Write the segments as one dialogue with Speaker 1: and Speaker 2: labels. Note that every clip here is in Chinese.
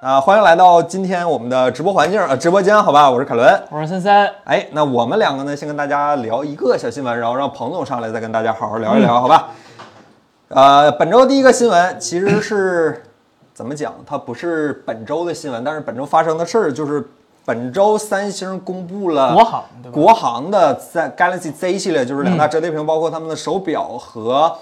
Speaker 1: 啊，欢迎来到今天我们的直播环境呃直播间，好吧，我是凯伦。
Speaker 2: 我是森森，
Speaker 1: 哎，那我们两个呢，先跟大家聊一个小新闻，然后让彭总上来再跟大家好好聊一
Speaker 2: 嗯
Speaker 1: 聊，好吧？呃，本周第一个新闻其实是怎么讲？它不是本周的新闻，但是本周发生的事儿就是本周三星公布了
Speaker 2: 国行对吧嗯
Speaker 1: 国行的在 Galaxy Z 系列，就是两大折叠屏，包括他们的手表和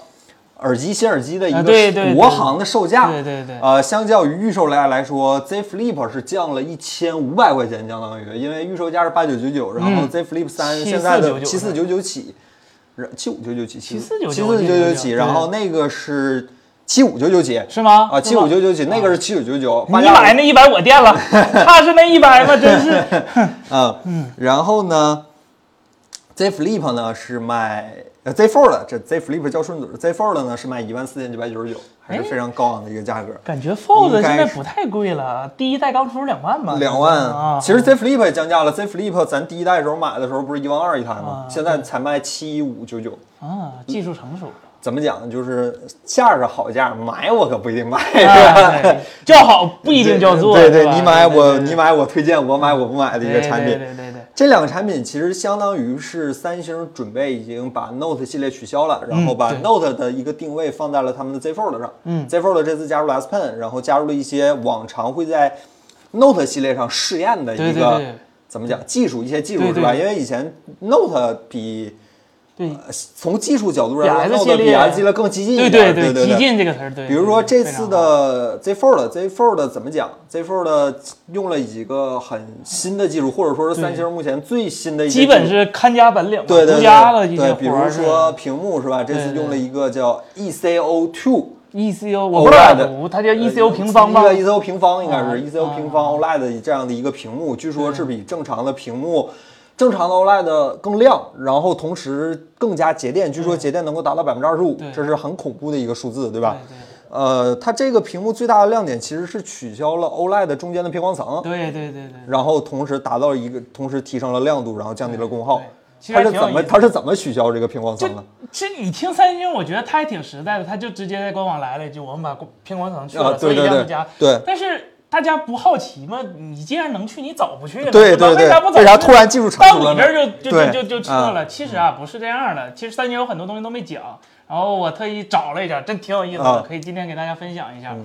Speaker 1: 耳机、新耳机的一
Speaker 2: 啊
Speaker 1: 个
Speaker 2: 对对对
Speaker 1: 国行的售价。
Speaker 2: 对对对
Speaker 1: 呃，相较于预售来来说，Z Flip 是降了一千五百块钱，相当于，因为预售价是八九九九，然后
Speaker 2: 嗯
Speaker 1: Z Flip 三
Speaker 2: 7499
Speaker 1: 现在的七四
Speaker 2: 是
Speaker 1: 九九起，然七五九九起，七七
Speaker 2: 7499
Speaker 1: 四九九起，然后那个是七五九九起，
Speaker 2: 是吗？
Speaker 1: 啊，七
Speaker 2: 是
Speaker 1: 五
Speaker 2: 吗
Speaker 1: 九九起，那个是七九九九，
Speaker 2: 你买那一百我垫了，他是那一百吗？真是，
Speaker 1: 嗯嗯，然后呢，Z Flip 呢是卖呃 Z Fold 的，这 Z Flip 叫顺嘴，Z Fold 呢是卖一万四千九百九十九，还是非常高昂的一个价格。
Speaker 2: 感觉
Speaker 1: 应
Speaker 2: Fold 现
Speaker 1: 该是
Speaker 2: 在不太贵了，第一代刚出两万吧？
Speaker 1: 两万
Speaker 2: 啊，
Speaker 1: 其实 Z Flip 也降价了。Z Flip 咱第一代时候买的时候不是一万二一台吗？
Speaker 2: 啊
Speaker 1: 现在才卖七五九九。
Speaker 2: 啊，技术成熟了，
Speaker 1: 怎么讲？就是价是好价，买我可不一定买。
Speaker 2: 哎对叫好不一定叫做，
Speaker 1: 对
Speaker 2: 对
Speaker 1: 对，
Speaker 2: 吧，
Speaker 1: 你买我，
Speaker 2: 对
Speaker 1: 你买我推荐，我买我不买的一个产
Speaker 2: 对
Speaker 1: 品。
Speaker 2: 对对对对，
Speaker 1: 这两个产品其实相当于是三星准备已经把 Note 系列取消了，然后把
Speaker 2: 嗯对
Speaker 1: Note 的一个定位放在了他们的 Z Fold 上。
Speaker 2: 嗯
Speaker 1: ，Z Fold 这次加入了 S Pen，然后加入了一些往常会在 Note 系列上试验的一个
Speaker 2: 对对对
Speaker 1: 怎么讲技术，一些技术
Speaker 2: 对对
Speaker 1: 是吧？
Speaker 2: 对
Speaker 1: 因为以前 Note 比
Speaker 2: 对
Speaker 1: 呃从技术角度上来
Speaker 2: 比
Speaker 1: 说
Speaker 2: S 系
Speaker 1: ，Note 比
Speaker 2: 列
Speaker 1: S 系列更激进一点，
Speaker 2: 对对
Speaker 1: 对
Speaker 2: 激进这个词儿，对。
Speaker 1: 比如说这次
Speaker 2: 非常好，
Speaker 1: 的 Z Fold，Z Fold 怎么讲？Z Fold 用了几个很新的技术，或者说是三星目前最新的一些技
Speaker 2: 基
Speaker 1: 术
Speaker 2: 本是看家本领嘛，
Speaker 1: 对对
Speaker 2: 独家了
Speaker 1: 对
Speaker 2: 一些
Speaker 1: 对，
Speaker 2: 活
Speaker 1: 比如
Speaker 2: 儿是
Speaker 1: 说屏幕是吧？这次
Speaker 2: 对对
Speaker 1: 用了一个叫 ECO Two。
Speaker 2: ECO，我不知道咋读，它叫 ECO E 平方吧？
Speaker 1: 对，ECO 平方应该
Speaker 2: 啊
Speaker 1: 是 ECO 平方 OLED 这样的一个屏幕，据说是比正常的屏幕。正常的 OLED 更亮，然后同时更加节电，据说节电能够达到百分之二十五
Speaker 2: 对，
Speaker 1: 这是很恐怖的一个数字，对吧？
Speaker 2: 对对
Speaker 1: 呃，它这个屏幕最大的亮点其实是取消了 OLED 中间的偏光层，
Speaker 2: 对对对对。
Speaker 1: 然后同时达到一个，同时提升了亮度，然后降低了功耗
Speaker 2: 对。其实
Speaker 1: 它
Speaker 2: 还
Speaker 1: 是
Speaker 2: 挺有
Speaker 1: 怎么
Speaker 2: 意思
Speaker 1: 它是怎么取消这个偏光层 的？
Speaker 2: 这你听三星，我觉得他还挺实在的，他就直接在官网来了一句：“我们把偏光层去了，
Speaker 1: 啊，
Speaker 2: 所
Speaker 1: 对
Speaker 2: 以
Speaker 1: 对
Speaker 2: 让大
Speaker 1: 对
Speaker 2: 家。”
Speaker 1: 对
Speaker 2: 但是大家不好奇吗？你既然能去，你早不去了，
Speaker 1: 对
Speaker 2: 是吧
Speaker 1: 对
Speaker 2: 为啥
Speaker 1: 对，
Speaker 2: 不
Speaker 1: 为啥
Speaker 2: 早
Speaker 1: 突
Speaker 2: 去？
Speaker 1: 然技术成
Speaker 2: 到
Speaker 1: 熟了
Speaker 2: 你
Speaker 1: 呢
Speaker 2: 这？儿就就
Speaker 1: 对
Speaker 2: 就就就撤
Speaker 1: 啊
Speaker 2: 了？其实啊，不是这样的。其实三星有很多东西都没讲，然后我特意找了一下，真挺有意思
Speaker 1: 啊嗯
Speaker 2: 的，可以今天给大家分享一下。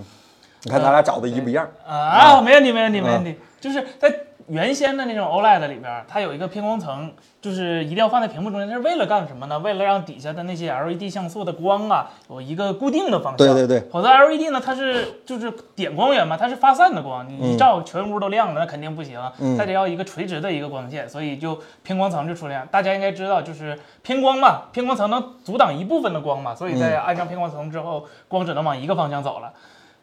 Speaker 1: 你看咱俩找的一不一样。嗯
Speaker 2: 啊，没问题，没问题，没问题。就是在原先的那种 OLED 里边儿，它有一个偏光层，就是一定要放在屏幕中间，它是为了干什么呢？为了让底下的那些 LED 像素的光啊有一个固定的方向。
Speaker 1: 对对对。
Speaker 2: 否则 LED E 呢，它是就是点光源嘛，它是发散的光，你一照全屋都亮了，那肯定不行，它得要一个垂直的一个光线，所以就偏光层就出现。大家应该知道，就是偏光嘛，偏光层能阻挡一部分的光嘛，所以在安上偏光层之后，光只能往一个方向走了。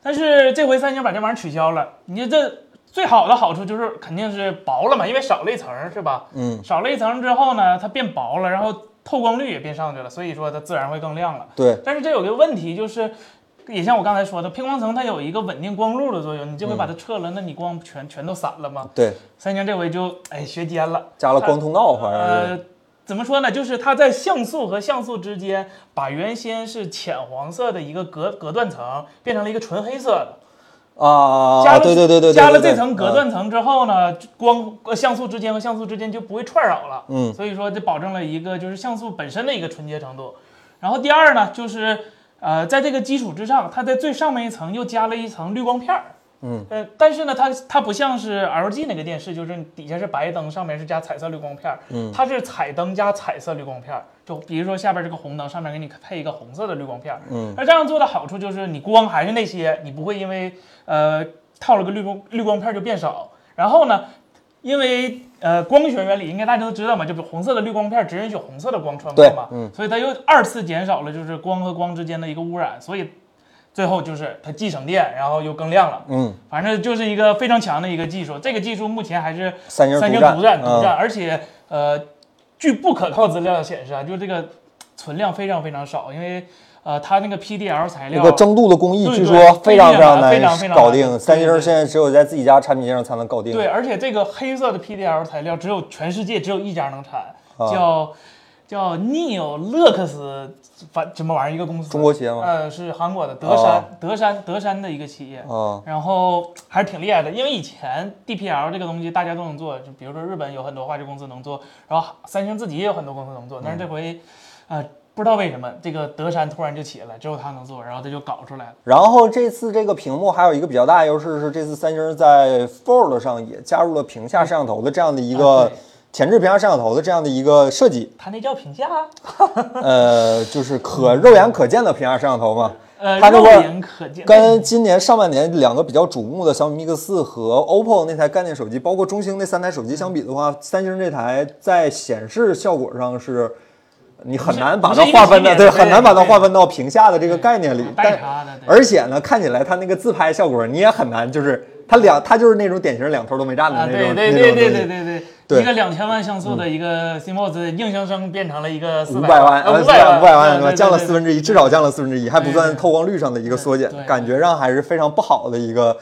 Speaker 2: 但是这回三星把这玩意儿取消了，你这最好的好处就是肯定是薄了嘛，因为少了一层是吧？
Speaker 1: 嗯，
Speaker 2: 少了一层之后呢，它变薄了，然后透光率也变上去了，所以说它自然会更亮了。
Speaker 1: 对，
Speaker 2: 但是这有个问题就是。也像我刚才说的，偏光层它有一个稳定光路的作用，你这回把它撤了，那你光全全都散了吗？
Speaker 1: 对，
Speaker 2: 三星这回就哎学尖了，
Speaker 1: 加了光通道，好像是。
Speaker 2: 呃，怎么说呢？就是它在像素和像素之间，把原先是浅黄色的一个隔隔断层，变成了一个纯黑色的。
Speaker 1: 啊，
Speaker 2: 呃加了
Speaker 1: 对对对对对，
Speaker 2: 加了
Speaker 1: 对啊
Speaker 2: 这层隔。断层之后呢，光呃像素之间和像素之间就不会串扰了。
Speaker 1: 嗯
Speaker 2: 所以说这保证了一个就是像素本身的一个纯洁程度。然后第二呢，就是呃，在这个基础之上，它在最上面一层又加了一层滤光片儿。
Speaker 1: 嗯，
Speaker 2: 呃，但是呢，它它不像是 LG 那个电视，就是底下是白灯，上面是加彩色滤光片儿。嗯，它是彩灯加彩色滤光片儿，就比如说下边这个红灯，上面给你配一个红色的滤光片儿。嗯，而这样做的好处就是你光还是那些，你不会因为呃套了个滤光滤光片儿就变少。然后呢，因为呃光学原理应该大家都知道嘛，就是红色的滤光片只允许红色的光穿过嘛，
Speaker 1: 对嗯
Speaker 2: 所以它又二次减少了就是光和光之间的一个污染，所以最后就是它既省电，然后又更亮了。
Speaker 1: 嗯，
Speaker 2: 反正就是一个非常强的一个技术，这个技术目前还是
Speaker 1: 三星
Speaker 2: 三星
Speaker 1: 独占，
Speaker 2: 独占，独
Speaker 1: 嗯
Speaker 2: 占，而且呃，据不可靠资料显示啊，就这个存量非常非常少，因为呃，它那个 PDL 材
Speaker 1: 那
Speaker 2: 料
Speaker 1: 个蒸镀的工艺，
Speaker 2: 对
Speaker 1: 据
Speaker 2: 对
Speaker 1: 说非常
Speaker 2: 非
Speaker 1: 常
Speaker 2: 常
Speaker 1: 难
Speaker 2: 非常非常
Speaker 1: 搞
Speaker 2: 难
Speaker 1: 定。
Speaker 2: 对
Speaker 1: 三星
Speaker 2: 对
Speaker 1: 现在只有在自己家产品线上才能搞定。
Speaker 2: 对，而且这个黑色的 PDL 材料只有全世界只有一家能产，
Speaker 1: 啊
Speaker 2: 叫叫 Neo 乐克斯，反什么玩意儿一个公司，
Speaker 1: 中国企业吗？哦
Speaker 2: 呃，是韩国的德山、德山德山的一个企业，
Speaker 1: 啊，
Speaker 2: 然后还是挺厉害的，因为以前 DPL 这个东西大家都能做，就比如说日本有很多化学公司能做，然后三星自己也有很多公司
Speaker 1: 嗯
Speaker 2: 能做，但是这回，呃，不知道为什么这个德山突然就起来了，只有他能做，然后他就搞出来了。
Speaker 1: 然后这次这个屏幕还有一个比较大的优势是，这次三星在 Fold 上也加入了屏下摄像头的这样的一
Speaker 2: 啊
Speaker 1: 个
Speaker 2: 对
Speaker 1: 前置屏下摄像头的这样的一个设计，
Speaker 2: 他那叫评价啊，
Speaker 1: 呃，就是可肉眼可见的屏下摄像头嘛。
Speaker 2: 呃，
Speaker 1: 它这
Speaker 2: 肉
Speaker 1: 块儿
Speaker 2: 眼可见。
Speaker 1: 跟今年上半年两个比较瞩目的小米 Mix 四和 OPPO 那台概念手机，包括中兴那三台手机相比的
Speaker 2: 嗯
Speaker 1: 话，三星这台在显示效果上是，你很难把它划分的，对，
Speaker 2: 不是一个级别的
Speaker 1: 很难把它划分到屏下的这个概念里
Speaker 2: 嗯。
Speaker 1: 但
Speaker 2: 代差的对
Speaker 1: 而且呢，看起来它那个自拍效果你也很难，就是它两，它就是那种典型两头都没占的
Speaker 2: 啊，
Speaker 1: 那种那
Speaker 2: 对对
Speaker 1: 种
Speaker 2: 对对
Speaker 1: 东西
Speaker 2: 对对
Speaker 1: 对嗯
Speaker 2: 对，一个两千万像素的一个 CMOS 硬生生变成了一个
Speaker 1: 五
Speaker 2: 四
Speaker 1: 百万，呃
Speaker 2: 五
Speaker 1: 百
Speaker 2: 万
Speaker 1: 五百万，
Speaker 2: 对对
Speaker 1: 降了
Speaker 2: 对
Speaker 1: 四分之一，至少降了四分之一，还不算
Speaker 2: 对
Speaker 1: 透光率上的一个缩减
Speaker 2: 对，对
Speaker 1: 感觉上还是非常不好的一个。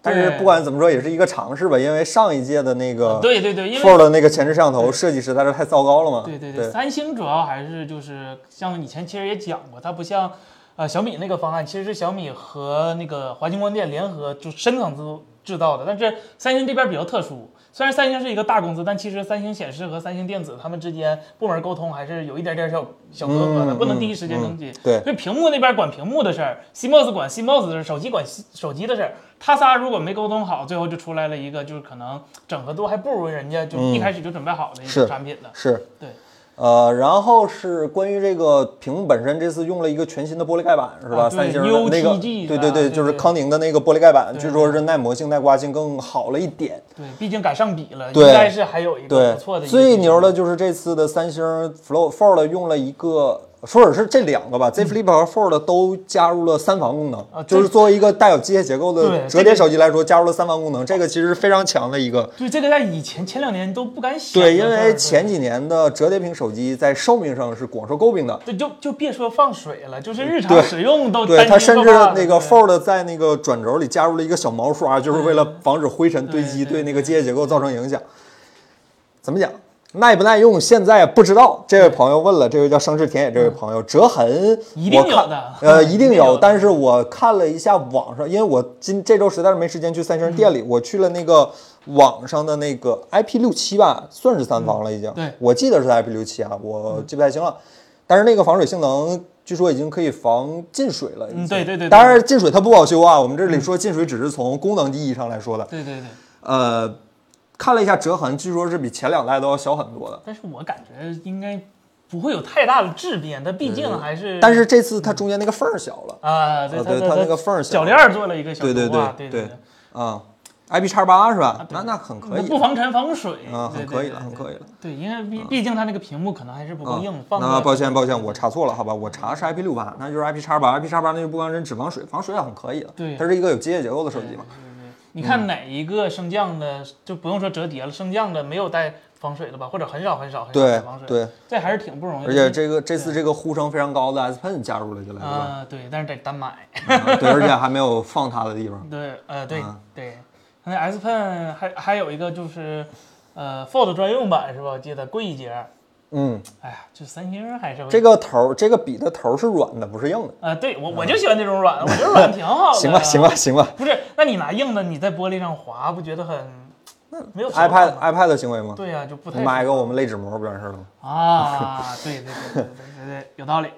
Speaker 1: 但是不管怎么说，也是一个尝试吧，因为上一届的那个
Speaker 2: 对对对，因为
Speaker 1: Fold 的那个前置摄像头设计实在是太糟糕了嘛。
Speaker 2: 对对
Speaker 1: 啊对
Speaker 2: 对，，三星主要还是就是像以前其实也讲过，它不像呃小米那个方案，其实是小米和那个华星光电联合就深层次制造的，但是三星这边比较特殊。虽然三星是一个大公司，但其实三星显示和三星电子他们之间部门沟通还是有一点点小小隔阂的，
Speaker 1: 嗯
Speaker 2: 不能第一时间能接。
Speaker 1: 对
Speaker 2: 所以屏幕那边管屏幕的事儿，CMOS 管 CMOS 的事儿，手机管手机的事儿，他仨如果没沟通好，最后就出来了一个就是可能整合度还不如人家就一开始就准备好的一
Speaker 1: 嗯是
Speaker 2: 个产品的。
Speaker 1: 是。
Speaker 2: 对，
Speaker 1: 呃，然后是关于这个屏幕本身，这次用了一个全新的玻璃盖板，是吧？
Speaker 2: 啊对
Speaker 1: 三星的那个，
Speaker 2: UTG
Speaker 1: 对
Speaker 2: 的
Speaker 1: 对，
Speaker 2: 对
Speaker 1: 就是
Speaker 2: 对
Speaker 1: 康宁的那个玻璃盖板，
Speaker 2: 对
Speaker 1: 据说是耐磨性、耐刮性更好了一点。
Speaker 2: 对，毕竟赶上笔了，应
Speaker 1: 对
Speaker 2: 该是还有一个
Speaker 1: 对
Speaker 2: 不错的。，
Speaker 1: 最牛的，就是这次的三星 Fold Fold 用了一个，说者是这两个吧，Z Flip 和 Fold 都加入了三防功能，
Speaker 2: 啊
Speaker 1: 就是
Speaker 2: 这
Speaker 1: 作为一个带有机械结构
Speaker 2: 对
Speaker 1: 的折
Speaker 2: 这
Speaker 1: 叠
Speaker 2: 个
Speaker 1: 手机来说，加入了三防功能，这个其实是非常强的一个。
Speaker 2: 对这个在以前前两年都不敢想的
Speaker 1: 对，
Speaker 2: 事儿。
Speaker 1: 因为前
Speaker 2: 对
Speaker 1: 几年的折叠屏手机在寿命上是广受诟病的，
Speaker 2: 对就就别说放水了，就是日
Speaker 1: 对
Speaker 2: 常使用都
Speaker 1: 对
Speaker 2: 担
Speaker 1: 它
Speaker 2: 惊
Speaker 1: 甚
Speaker 2: 受
Speaker 1: 至
Speaker 2: 怕的
Speaker 1: 那个
Speaker 2: 对
Speaker 1: Fold 在那个转轴里加入了一个小毛刷，就是为了防止灰尘堆积
Speaker 2: 嗯对对
Speaker 1: 对那个机械结构造成影响。怎么讲？耐不耐用现在不知道。这位朋友问了，这位叫生志田野这位朋友，折痕
Speaker 2: 嗯一定
Speaker 1: 我
Speaker 2: 有
Speaker 1: 看
Speaker 2: 的
Speaker 1: 呃，一
Speaker 2: 一
Speaker 1: 定
Speaker 2: 定有
Speaker 1: 有。
Speaker 2: 的
Speaker 1: 但是我看了一下网上，因为我今这周实在是没时间去三
Speaker 2: 嗯
Speaker 1: 星店里，我去了那个网上的那个 IP 六七吧，算是三防了已经。
Speaker 2: 嗯对嗯
Speaker 1: 我记得是 IP 六七啊，我记不太清了。但是那个防水性能据说已经可以防进水了。已经
Speaker 2: 嗯对对对对
Speaker 1: 当然进水它不保修啊，我们这里说进水只是从功能意义上来说的。
Speaker 2: 对对对，
Speaker 1: 呃，看了一下折痕，据说是比前两代都要小很多的。
Speaker 2: 但是我感觉应该不会有太大的质变，它毕竟还是
Speaker 1: 呃但是这次它中间那个缝儿小了
Speaker 2: 啊，
Speaker 1: 啊
Speaker 2: 对
Speaker 1: 对它
Speaker 2: 它它
Speaker 1: 那个缝儿小
Speaker 2: 铰链儿做了一个小
Speaker 1: 对对
Speaker 2: 图画
Speaker 1: 对
Speaker 2: 对
Speaker 1: 对啊，IP 叉八是吧？
Speaker 2: 啊对
Speaker 1: 那那很可以
Speaker 2: 不防尘防水
Speaker 1: 啊，很
Speaker 2: 对对
Speaker 1: 可以了，
Speaker 2: 对
Speaker 1: 很可以了。
Speaker 2: 对，因为毕毕竟它那个屏幕可能还是不
Speaker 1: 啊
Speaker 2: 够硬，放
Speaker 1: 那
Speaker 2: 个
Speaker 1: 抱歉抱歉，我查错了，好吧，我查的是 IP 六八，那就是 IP 叉八，IP 叉八那就不光是只防水，防水也啊很可以了。
Speaker 2: 对
Speaker 1: 它是一个有机械结构的手机嘛。嗯
Speaker 2: 你看哪一个升降的，就不用说折叠了，升降的没有带防水的吧，或者很少很少很少
Speaker 1: 对
Speaker 2: 带防水，
Speaker 1: 对，
Speaker 2: 这还是挺不容易的。
Speaker 1: 而且这个这次这个呼声非常高的 S Pen 加入了进来，对吧？
Speaker 2: 啊、对，但是得单买。
Speaker 1: 啊对，而且还没有放它的地方。
Speaker 2: 对，呃，对、
Speaker 1: 啊
Speaker 2: 对，那 S Pen 还还有一个就是，呃，Fold 专用版是吧？我记得贵一截儿。
Speaker 1: 嗯，
Speaker 2: 哎呀，这三星还是会
Speaker 1: 这个头儿，这个笔的头儿是软的，不是硬的。
Speaker 2: 呃，对我我就喜欢这种软的，我觉得软挺好的。
Speaker 1: 行吧，行吧，。行吧。
Speaker 2: 不是，那你拿硬的，你在玻璃上划，不觉得很没有手
Speaker 1: 嗯
Speaker 2: 感
Speaker 1: iPad
Speaker 2: 吗
Speaker 1: iPad 的行为吗？
Speaker 2: 对呀、啊就不太
Speaker 1: 你买一个我们类纸膜不完事儿了吗？
Speaker 2: 啊，对对对对对对对，有道理。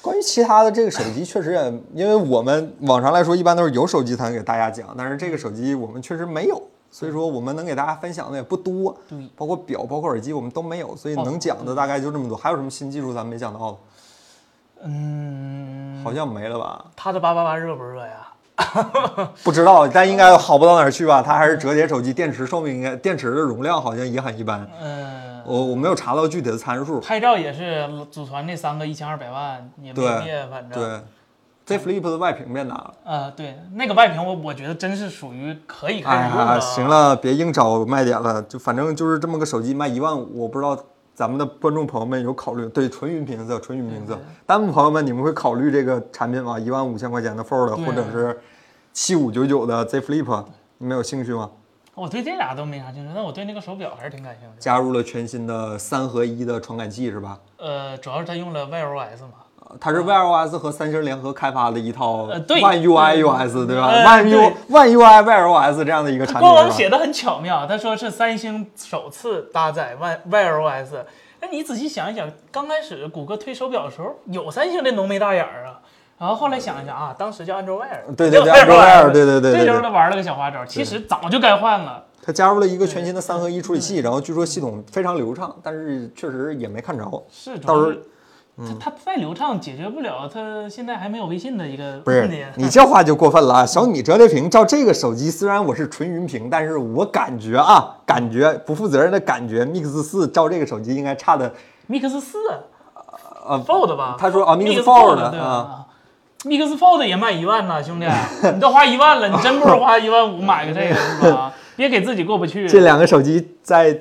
Speaker 1: 关于其他的这个手机，确实也，因为我们往常来说一般都是有手机才能给大家讲，但是这个手机我们确实没有，所以说我们能给大家分享的也不多。
Speaker 2: 对
Speaker 1: 包括表，包括耳机，我们都没有，所以
Speaker 2: 哦
Speaker 1: 能讲的大概就这么多。还有什么新技术咱们没讲到的？
Speaker 2: 嗯，
Speaker 1: 好像没了吧？
Speaker 2: 它的八八八热不热呀？
Speaker 1: 不知道，但应该好不到哪儿去吧？它还是折叠手机，电池寿命应该，电池的容量好像也很一般。
Speaker 2: 嗯，
Speaker 1: 我我没有查到具体的参数。
Speaker 2: 拍照也是组团那三个一千二百万也没
Speaker 1: 对
Speaker 2: 灭，反正。
Speaker 1: 对，Z Flip 的外屏变大了。
Speaker 2: 呃，对，那个外屏我我觉得真是属于可以
Speaker 1: 哎
Speaker 2: 开始用
Speaker 1: 呀，
Speaker 2: 了。
Speaker 1: 行，了，别硬找卖点了，就反正就是这么个手机卖一万五，我不知道咱们的观众朋友们有考虑对纯云评测，纯云评测，
Speaker 2: 嗯
Speaker 1: 弹幕朋友们你们会考虑这个产品吗？一万五千块钱的 Fold
Speaker 2: 对啊
Speaker 1: 或者是七五九九的 Z Flip，你们有兴趣吗？
Speaker 2: 我对这俩都没啥兴趣，但我对那个手表还是挺感兴趣的。
Speaker 1: 加入了全新的三合一的传感器是吧？
Speaker 2: 呃，主要是它用了 Wear OS 嘛，
Speaker 1: 呃它是 Wear OS 和三星联合开发的一套
Speaker 2: 嗯呃对
Speaker 1: One UI US 对吧
Speaker 2: 呃
Speaker 1: ？One U
Speaker 2: 对
Speaker 1: One UI Wear OS 这样的一个产
Speaker 2: 它
Speaker 1: 品
Speaker 2: 官网
Speaker 1: 是吧？
Speaker 2: 写的很巧妙，他说是三星首次搭载 Wear Wear OS。那你仔细想一想，刚开始谷歌推手表的时候，有三星这浓眉大眼儿啊。然后后来想一想啊，当时叫 Android Wear，
Speaker 1: 对对对
Speaker 2: 没有
Speaker 1: Android Wear，
Speaker 2: Wear，
Speaker 1: 对对对对对
Speaker 2: 这就是玩了个小花招。其实早就该换了，
Speaker 1: 它加入了一个全新的三合一处理
Speaker 2: 嗯
Speaker 1: 器，然后据说系统非常流畅，但是确实也没看着。
Speaker 2: 是主
Speaker 1: 到
Speaker 2: 要
Speaker 1: 时候
Speaker 2: 是
Speaker 1: 嗯
Speaker 2: 它它再流畅解决不了它现在还没有微信的一个
Speaker 1: 不
Speaker 2: 问
Speaker 1: 是
Speaker 2: 题。
Speaker 1: 你这话就过分了啊！小米折叠屏照这个手机，虽然我是纯云屏，但是我感觉啊，感觉不负责任的感觉，Mix 四照这个手机应该差的。
Speaker 2: Mix 四，Fold 吧？
Speaker 1: 啊他说啊
Speaker 2: Mix
Speaker 1: ，Mix
Speaker 2: Fold
Speaker 1: Fold
Speaker 2: 的
Speaker 1: 的
Speaker 2: 对
Speaker 1: 啊，
Speaker 2: 吧？Mix Fold 也卖一万呢，兄弟，你都花一万了，你真不如花一万五买个这个是吧？别给自己过不 去。
Speaker 1: 这两个手机在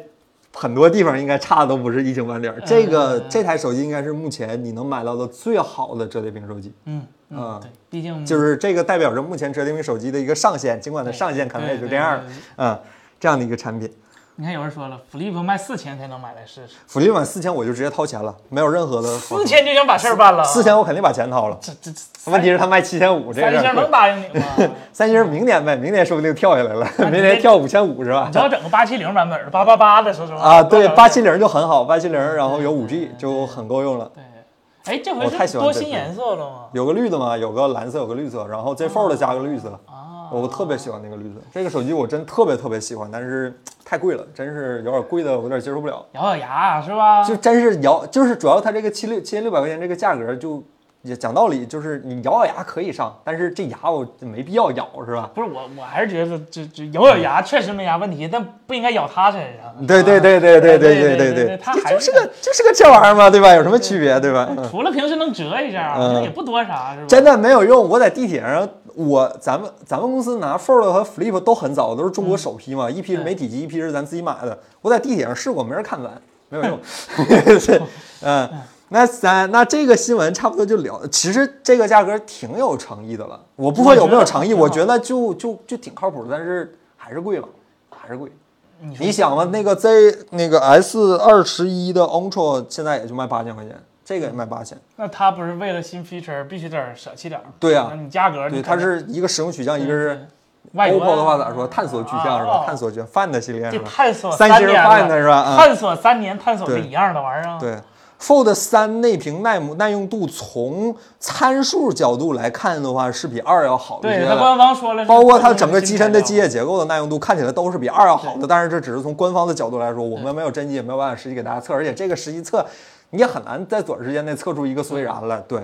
Speaker 1: 很多地方应该差的都不是一星半点儿。这个
Speaker 2: 嗯
Speaker 1: 这台手机应该是目前你能买到的最好的折叠屏手机，
Speaker 2: 嗯嗯
Speaker 1: 啊，
Speaker 2: 对，毕竟
Speaker 1: 就是这个代表着目前折叠屏手机的一个上限，尽管它上限可能也就这样
Speaker 2: 对对对
Speaker 1: 嗯，这样的一个产品。
Speaker 2: 你看有人说了，Flip 卖四千才能买来试试，
Speaker 1: 福利满四千我就直接掏钱了，没有任何的好
Speaker 2: 四千就想把事儿办了，
Speaker 1: 四千我肯定把钱掏了。
Speaker 2: 这这这
Speaker 1: 问题是他卖七千五，这
Speaker 2: 三
Speaker 1: 事
Speaker 2: 星
Speaker 1: 儿
Speaker 2: 能答应你吗？
Speaker 1: 三星明年呗，明年说不定跳下 来了，
Speaker 2: 那你
Speaker 1: 明年
Speaker 2: 这
Speaker 1: 跳五千五是吧
Speaker 2: 你只？要整个八七零版本儿，八八八的，说实话
Speaker 1: 啊， 对，八七
Speaker 2: 零。
Speaker 1: 零就很好，八七零然后有五 G 就很够用了。
Speaker 2: 对，哎，这
Speaker 1: 我
Speaker 2: 回
Speaker 1: 太
Speaker 2: 是
Speaker 1: 喜欢
Speaker 2: 多
Speaker 1: 这
Speaker 2: 新
Speaker 1: 个
Speaker 2: 颜色了吗？
Speaker 1: 有个绿的嘛，有个蓝色，有个绿色，然后 Z Fold 加个绿色，
Speaker 2: 啊，
Speaker 1: 我特别喜欢那个绿色。这个手机我真特别特别喜欢，但是太贵了，真是有点贵的，我有点接受不了。
Speaker 2: 咬咬牙是吧？
Speaker 1: 就真是摇，就是主要它这个七六七千六百块钱这个价格就。也讲道理，就是你咬咬牙可以上，但是这牙我没必要咬，是吧？
Speaker 2: 不是我，我还是觉得这这咬咬牙确实没啥问题，但不应该咬他身上。
Speaker 1: 对对对对对
Speaker 2: 对
Speaker 1: 对
Speaker 2: 对
Speaker 1: 对，
Speaker 2: 他
Speaker 1: 这
Speaker 2: 还
Speaker 1: 就是个就是个这玩意儿嘛，对吧？有什么区别，对吧？嗯
Speaker 2: 除了平时能折一下，
Speaker 1: 嗯
Speaker 2: 那也不多啥，是吧？
Speaker 1: 真的没有用。我在地铁上，我咱们咱们公司拿 Fold 和 Flip 都很早，都是中国首批嘛，一批是媒体机，一批是咱自己买的。我在地铁上试过，没人看咱，没有用。 是嗯，那咱那这个新闻差不多就聊。其实这个价格挺有诚意的了，我不说有没有诚意，我
Speaker 2: 我觉
Speaker 1: 觉得就就就挺靠谱的，但是还是贵了，还是贵。
Speaker 2: 你说
Speaker 1: 你想吧，那个 Z 那个 S 二十一的 Ultra 现在也就卖八千块钱，这个也卖八千。
Speaker 2: 那他不是为了新 feature 必须得舍弃点儿？
Speaker 1: 对啊
Speaker 2: 那你价格
Speaker 1: 对，
Speaker 2: 你
Speaker 1: 它
Speaker 2: 肯定
Speaker 1: 是一个使用取向，一个是
Speaker 2: 外观
Speaker 1: OPPO 的话咋说？探索取向是吧？
Speaker 2: 啊
Speaker 1: 探索取向 Find 系列
Speaker 2: 这
Speaker 1: 是吧？
Speaker 2: 探索
Speaker 1: 三星
Speaker 2: 年
Speaker 1: 儿办的是吧
Speaker 2: 了
Speaker 1: 啊
Speaker 2: 探索三年，探索的
Speaker 1: 对
Speaker 2: 一样的玩意儿啊。
Speaker 1: 对，Fold 三内屏耐磨耐用度从参数角度来看的话，是比二要好一些
Speaker 2: 对，他
Speaker 1: 的。
Speaker 2: 官方说了是
Speaker 1: 包
Speaker 2: 不能用新材
Speaker 1: 括
Speaker 2: 料，
Speaker 1: 它整个机身的机械结构的耐用度，看起来都是比二要好的，但是这只是从官方的角度来说，我们没有真机，也没有办法实际给大家测，而且这个实际测，你也很难在短时间内测出一个所以然来。对，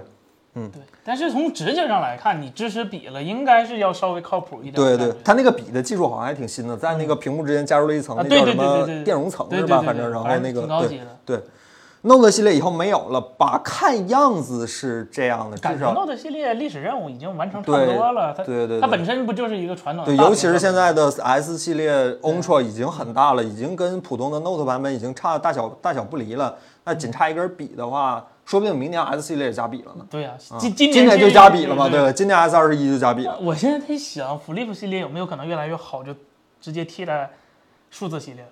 Speaker 2: 对，但是从直觉上来看，你支持比了，应该是要稍微靠谱一点。
Speaker 1: 对对，，它那个笔的技术好像还挺新的，在那个屏幕之间加入了一层
Speaker 2: 啊
Speaker 1: 那
Speaker 2: 对
Speaker 1: 叫
Speaker 2: 对
Speaker 1: 什
Speaker 2: 对
Speaker 1: 么
Speaker 2: 对对
Speaker 1: 电容层
Speaker 2: 对
Speaker 1: 是
Speaker 2: 对
Speaker 1: 吧？
Speaker 2: 对
Speaker 1: 反
Speaker 2: 对
Speaker 1: 正然后
Speaker 2: 反正
Speaker 1: 那个
Speaker 2: 挺高级
Speaker 1: 对
Speaker 2: 的
Speaker 1: 对，Note 系列以后没有了，把看样子是这样的，
Speaker 2: 感
Speaker 1: 至
Speaker 2: 觉
Speaker 1: 少
Speaker 2: Note 系列历史任务已经完成差不多了。它
Speaker 1: 对对对
Speaker 2: 它本身不就是一个传统的
Speaker 1: 对，
Speaker 2: 大屏
Speaker 1: 尤其是现
Speaker 2: 吗
Speaker 1: 在的 S 系列 Ultra 已经很大了，已经跟普通的 Note 版本已经差大小大小不离了。那仅差一根笔的话，说不定明年 S 系列也加笔了呢。
Speaker 2: 对呀、
Speaker 1: 啊
Speaker 2: 今今
Speaker 1: 今
Speaker 2: 年
Speaker 1: 年就加笔了嘛？
Speaker 2: 对
Speaker 1: 对吧？今年 S 二十一就加笔了。
Speaker 2: 嗯我现在在想，Flip 系列有没有可能越来越好，就直接替代数字系列了？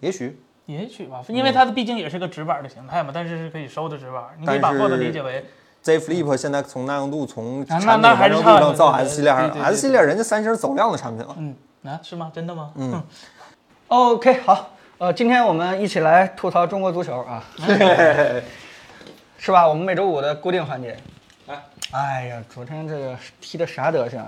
Speaker 1: 也许
Speaker 2: 也许吧，因为
Speaker 1: 嗯
Speaker 2: 它的毕竟也是个直板的形态嘛，但是是可以收的直板。你可以把
Speaker 1: 但是
Speaker 2: Fold 理解为
Speaker 1: Z Flip 现在从耐用度、从
Speaker 2: 啊那
Speaker 1: 产品
Speaker 2: 那还
Speaker 1: 完成
Speaker 2: 是
Speaker 1: 度
Speaker 2: 差
Speaker 1: 上，
Speaker 2: 的
Speaker 1: 造
Speaker 2: 对
Speaker 1: S 系列还
Speaker 2: 对
Speaker 1: 是
Speaker 2: 对
Speaker 1: S 系列，人家三星走量的产品了。
Speaker 2: 嗯啊，是吗？真的吗？ 呃
Speaker 1: 嗯，
Speaker 3: OK，好，呃，今天我们一起来吐槽中国足球啊，是吧？我们每周五的固定环节。哎呀，昨天这个踢的啥德行啊？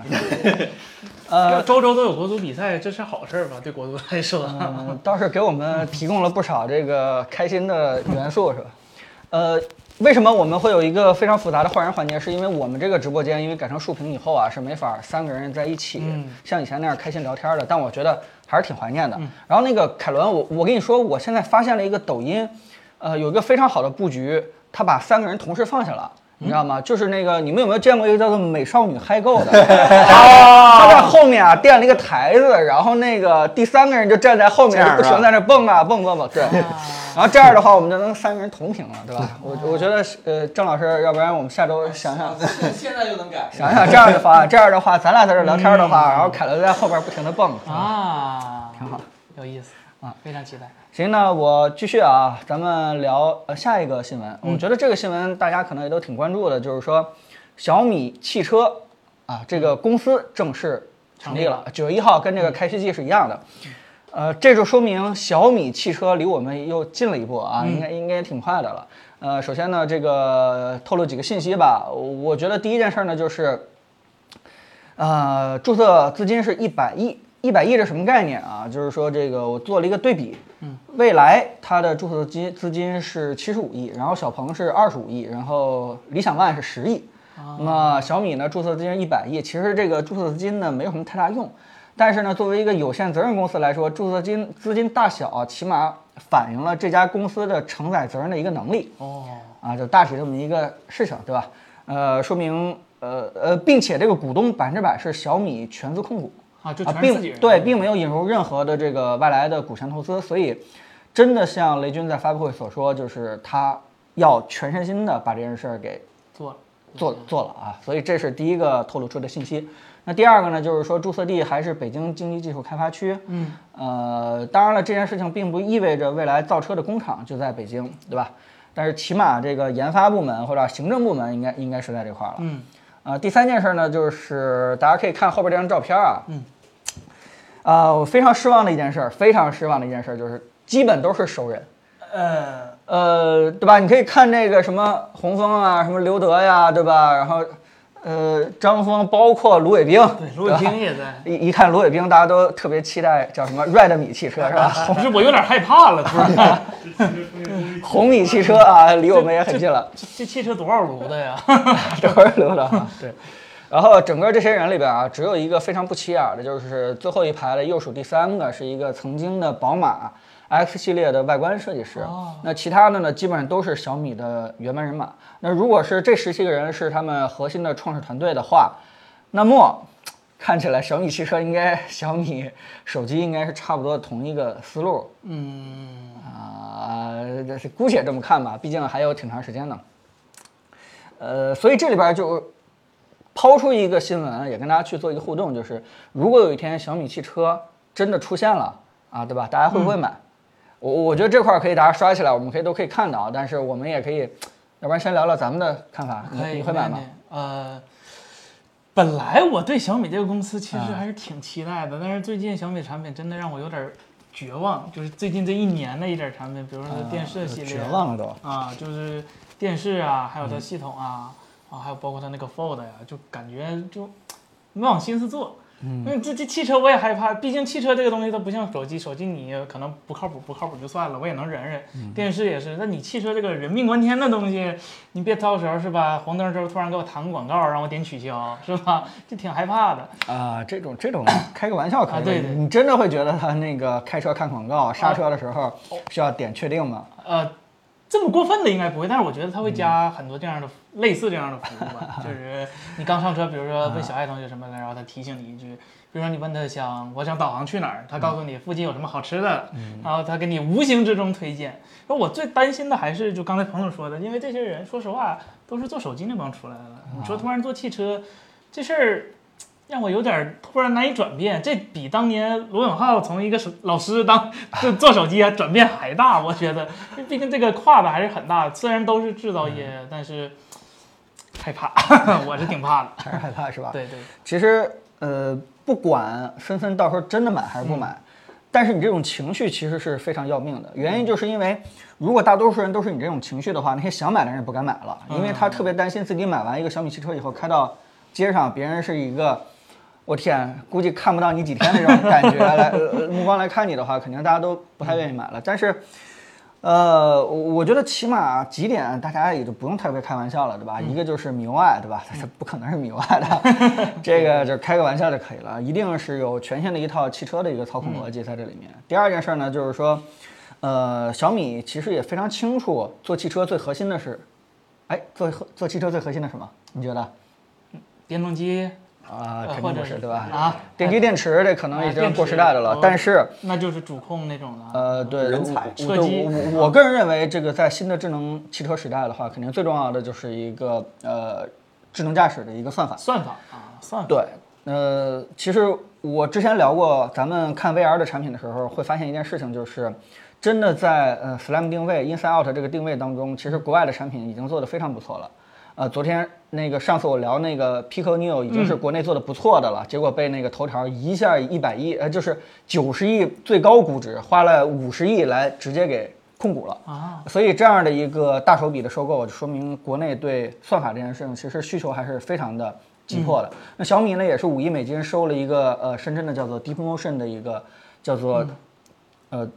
Speaker 3: 呃
Speaker 2: 要周周都有国足比赛，这是好事儿吧？对国足来说，
Speaker 3: 嗯，倒是给我们提供了不少这个开心的元素，是吧？呃，为什么我们会有一个非常复杂的换人环节？是因为我们这个直播间因为改成竖屏以后啊，是没法三个人在一起、像以前那样开心聊天的。但我觉得还是挺怀念的。然后那个凯伦，我我跟你说，我现在发现了一个抖音，呃，有一个非常好的布局，他把三个人同时放下了。你知道吗？就是那个，你们有没有见过一个叫做“美少女嗨 购”的？他
Speaker 1: 哦
Speaker 3: 在后面啊垫了一个台子，然后那个第三个人就站在后面，
Speaker 1: 这样哦
Speaker 3: 就不
Speaker 1: 啊
Speaker 3: 停在那蹦啊蹦蹦蹦。对， 然后这样的话，我们就能三个人同屏了，对吧？我我觉得是，呃，郑老师，要不然我们下周想想
Speaker 4: 现在就能改。
Speaker 3: 想想这样的方案，这样的话，咱俩在这聊天的话，然后凯伦在后边不停的蹦，
Speaker 2: 啊，
Speaker 3: 挺好。
Speaker 2: 有意思
Speaker 1: 嗯
Speaker 2: 啊，非常期待。
Speaker 3: 行，那我继续啊，咱们聊呃下一个新闻。我觉得这个新闻大家可能也都挺关注的，就是说小米汽车啊这个公司正式成立了，九月一号跟这个开世纪是一样的。呃，这就说明小米汽车离我们又近了一步啊，应该应该也挺快的了。呃，首先呢，这个透露几个信息吧。我觉得第一件事呢，就是呃，注册资金是一百亿，一百亿这什么概念啊？就是说这个我做了一个对比，嗯，未来它的注册资金资金是七十五亿，然后小鹏是二十五亿，然后理想 ONE 是十亿，那么小米呢注册资金一百亿，其实这个注册资金呢没有什么太大用。但是呢，作为一个有限责任公司来说，注册金资金大小啊起码反映了这家公司的承载责任的一个能力。
Speaker 2: 哦，
Speaker 3: 啊，就大体这么一个事情，对吧？呃，说明呃呃，并且这个股东百分之百是小米全资控股
Speaker 2: 啊，就
Speaker 3: 啊，
Speaker 2: 全是自己
Speaker 3: 并
Speaker 2: 人。
Speaker 3: 对，并没有引入任何的这个外来的股权投资，所以真的像雷军在发布会所说，就是他要全身心的把这件事儿给
Speaker 2: 做了。
Speaker 3: 做做了啊，所以这是第一个透露出的信息。那第二个呢，就是说注册地还是北京经济技术开发区。嗯，呃，当然了，这件事情并不意味着未来造车的工厂就在北京，对吧？但是起码这个研发部门或者行政部门应该应该是在这块儿了。嗯，呃，第三件事呢，就是大家可以看后边这张照片啊。嗯，啊，我非常失望的一件事，非常失望的一件事就是基本都是熟人。
Speaker 2: 呃，
Speaker 3: 呃，对吧？你可以看那个什么洪峰啊，什么刘德呀，对吧？然后，呃，张峰，包括卢伟冰，
Speaker 2: 对，
Speaker 3: 对
Speaker 2: 卢伟
Speaker 3: 吧
Speaker 2: 冰也 在。
Speaker 3: 一一看卢伟冰，大家都特别期待叫什么 Red 米汽车是吧？
Speaker 2: 不是，我有点害怕了，突然。
Speaker 3: 红米汽车啊，离我们也很近了。
Speaker 2: 这这汽车多少炉的呀？
Speaker 3: 这会儿留着哈。对，然后整个这些人里边啊，只有一个非常不起眼儿的，就是最后一排的右数第三个是一个曾经的宝马 X 系列的外观设计师。那其他的呢，基本上都是小米的原班人马。那如果是这十七个人是他们核心的创始团队的话，那么。看起来小米汽车应该，小米手机应该是差不多同一个思路，
Speaker 2: 嗯，
Speaker 3: 啊、这是姑且这么看吧，毕竟还有挺长时间呢。呃，所以这里边就抛出一个新闻，也跟大家去做一个互动，就是如果有一天小米汽车真的出现了啊，对吧？大家会不会买？
Speaker 2: 嗯
Speaker 3: 我我觉得这块儿可以大家刷起来，我们可以都可以看到，但是我们也可以，要不然先聊聊咱们的看法，你
Speaker 2: 可以。
Speaker 3: 你会买吗？？
Speaker 2: 呃，本来我对小米这个公司其实还是挺期待的，但是最近小米产品真的让我有点绝望，就是最近这一年的一点产品，比如说电视系列
Speaker 3: 绝
Speaker 2: 啊，
Speaker 3: 望了都。
Speaker 2: 啊，就是电视啊，还有它系统啊，啊，还有包括它那个 Fold 呀、就感觉就没往心思做。嗯，这这汽车我也害怕，毕竟汽车这个东西它不像手机，手机你可能不靠谱，不靠谱就算了，我也能忍忍。电视也是，那你汽车这个人命关天的东西，你别到时候是吧？红灯之后突然给我弹个广告，让我点取消，是吧？ 就挺害怕的。
Speaker 3: 啊，这种 这种开个玩笑可以，
Speaker 2: 啊对对啊
Speaker 3: 你真的会觉得他那个开车看广告、刹车的时候需要点确定吗？
Speaker 2: 呃，这么过分的应该不会，但是我觉得他会加很多这样的、类似这样的服务吧，就是你刚上车，比如说问小爱同学什么的，然后他提醒你一句，比如说你问他想我想导航去哪儿，他告诉你附近有什么好吃的，嗯然后他给你无形之中推荐。那我最担心的还是就刚才彭总说的，因为这些人说实话都是做手机那帮出来的，你说突然做汽车，这事儿。让我有点儿突然难以转变，这比当年罗永浩从一个手老师当就做手机啊转变还大，我觉得， 毕竟这个跨的还是很大。虽然都是制
Speaker 3: 嗯
Speaker 2: 造业，但是害怕， 我是挺怕 的。
Speaker 3: 还是害怕是吧？
Speaker 2: 对对，
Speaker 3: 其实呃，不管森森到时候真的买还
Speaker 2: 嗯
Speaker 3: 是不买，但是你这种情绪其实是非常要命的。原因就是因为，如果大多数人都是你这种情绪的话，那些想买的人也不敢买了，
Speaker 2: 嗯
Speaker 3: 因为他特别担心自己买完一个小米汽车以后开到街上，别人是一个。我天，估计看不到你几天那种感觉来、呃目光来看你的话，肯定大家都不太愿意买了。但是，呃，我我觉得起码几点大家也就不用太会开玩笑了，对吧？
Speaker 2: 嗯
Speaker 3: 一个就是米 UI，对吧？它不可能是米 UI 的，这个就开个玩笑就可以了。一定是有全新的一套汽车的一个操
Speaker 2: 嗯
Speaker 3: 控逻辑在这里面。第二件事呢，就是说，呃，小米其实也非常清楚，做汽车最核心的是哎，做做汽车最核心的是什么？你觉得？
Speaker 2: 电动机
Speaker 3: 啊，
Speaker 2: 呃
Speaker 3: 肯
Speaker 2: 或
Speaker 3: 定
Speaker 2: 者
Speaker 3: 不是
Speaker 2: 是
Speaker 3: 对吧？
Speaker 2: 啊
Speaker 3: 电机电池这可能已经过时代的了，
Speaker 2: 啊电池
Speaker 3: 但是
Speaker 2: 那就是主控那种了。
Speaker 3: 呃，对，
Speaker 1: 人才
Speaker 3: 我
Speaker 2: 车机
Speaker 3: 我我我个人认为，这个在新的智能汽车时代的话，肯定最重要的就是一个呃智能驾驶的一个算法。
Speaker 2: 算法啊，算法。
Speaker 3: 对，呃，其实我之前聊过，咱们看 VR 的产品的时候，会发现一件事情，就是真的在呃 SLAM 定位、Inside Out 这个定位当中，其实国外的产品已经做得非常不错了。呃，昨天那个上次我聊那个 Pico Neo 已经是国内做的不错的了，结果被那个头条一下一百亿，呃，就是九十亿最高估值，花了五十亿来直接给控股了
Speaker 2: 啊。
Speaker 3: 所以这样的一个大手笔的收购，就说明国内对算法这件事情其实需求还是非常的急迫的。那小米呢，也是五亿美金收了一个呃深圳的叫做 DeepMotion 的一个叫做、呃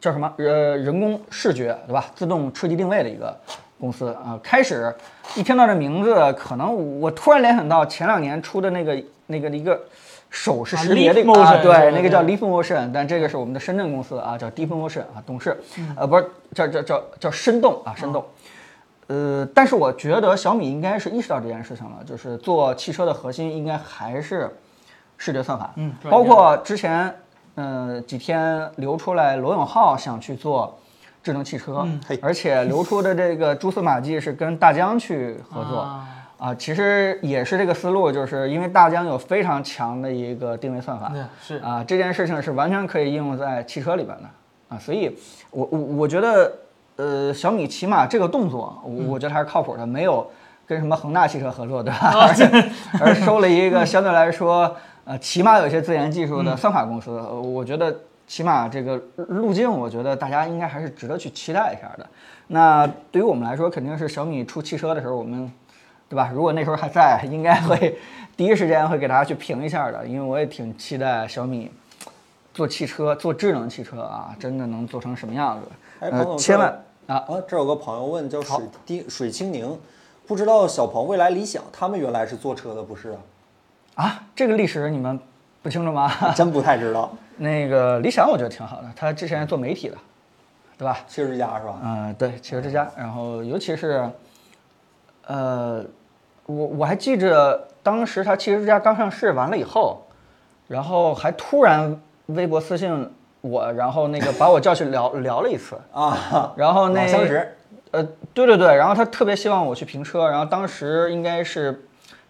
Speaker 3: 叫什么呃人工视觉对吧？自动车机定位的一个公司啊、呃开始一听到这名字，可能我突然联想到前两年出的那个那个一个手势
Speaker 2: 啊
Speaker 3: 识别的
Speaker 2: Leap
Speaker 3: 啊
Speaker 2: Motion
Speaker 3: 对
Speaker 2: 是吧，
Speaker 3: 那个叫
Speaker 2: 对
Speaker 3: Leap Motion，但这个是我们的深圳公司啊，叫 Deep Motion 啊，董事，
Speaker 2: 嗯
Speaker 3: 呃，不是叫叫叫叫深动
Speaker 2: 哦
Speaker 3: 啊，深动。呃，但是我觉得小米应该是意识到这件事情了，就是做汽车的核心应该还是视觉算法，
Speaker 2: 嗯对
Speaker 3: 包括哦之前，呃，几天流出来罗永浩想去做智能汽车，
Speaker 2: 嗯
Speaker 1: 嘿
Speaker 3: 而且流出的这个蛛丝马迹是跟大疆去合作。
Speaker 2: 啊
Speaker 3: 啊，其实也是这个思路，就是因为大疆有非常强的一个定位算法，
Speaker 2: 对是
Speaker 3: 啊，这件事情是完全可以应用在汽车里边的啊，所以我我我觉得，呃，小米起码这个动作，我我觉得还是靠谱的，没有跟什么恒大汽车合作，对吧？而且而收了一个相对来说，呃，起码有一些自研技术的算法公司，呃我觉得起码这个路径，我觉得大家应该还是值得去期待一下的。那对于我们来说，肯定是小米出汽车的时候，我们对吧？如果那时候还在，应该会第一时间会给大家去评一下的，因为我也挺期待小米做汽车、做智能汽车啊，真的能做成什么样子？
Speaker 1: 哎，彭
Speaker 3: 呃，
Speaker 1: 总，
Speaker 3: 千万
Speaker 1: 啊啊！这有个朋友问，叫水滴水清宁，不知道小鹏、未来、理想他们原来是做车的，不是啊？
Speaker 3: 啊，这个历史你们不清楚吗？
Speaker 1: 啊 真不太知道，
Speaker 3: 那个理想我觉得挺好的，他之前做媒体的，对吧？
Speaker 1: 汽车之家是吧？
Speaker 3: 嗯、对，汽车之家。然后尤其是，呃，我我还记着当时他汽车之家刚上市完了以后，然后还突然微博私信我，然后那个把我叫去聊聊了一次。
Speaker 1: 啊，
Speaker 3: 然后那
Speaker 1: 老相识，
Speaker 3: 呃，对对对，然后他特别希望我去评车，然后当时应该是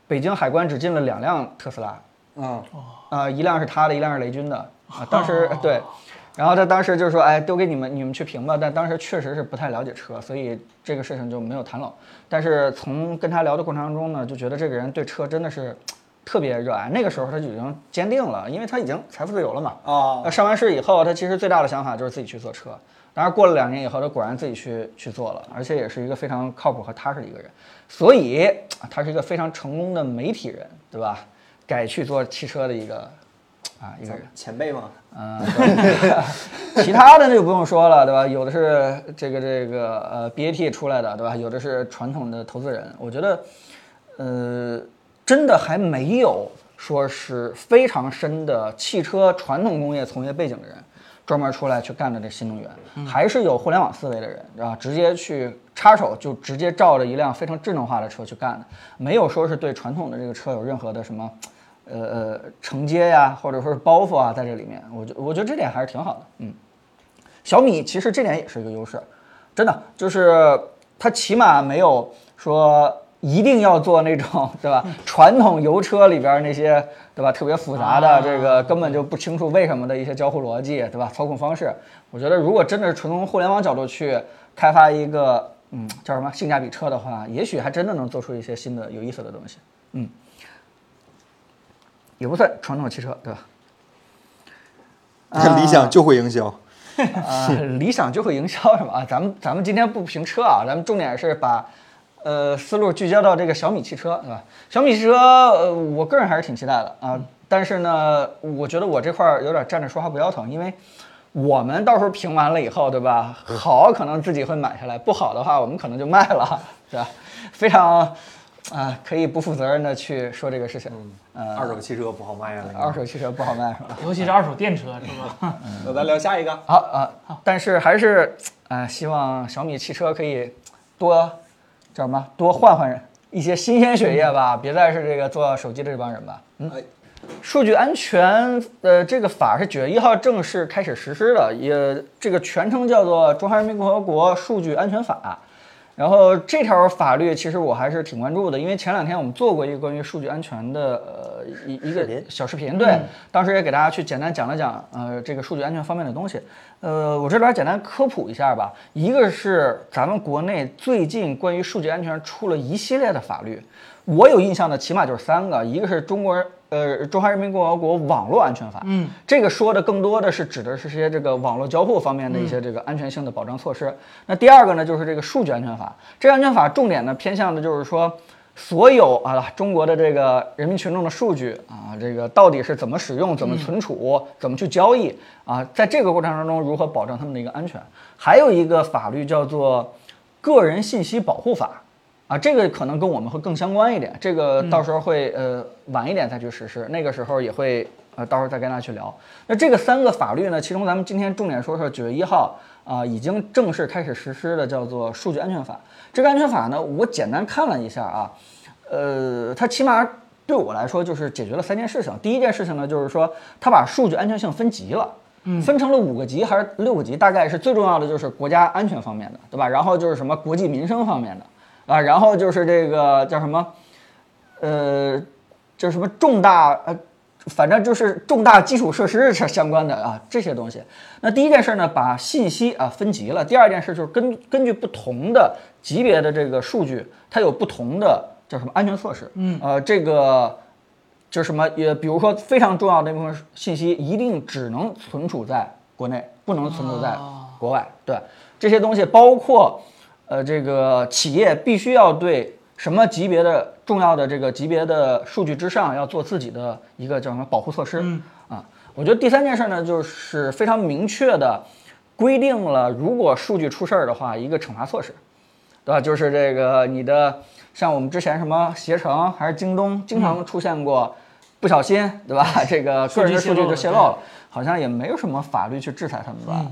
Speaker 3: 北京海关只进了两辆特斯拉，
Speaker 1: 嗯，
Speaker 3: 啊，一辆是他的，一辆是雷军的啊。当时对，然后他当时就说，哎，丢给你们，你们去评吧。但当时确实是不太了解车，所以这个事情就没有谈拢。但是从跟他聊的过程当中呢，就觉得这个人对车真的是特别热爱。那个时候他就已经坚定了，因为他已经财富自由了嘛。
Speaker 1: 啊
Speaker 3: 那上完市以后，他其实最大的想法就是自己去做车。当然，过了两年以后，他果然自己去去做了，而且也是一个非常靠谱和踏实的一个人，所以他是一个非常成功的媒体人，对吧？改去做汽车的一个啊一个人。
Speaker 1: 前辈嘛，
Speaker 3: 啊，对 其他的那就不用说了，对吧？有的是这个这个呃 BAT 出来的，对吧？有的是传统的投资人，我觉得，呃，真的还没有说是非常深的汽车传统工业从业背景的人，专门出来去干的这新能源，还是有互联网思维的人，对吧？直接去插手就直接照着一辆非常智能化的车去干的，没有说是对传统的这个车有任何的什么。呃呃承接呀、或者说是包袱啊，在这里面，我觉我觉得这点还是挺好的。嗯，小米其实这点也是一个优势，真的就是它起码没有说一定要做那种对吧传统油车里边那些对吧特别复杂的这个根本就不清楚为什么的一些交互逻辑对吧操控方式，我觉得如果真的是纯从互联网角度去开发一个嗯叫什么性价比车的话，也许还真的能做出一些新的有意思的东西。嗯。也不算传统汽车，对吧？
Speaker 1: 理想就会营销，
Speaker 3: 啊，理想就会营销什么 啊？咱们咱们今天不评车啊，咱们重点是把，呃，思路聚焦到这个小米汽车，对吧？小米汽车，呃，我个人还是挺期待的啊。但是呢，我觉得我这块儿有点站着说话不腰疼，因为我们到时候评完了以后，对吧？好，可能自己会买下来；不好的话，我们可能就卖了，对吧？非常啊、可以不负责任的去说这个事情。呃，
Speaker 1: 二手汽车不好卖啊。
Speaker 3: 二手汽车不好卖是吧？
Speaker 2: 尤其是二手电车是吧？
Speaker 1: 那咱聊下一个，
Speaker 3: 呃好啊，但是还是啊、呃希望小米汽车可以多叫什么？多换换人，一些新鲜血液吧，别再是这个做手机的这帮人吧。嗯，
Speaker 1: 哎
Speaker 3: 数据安全，呃，这个法是九月一号正式开始实施的，也这个全称叫做《中华人民共和国数据安全法》。然后这条法律其实我还是挺关注的，因为前两天我们做过一个关于数据安全的呃一一个小视频，对，当时也给大家去简单讲了讲呃这个数据安全方面的东西。呃，我这边简单科普一下吧，一个是咱们国内最近关于数据安全出了一系列的法律，我有印象的起码就是三个，一个是中国人。呃，《中华人民共和国网络安全法》，嗯，这个说的更多的是指的是些这个网络交互方面的一些这个安全性的保障措施。那第二个呢，就是这个数据安全法。这个安全法重点呢偏向的就是说，所有啊中国的这个人民群众的数据啊，这个到底是怎么使用、怎么存储、怎么去交易啊，在这个过程当中如何保障他们的一个安全。还有一个法律叫做《个人信息保护法》。啊，这个可能跟我们会更相关一点，这个到时候会、呃晚一点再去实施，那个时候也会呃到时候再跟大家去聊。那这个三个法律呢，其中咱们今天重点说说九月一号啊、已经正式开始实施的叫做《数据安全法》。这个安全法呢，我简单看了一下啊，呃，它起码对我来说就是解决了三件事情。第一件事情呢，就是说它把数据安全性分级了。分成了五个级还是六个级？大概是最重要的就是国家安全方面的，对吧？然后就是什么国计民生方面的，啊，然后就是这个叫什么，呃，叫什么重大呃，反正就是重大基础设施相相关的啊这些东西。那第一件事呢，把信息啊分级了；第二件事就是根根据不同的级别的这个数据，它有不同的叫什么安全措施。嗯，呃，这个。就是什么也，比如说非常重要的那部分信息，一定只能存储在国内，不能存储在国外。对这些东西，包括呃，这个企业必须要对什么级别的重要的这个级别的数据之上，要做自己的一个叫什么保护措施、啊。我觉得第三件事呢，就是非常明确的规定了，如果数据出事儿的话，一个惩罚措施。对吧？就是这个你的，像我们之前什么携程还是京东，经常出现过不小心，对吧？ 这个个人嗯的数据就泄露了，好像也没有什么法律去制裁他们吧？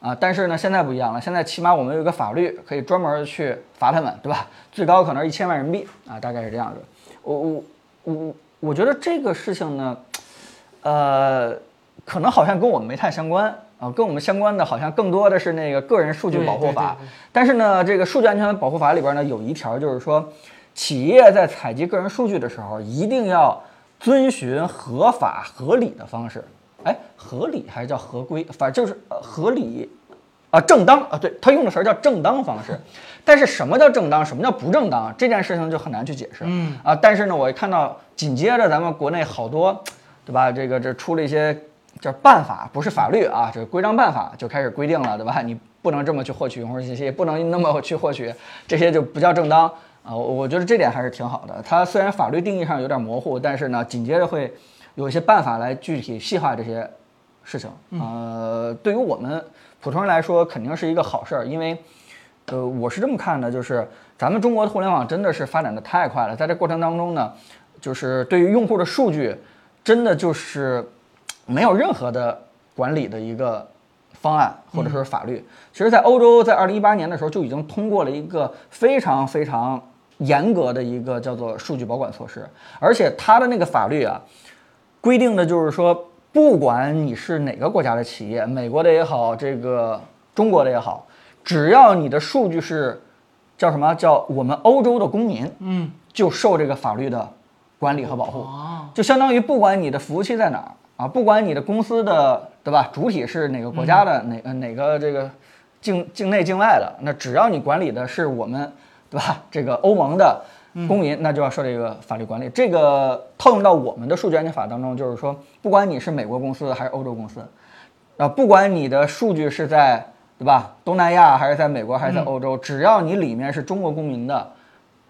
Speaker 3: 啊，但是呢，现在不一样了，现在起码我们有一个法律可以专门去罚他们，对吧？最高可能是一千万人民币啊，大概是这样子。我我我我觉得这个事情呢，呃，可能好像跟我们没太相关啊，跟我们相关的好像更多的是那个个人数据保护法。但是呢，这个数据安全保护法里边呢有一条就是说，企业在采集个人数据的时候，一定要遵循合法合理的方式。哎，合理还是叫合规？反正就是呃合理。啊，正当啊，对他用的词儿叫正当方式，但是什么叫正当，什么叫不正当，啊这件事情就很难去解释。嗯啊，但是呢，我看到紧接着咱们国内好多，对吧？这个这出了一些叫办法，不是法律啊，这个规章办法就开始规定了，对吧？你不能这么去获取用户信息，不能那么去获取，这些就不叫正当啊。我我觉得这点还是挺好的。它虽然法律定义上有点模糊，但是呢，紧接着会有一些办法来具体细化这些事情。呃，对于我们普通人来说，肯定是一个好事儿，因为，呃，我是这么看的，就是咱们中国的互联网真的是发展的太快了，在这过程当中呢，就是对于用户的数据，真的就是没有任何的管理的一个方案或者说是法律。其实，在欧洲，在二零一八年的时候就已经通过了一个非常非常严格的一个叫做数据保管措施，而且它的那个法律啊，规定的就是说，不管你是哪个国家的企业，美国的也好，这个中国的也好，只要你的数据是叫什么叫我们欧洲的公民，嗯，就受这个法律的管理和保护，就相当于不管你的服务器在哪儿啊，不管你的公司的对吧，主体是哪个国家的、哪呃哪个这个境境内境外的，那只要你管理的是我们对吧这个欧盟的公民，那就要受这个法律管理。这个套用到我们的数据安全法当中，就是说，不管你是美国公司还是欧洲公司，啊，不管你的数据是在对吧东南亚还是在美国还是在
Speaker 2: 嗯
Speaker 3: 欧洲，只要你里面是中国公民的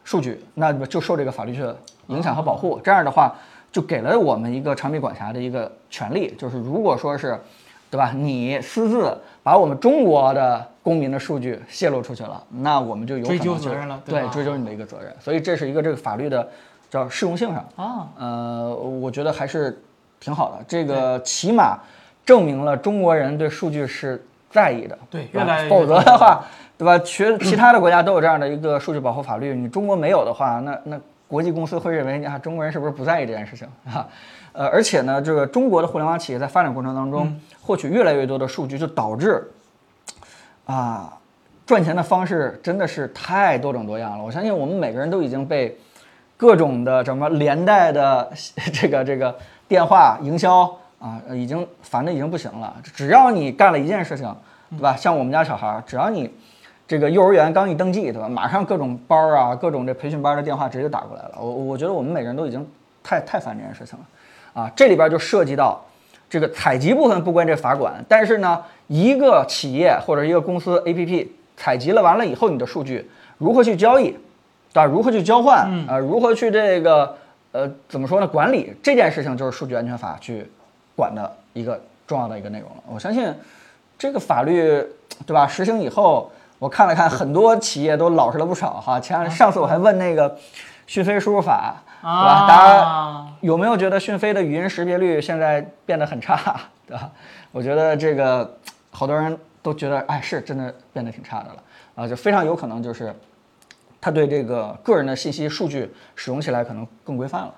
Speaker 3: 数据，那么就受这个法律的影响和保
Speaker 2: 哦
Speaker 3: 护。这样的话，就给了我们一个长臂管辖的一个权利，就是如果说是，对吧？你私自把我们中国的公民的数据泄露出去了，那我们就有可能
Speaker 2: 追究
Speaker 3: 去
Speaker 2: 责任了对
Speaker 3: 对
Speaker 2: 吧
Speaker 3: 追究你的一个责任。所以这是一个这个法律的叫适用性上
Speaker 2: 啊，
Speaker 3: 呃，我觉得还是挺好的。这个起码证明了中国人对数据是在意的，
Speaker 2: 对
Speaker 3: 对
Speaker 2: 越
Speaker 3: 吧
Speaker 2: 来越
Speaker 3: 否则的话，对吧？其其他的国家都有这样的一个数据保护法律，你中国没有的话，那那国际公司会认为啊，中国人是不是不在意这件事情啊？呃，而且呢，这个中国的互联网企业在发展过程当中、
Speaker 2: 嗯
Speaker 3: 获取越来越多的数据，就导致啊，赚钱的方式真的是太多种多样了。我相信我们每个人都已经被各种的什么连带的这个这个电话营销啊，呃已经烦的已经不行了。只要你干了一件事情，对吧？像我们家小孩儿，只要你这个幼儿园刚一登记，对吧？马上各种班儿啊，各种这培训班儿的电话直接就打过来了。我我觉得我们每个人都已经太太烦这件事情了啊。这里边就涉及到这个采集部分不归这法管，但是呢，一个企业或者一个公司 APP 采集了完了以后，你的数据如何去交易，对吧？如何去交换啊、呃如何去这个呃怎么说呢？管理这件事情就是数据安全法去管的一个重要的一个内容了。我相信这个法律对吧？实行以后，我看了看，很多企业都老实了不少哈。前两上次我还问那个讯飞输入法，对吧？大家
Speaker 2: 啊，
Speaker 3: 有没有觉得讯飞的语音识别率现在变得很差， 对吧？我觉得这个好多人都觉得，哎，是真的变得挺差的了啊，就非常有可能就是他对这个个人的信息数据使用起来可能更规范了。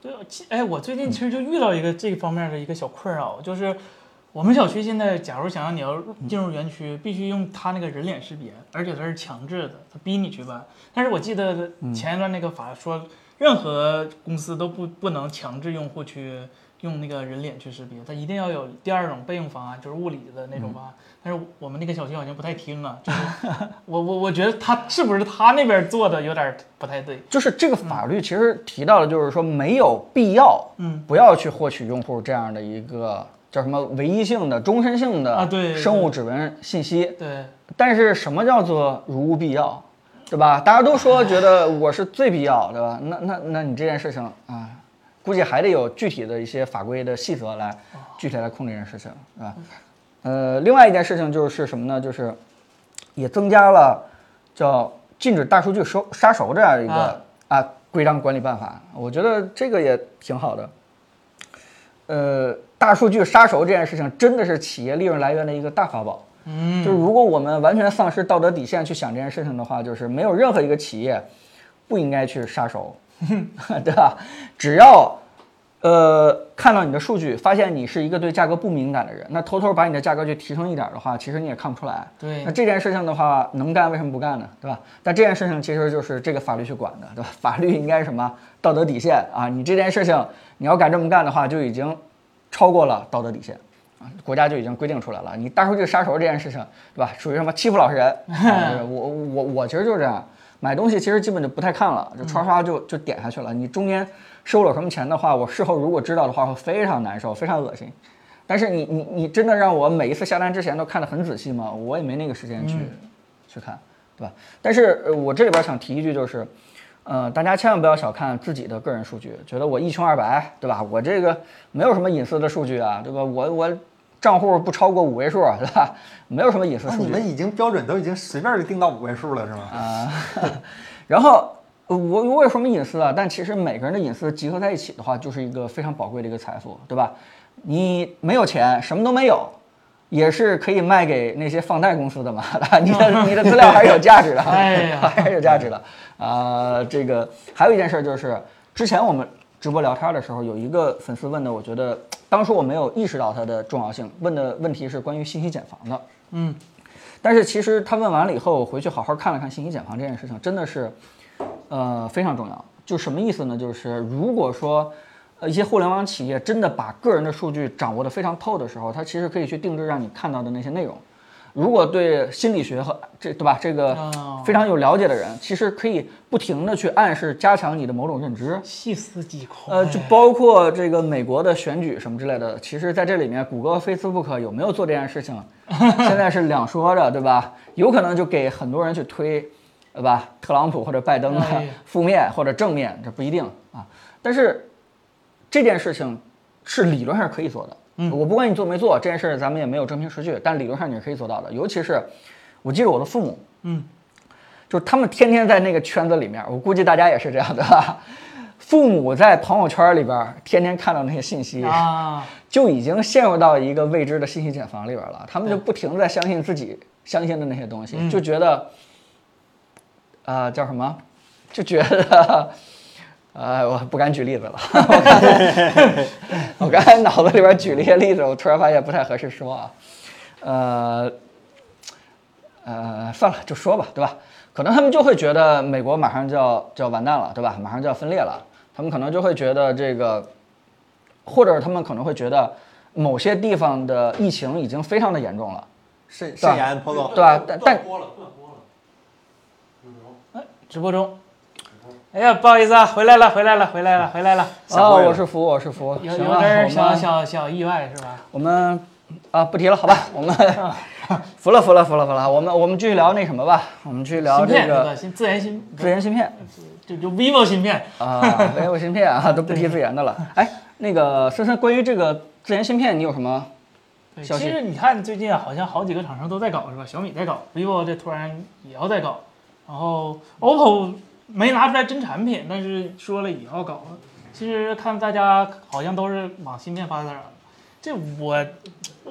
Speaker 2: 对，其哎，我最近其实就遇到一个这方面的一个小困扰，就是我们小区现在，假如想让你要入进入园区，必须用他那个人脸识别，而且它是强制的，他逼你去办。但是我记得前一段那个法说，任何公司都不不能强制用户去用那个人脸去识别，它一定要有第二种备用方案，就是物理的那种方案。但是我们那个小区好像不太听啊，就是我我我觉得他是不是他那边做的有点不太对。
Speaker 3: 就是这个法律其实提到的，就是说没有必要，
Speaker 2: 嗯，
Speaker 3: 不要去获取用户这样的一个叫什么唯一性的、终身性的
Speaker 2: 啊对
Speaker 3: 生物指纹信息。
Speaker 2: 对，
Speaker 3: 但是什么叫做如无必要，对吧？大家都说觉得我是最必要，对吧？那那那你这件事情啊，估计还得有具体的一些法规的细则来
Speaker 2: 哦
Speaker 3: 具体来控制这件事情，对吧？呃，另外一件事情就是什么呢？就是也增加了叫禁止大数据收杀熟这样一个
Speaker 2: 啊
Speaker 3: 啊规章管理办法，我觉得这个也挺好的。呃，大数据杀熟这件事情真的是企业利润来源的一个大法宝。
Speaker 2: 嗯，
Speaker 3: 就是如果我们完全丧失道德底线去想这件事情的话，就是没有任何一个企业不应该去杀熟， 对吧？只要呃看到你的数据，发现你是一个对价格不敏感的人，那偷偷把你的价格去提升一点的话，其实你也看不出来。
Speaker 2: 对
Speaker 3: 那这件事情的话，能干为什么不干呢？对吧？但这件事情其实就是这个法律去管的，对吧？法律应该是什么道德底线啊？你这件事情你要敢这么干的话，就已经超过了道德底线啊，国家就已经规定出来了。你大数据杀手这件事情，对吧？属于什么欺负老实人？啊就是我我我其实就是这样，买东西其实基本就不太看了，就刷刷就就点下去了。你中间收了什么钱的话，我事后如果知道的话，会非常难受，非常恶心。但是你你你真的让我每一次下单之前都看得很仔细吗？我也没那个时间去、
Speaker 1: 嗯
Speaker 3: 去看，对吧？但是呃我这里边想提一句就是，呃，大家千万不要小看自己的个人数据，觉得我一穷二白，对吧？我这个没有什么隐私的数据啊，对吧？我我账户不超过五位数，啊对吧？没有什么隐私
Speaker 1: 那
Speaker 3: 数
Speaker 1: 哦你啊
Speaker 3: 据。
Speaker 1: 们已经标准都已经随便就定到五位数了是吗？
Speaker 3: 然后呃我我有什么隐私啊？但其实每个人的隐私集合在一起的话，就是一个非常宝贵的一个财富，对吧？你没有钱，什么都没有，也是可以卖给那些放贷公司的嘛，对吧？你的你的资料还是有价值的，
Speaker 2: 哎呀
Speaker 3: 还是有价值的。啊、这个还有一件事儿就是，之前我们直播聊天的时候，有一个粉丝问的，我觉得当时我没有意识到它的重要性，问的问题是关于信息茧房的。
Speaker 2: 嗯，
Speaker 3: 但是其实他问完了以后，我回去好好看了看信息茧房这件事情，真的是，呃，非常重要。就什么意思呢？就是如果说，呃，一些互联网企业真的把个人的数据掌握得非常透的时候，它其实可以去定制让你看到的那些内容。如果对心理学和这对吧这个
Speaker 2: 哦
Speaker 3: 非常有了解的人，其实可以不停地去暗示加强你的某种认知。
Speaker 2: 细思极恐。
Speaker 3: 呃，就
Speaker 2: 哎
Speaker 3: 包括这个美国的选举什么之类的，其实在这里面，谷歌、Facebook 有没有做这件事情， 现在是两说着，对吧？有可能就给很多人去推，对吧？特朗普或者拜登的
Speaker 2: 哎
Speaker 3: 负面或者正面，这不一定啊。但是这件事情是理论上是可以做的。嗯，我不管你做没做这件事，儿，咱们也没有证明实据，但理论上你是可以做到的。尤其是我记得我的父母，
Speaker 2: 嗯，
Speaker 3: 就是他们天天在那个圈子里面，我估计大家也是啊这样的吧。父母在朋友圈里边儿天天看到那些信息，
Speaker 2: 啊，
Speaker 3: 就已经陷入到一个未知的信息茧房里边了。他们就不停的在相信自己相信的那些东西，就觉得，啊、叫什么？就觉得， 呃，我不敢举例子了。我刚才脑子里边举了一些例子，我突然发现不太合适说啊，呃，呃，算了，就说吧，对吧？可能他们就会觉得美国马上就要就要完蛋了，对吧？马上就要分裂了，他们可能就会觉得这个，或者他们可能会觉得某些地方的疫情已经非常的严重了，
Speaker 1: 慎慎言，彭
Speaker 2: 哦
Speaker 1: 总。
Speaker 3: 对吧？但但
Speaker 4: 播了，断播了。
Speaker 2: 直播中。哎呀，不好意思啊，回来了，回来了，回来了，回来了。
Speaker 1: 散会
Speaker 3: 啊，
Speaker 1: 了
Speaker 3: 我是福，我是福，
Speaker 2: 有
Speaker 3: 行
Speaker 2: 有
Speaker 3: 了，
Speaker 2: 点儿
Speaker 3: 我
Speaker 2: 小
Speaker 3: 们
Speaker 2: 小小意外是吧？
Speaker 3: 我们啊不提了，好吧， 我们服了服了服了服了，我们我们继续聊那什么吧，我们继续聊
Speaker 2: 芯
Speaker 3: 这
Speaker 2: 片是吧？
Speaker 3: 个
Speaker 2: 芯自研芯，
Speaker 3: 自研芯片
Speaker 2: 就就 vivo 芯片。
Speaker 3: 啊， 自研芯片啊，都不提自研的了。哎，那个森森，关于这个自研芯片，你有什么？
Speaker 2: 对
Speaker 3: 消息
Speaker 2: 其实你看最近啊，好像好几个厂商都在搞是吧？小米在搞，vivo 这突然也要在搞，然后 OPPO 没拿出来真产品，但是说了也要搞。其实看大家好像都是往芯片发展了。这我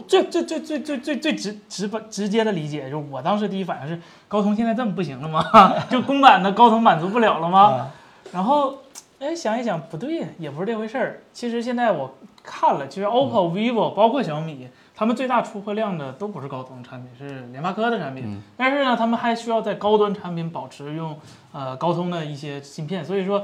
Speaker 2: 最最最最最最最直直白直接的理解，就是我当时第一反应是高通现在这么不行了吗？就公版的高通满足不了了吗？然后哎想一想不对，也不是这回事儿。其实现在我看了，其实 OPPO、vivo 包括小米，他们最大出货量的都不是高通产品，是联发科的产品。但是呢，他们还需要在高端产品保持用呃高通的一些芯片，所以说。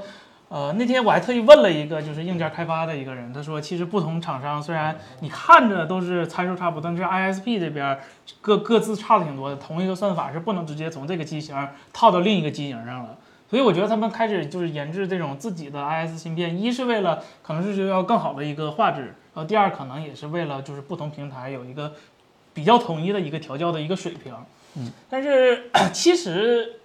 Speaker 2: 呃，那天我还特意问了一个就是硬件开发的一个人，他说，其实不同厂商虽然你看着都是参数差不多，但是 ISP 这边儿各各自差的挺多的，同一个算法是不能直接从这个机型儿套到另一个机型上了。所以我觉得他们开始就是研制这种自己的 IS 芯片，一是为了可能是要更好的一个画质，然后第二可能也是为了就是不同平台有一个比较统一的一个调教的一个水平。嗯，但是 其实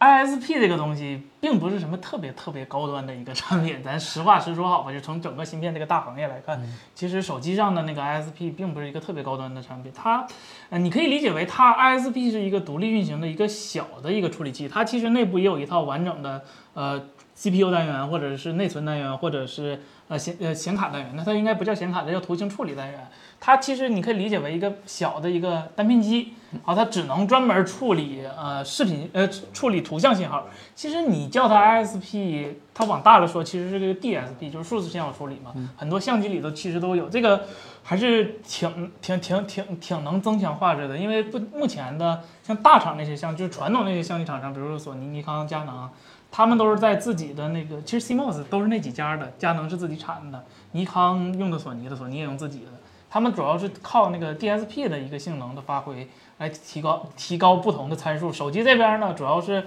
Speaker 2: ISP 这个东西并不是什么特别特别高端的一个产品， 咱实话实说好吧，就从整个芯片这个大行业来看，其实手机上的那个 ISP 并不是一个特别高端的产品，它，呃，你可以理解为它 ISP 是一个独立运行的一个小的一个处理器，它其实内部也有一套完整的呃 CPU 单元，或者是内存单元，或者是呃显呃显卡单元，那它应该不叫显卡，它叫图形处理单元。它其实你可以理解为一个小的一个单片机，好，它只能专门处理呃视频呃处理图像信号。其实你叫它 ISP，它往大了说其实是个 DSP，就是数字信号处理嘛。很多相机里头其实都有这个，还是挺挺挺挺挺能增强画质的。因为不目前的像大厂那些相，就是传统那些相机厂商，比如说索尼、尼康、佳能。他们都是在自己的那个，其实 CMOS 都是那几家的，佳能是自己产的，尼康用的索尼的，索尼也用自己的。他们主要是靠那个 DSP 的一个性能的发挥来提高提高不同的参数。手机这边呢，主要是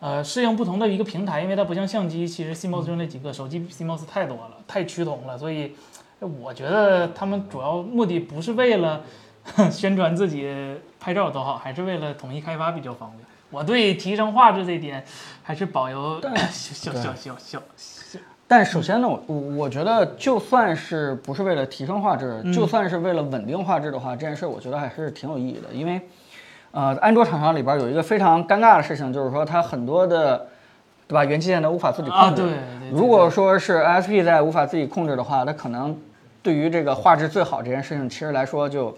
Speaker 2: 呃适应不同的一个平台，因为它不像相机，其实 CMOS 就那几个，手机 CMOS 太多了，太趋同了，所以呃我觉得他们主要目的不是为了 宣传自己拍照多好，还是为了统一开发比较方便。我对提升画质这点还是保有 小小小小小小
Speaker 3: 但首先呢，我我我觉得就算是不是为了提升画质，
Speaker 2: 嗯
Speaker 3: 就算是为了稳定画质的话，这件事我觉得还是挺有意义的，因为，呃，安卓厂商里边有一个非常尴尬的事情，就是说它很多的，对吧，元器件都无法自己
Speaker 2: 啊，
Speaker 3: 控制。
Speaker 2: 对对对，
Speaker 3: 如果说是 ISP 在无法自己控制的话，它可能对于这个画质最好这件事情，其实来说就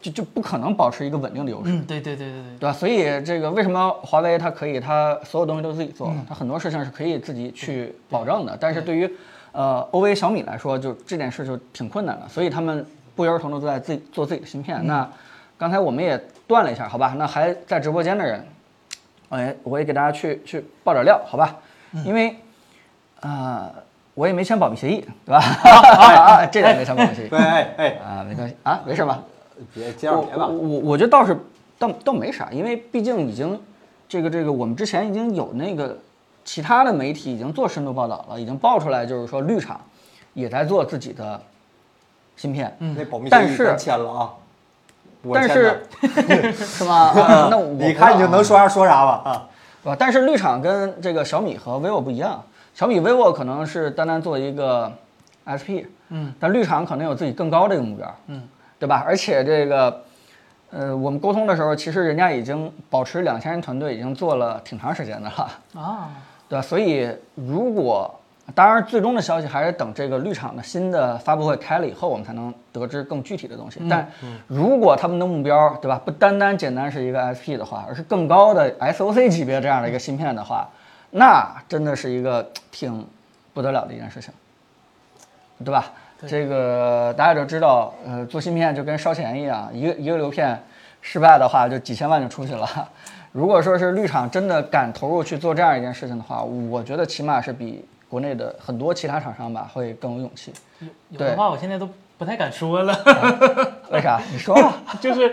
Speaker 3: 就就不可能保持一个稳定的优势。
Speaker 2: 嗯，对对对对对。
Speaker 3: 对吧？所以这个为什么华为它可以，它所有东西都自己做，它很多事情是可以自己去保证的。但是嗯对于呃 OV 小米来说，就这件事就挺困难的，所以他们不约而同的都在自己做自己的芯片。那刚才我们也断了一下，好吧？那还在直播间的人，哎，我也给大家去去爆点料，好吧？因为啊、呃我也没签保密协议，对吧？啊， 这点没签保密协议
Speaker 1: 对，哎哎，
Speaker 3: 啊，没关系啊，没事吧？
Speaker 1: 别接着别吧
Speaker 3: 我。我我觉得倒是倒倒没啥，因为毕竟已经这个这个，我们之前已经有那个其他的媒体已经做深度报道了，已经爆出来，就是说绿厂也在做自己的芯片，嗯，
Speaker 1: 那保密
Speaker 3: 但
Speaker 1: 协议
Speaker 3: 是
Speaker 1: 咱签了啊，我
Speaker 3: 但
Speaker 1: 签
Speaker 3: 是
Speaker 1: 的
Speaker 3: 是吗？ 啊那我不
Speaker 1: 你
Speaker 3: 知道
Speaker 1: 看你就
Speaker 3: 啊
Speaker 1: 能说啥说啥吧啊。
Speaker 3: 啊，但是绿厂跟这个小米和 vivo 不一样，小米、vivo 可能是单单做一个 SP，嗯，但绿厂可能有自己更高的一个目标，嗯，对吧？而且这个，呃，我们沟通的时候，其实人家已经保持两千人团队已经做了挺长时间的了，
Speaker 2: 啊，
Speaker 3: 对吧？所以如果当然，最终的消息还是等这个绿厂的新的发布会开了以后，我们才能得知更具体的东西。但如果他们的目标，对吧，不单单简单是一个 SP 的话，而是更高的 SOC 级别这样的一个芯片的话，那真的是一个挺不得了的一件事情，对吧？这个大家都知道，呃，做芯片就跟烧钱一样，一个一个流片失败的话，就几千万就出去了。 如果说是绿厂真的敢投入去做这样一件事情的话，我觉得起码是比国内的很多其他厂商吧会更有勇气。
Speaker 2: 有
Speaker 3: 对
Speaker 2: 的话我现在都不太敢说了，
Speaker 3: 为啥？你说 吧。
Speaker 2: 就是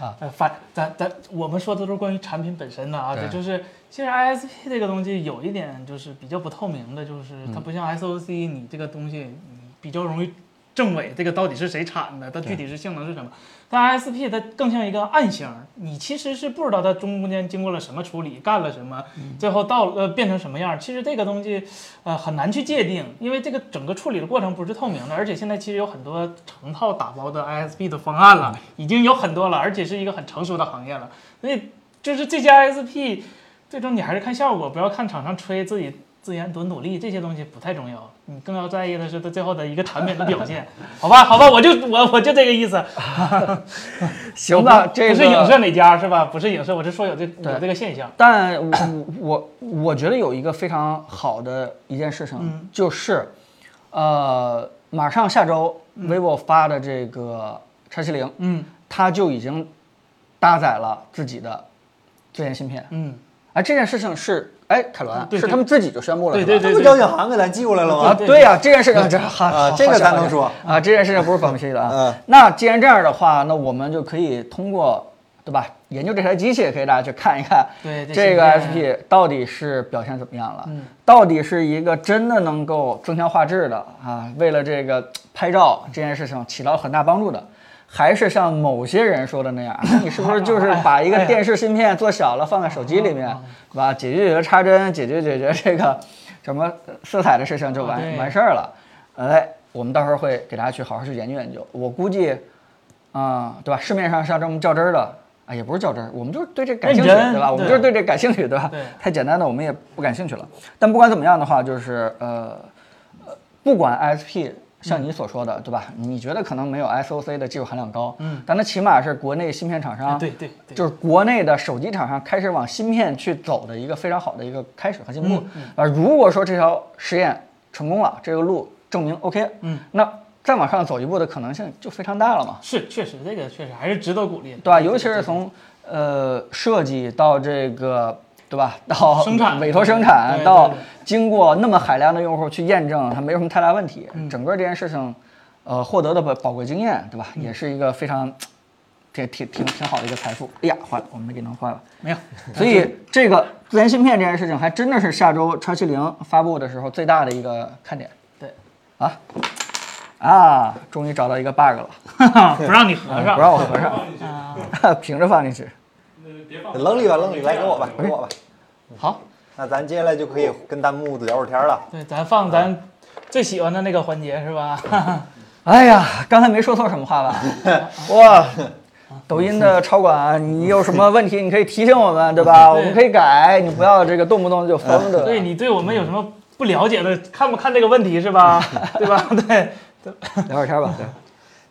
Speaker 2: 啊，呃反咱咱我们说的都是关于产品本身的啊，
Speaker 3: 对
Speaker 2: 就是其实 ISP 这个东西有一点就是比较不透明的，就是它不像 SOC，你这个东西嗯比较容易证伪这个到底是谁产的，它具体是性能是什么。但 ISP 它更像一个暗箱，你其实是不知道它中间经过了什么处理，干了什么，最后到呃变成什么样儿。其实这个东西，呃很难去界定，因为这个整个处理的过程不是透明的，而且现在其实有很多成套打包的 ISP 的方案了，已经有很多了，而且是一个很成熟的行业了。所以就是这家 ISP，最终你还是看效果，不要看厂商吹自己自研多努力，这些东西不太重要，你更要在意的是它最后的一个产品的表现， 好吧？好吧，我就我我就这个意思。
Speaker 3: 行吧，
Speaker 2: 不
Speaker 3: 这个
Speaker 2: 不是影射哪家是吧？不是影射，我是说有这有这个现象。
Speaker 3: 但我我我觉得有一个非常好的一件事情，
Speaker 2: 嗯
Speaker 3: 就是，呃，马上下周 vivo 发的这个叉七零，
Speaker 2: 嗯
Speaker 3: 它就已经搭载了自己的自研芯片，
Speaker 2: 嗯，
Speaker 3: 而这件事情是，哎，凯伦
Speaker 2: 对
Speaker 3: 是
Speaker 2: 对
Speaker 3: 他们自己就宣布了，
Speaker 2: 对
Speaker 3: 是吧
Speaker 2: 对
Speaker 1: 这
Speaker 2: 对
Speaker 1: 不交警函给咱寄过来了
Speaker 3: 啊，
Speaker 1: 吗？
Speaker 3: 对呀、这件事情这哈
Speaker 1: 啊
Speaker 3: 好
Speaker 1: 这个
Speaker 3: 好像
Speaker 1: 咱能说
Speaker 3: 啊，这件事情不是保密协议的啊
Speaker 1: 嗯。
Speaker 3: 那既然这样的话，那我们就可以通过对吧，研究这台机器，也可以大家去看一看，
Speaker 2: 对这
Speaker 3: 这个
Speaker 2: 芯
Speaker 3: SP
Speaker 2: 片
Speaker 3: 到底是表现怎么样了，
Speaker 2: 嗯
Speaker 3: 到底是一个真的能够增强画质的啊，为了这个拍照这件事情起到很大帮助的。还是像某些人说的那样，啊你是 不是
Speaker 2: 哎
Speaker 3: 就是把一个电视芯片做小了放在手机里
Speaker 2: 哦
Speaker 3: 面，对吧？解决解决插针，解决解决这个什么色彩的事情就
Speaker 2: 啊
Speaker 3: 完
Speaker 2: 对
Speaker 3: 完事儿了。哎，我们到时候会给大家去好好去研究研究。我估计，啊、对吧？市面上像这么较真儿的啊，也不是较真儿，我们就是对这感兴趣，
Speaker 2: 认真
Speaker 3: 对吧？我们
Speaker 2: 对
Speaker 3: 就是对这感兴趣，对吧？
Speaker 2: 对
Speaker 3: 太简单的我们也不感兴趣了。但不管怎么样的话，就是呃呃，不管 ISP。
Speaker 2: 嗯
Speaker 3: 像你所说的，对吧？你觉得可能没有 SOC 的技术含量高，
Speaker 2: 嗯哎
Speaker 3: 但它起码是国内芯片厂商，
Speaker 2: 对对对
Speaker 3: 啊就是国内的手机厂商开始往芯片去走的一个非常好的一个开始和进
Speaker 2: 嗯
Speaker 3: 步。啊，如果说这条实验成功了，这个路证明 OK，
Speaker 2: 嗯，
Speaker 3: 那再往上走一步的可能性就非常大了嘛，
Speaker 2: 是确实这个确实还是值得鼓励的，
Speaker 3: 对啊吧？尤其是从呃设计到这个。对吧？ 到
Speaker 2: 生产
Speaker 3: 委托生产，
Speaker 2: 对对
Speaker 3: 到
Speaker 2: 对
Speaker 3: 经过那么海量的用户去验证，它没有什么太大问题。
Speaker 2: 嗯
Speaker 3: 整个这件事情，呃，获得的宝宝贵经验，
Speaker 2: 嗯
Speaker 3: 对吧？也是一个非常，这挺挺挺好的一个财富。哎呀，坏了，我们给弄坏了。
Speaker 2: 没有
Speaker 3: 所以这个自研芯片这件事情，还真的是下周叉七零发布的时候最大的一个看点
Speaker 2: 对，
Speaker 3: 啊啊！终于找到一个 bug 了，
Speaker 2: 不让你合上，
Speaker 3: 嗯不让我合
Speaker 2: 啊
Speaker 3: 上，平着放进去。
Speaker 4: 呃
Speaker 2: 嗯
Speaker 1: 扔里吧，扔里吧，给我
Speaker 2: 哎
Speaker 1: 吧，给我吧。
Speaker 3: 好，
Speaker 1: 那咱接下来就可以跟弹幕聊会儿天了。
Speaker 2: 对，咱放咱最喜欢的那个环节是吧？
Speaker 3: 哎呀，刚才没说错什么话吧？哇！抖
Speaker 2: 嗯
Speaker 3: 音的超管，你有什么问题，你可以提醒我们，对吧？我们可以改，你不要这个动不动就封的。
Speaker 2: 嗯对你对我们有什么不了解的，看不看这个问题是吧？ 对吧？对，
Speaker 3: 聊会儿天吧。对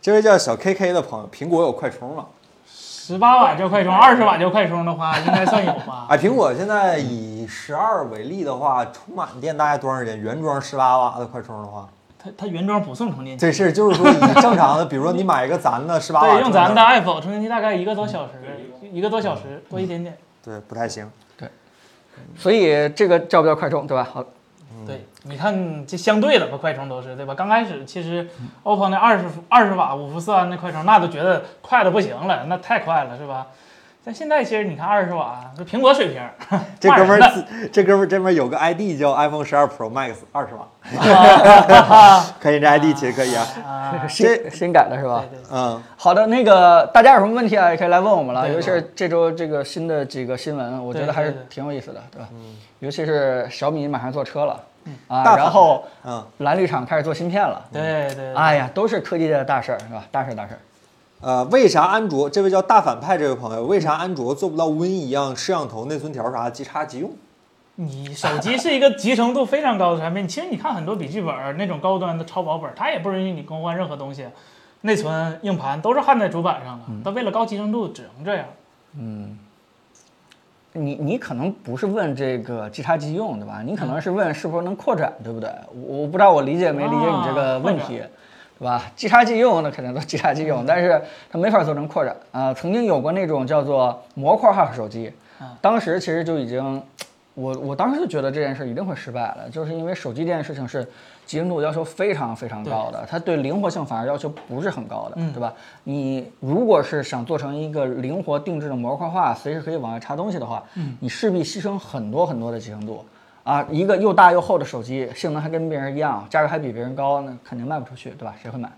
Speaker 1: 这位叫小 KK 的朋友，苹果有快充吗？
Speaker 2: 十八瓦叫快充，二十瓦叫快充的话，应该算有吧？
Speaker 1: 哎，苹果现在以十二为例的话，充满电大概多长时间？原装十八瓦的快充的话，
Speaker 2: 它它原装不送充电器，
Speaker 1: 这事儿就是说以正常的，比如说你买一个咱的十八瓦，
Speaker 2: 对，用咱们的 iPhone 充电器大概一个多小时，一个多小时多一点点。
Speaker 1: 对不太行。
Speaker 3: 所以这个叫不叫快充，对吧？好，
Speaker 2: 对，你看这相对的吧，快充都是对吧？刚开始其实 OPPO 那二十二十瓦五伏四安的快充，那都觉得快的不行了，那太快了是吧？但现在其实你看二十瓦，这苹果水 平，
Speaker 1: 这哥们
Speaker 2: 骂人的
Speaker 1: 儿自，这哥们儿这边儿有个 ID 叫 iPhone 十二 Pro Max 二十瓦， 可以，这 ID 其实可以啊。
Speaker 2: 啊，
Speaker 3: 新新改的是吧？
Speaker 2: 对对，
Speaker 1: 嗯，
Speaker 3: 好的，那个大家有什么问题啊，也可以来问我们了。
Speaker 2: 对
Speaker 3: 尤其是这周这个新的几个新闻，我觉得
Speaker 2: 对对
Speaker 3: 还是
Speaker 2: 对嗯
Speaker 3: 挺有意思的，对吧？尤其是小米马上做车了，啊，
Speaker 1: 大
Speaker 3: 然
Speaker 1: 厂
Speaker 3: 后
Speaker 1: 嗯
Speaker 3: 蓝绿厂开始做芯片了，
Speaker 2: 对对对，
Speaker 3: 哎呀，都是科技界的大事儿，是吧？大事儿大事儿。
Speaker 1: 呃，为啥安卓这位叫大反派这位朋友，为啥安卓做不到 Win 一样摄像头、内存条啥即插即用？
Speaker 2: 你手机是一个集成度非常高的产品，其实你看很多笔记本儿那种高端的超薄本儿，它也不允许你更换任何东西，内存、硬盘都是焊在主板上的，
Speaker 3: 嗯
Speaker 2: 它为了高集成度只能这样。
Speaker 3: 你你可能不是问这个 G 叉 G 用对吧？你可能是问是不是能扩展，对不对？我我不知道我理解没理解你这个问题，对吧？G 叉 G 用那肯定都 G 叉 G 用，但是它没法做成扩展啊、曾经有过那种叫做模块化手机，当时其实就已经，我我当时就觉得这件事一定会失败了，就是因为手机这件事情是集成度要求非常非常高的，它对灵活性反而要求不是很高的，对吧？你如果是想做成一个灵活定制的模块化，随时可以往外插东西的话，你势必牺牲很多很多的集成度。啊，一个又大又厚的手机，性能还跟别人一样，价格还比别人高，那肯定卖不出去，对吧？谁会买？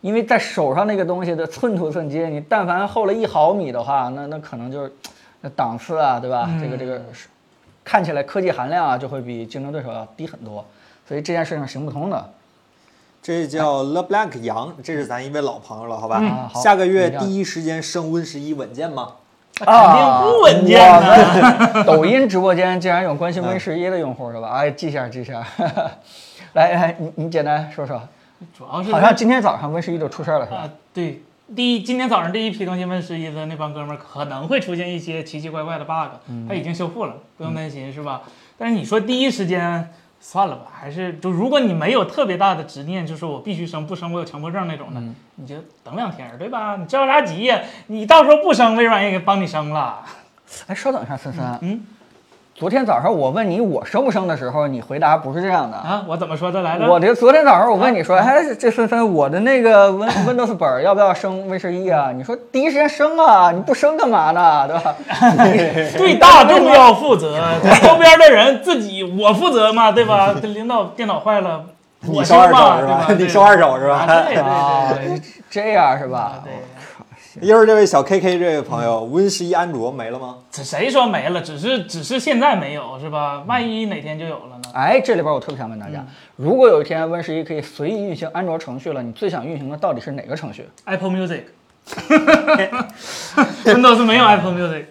Speaker 3: 因为在手上那个东西的寸土寸金，你但凡厚了一毫米的话，那那可能就是那档次啊，对吧？这个这个是看起来科技含量啊，就会比竞争对手要低很多，所以这件事情行不通的。
Speaker 1: 这
Speaker 2: 哎
Speaker 1: 叫 Le Blanc 杨，这是咱一位老朋友了，好吧？
Speaker 3: 嗯好
Speaker 1: 下个月
Speaker 3: 你看
Speaker 1: 第一时间升 Win 十一稳健吗？
Speaker 2: 那肯定不稳健
Speaker 3: 啊
Speaker 2: 呐、
Speaker 3: 我 们抖音直播间竟然有关心 Win 十一的用户是吧？哎，记一下记一下。 来来，你你简单说说，
Speaker 2: 主要是
Speaker 3: 好像今天早上 Win 十一就出事儿了是吧？
Speaker 2: 啊，对，第一，今天早上第一批更新 Win 十一的那帮哥们儿可能会出现一些奇奇怪怪的 bug，、它
Speaker 1: 嗯
Speaker 2: 已经修复了，不用担心，是吧？但是你说第一时间算了吧，还是就如果你没有特别大的执念，就是我必须升，不升我有强迫症那种
Speaker 1: 嗯
Speaker 2: 的，你就等两天儿，对吧？你着啥急呀？你到时候不升，微软也给帮你升了。
Speaker 3: 哎，稍等一下，森森。
Speaker 2: 嗯，
Speaker 3: 昨天早上我问你我生不生的时候，你回答不是这样的。
Speaker 2: 啊，我怎么说的来着？啊
Speaker 3: 我这昨天早上我问你说，哎，这森森，我的那个 Win Windows 本儿要不要升 Win 十一啊？你说第一时间升啊，你不升干嘛呢？对吧？
Speaker 2: 对大众要负责，对周边的人自己我负责嘛，对 吧？这领导电脑坏了，
Speaker 1: 你
Speaker 2: 嗯我
Speaker 1: 收二手
Speaker 2: 嘛，
Speaker 1: 是
Speaker 2: 对
Speaker 1: 吧
Speaker 2: 吧？？
Speaker 1: 你
Speaker 2: 对
Speaker 1: 收二手是吧？
Speaker 2: 啊对对
Speaker 3: 啊
Speaker 2: 对对，
Speaker 3: 这样是吧？
Speaker 2: 啊对，
Speaker 1: 一会儿这位小 KK 这位朋友，Win 十一安卓没了吗？
Speaker 2: 这谁说没了？只是只是现在没有是吧？万一哪天就有了呢？
Speaker 3: 哎，这里边我特别想问大家，
Speaker 2: 嗯
Speaker 3: 如果有一天 Win 十一可以随意运行安卓程序了，你最想运行的到底是哪个程序？
Speaker 2: Apple Music。Windows 没有 Apple Music，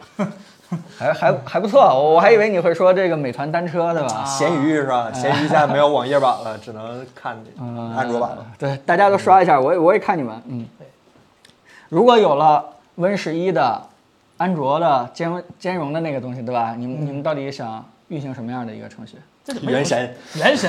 Speaker 3: 还还
Speaker 2: 嗯
Speaker 3: 还不错，我还以为你会说这个美团单车，对吧？
Speaker 2: 啊
Speaker 1: 闲鱼是
Speaker 2: 嗯
Speaker 1: 吧？闲鱼现在没有网页版了，只能看安卓版了。
Speaker 3: 嗯对，大家都刷一下，我也我也看你们，嗯。如果有了 Win 十一的、安卓的兼兼容的那个东西，对吧？你
Speaker 2: 嗯
Speaker 3: 们你们到底想运行什么样的一个程序？
Speaker 2: 这怎么有
Speaker 1: 原神，
Speaker 2: 原神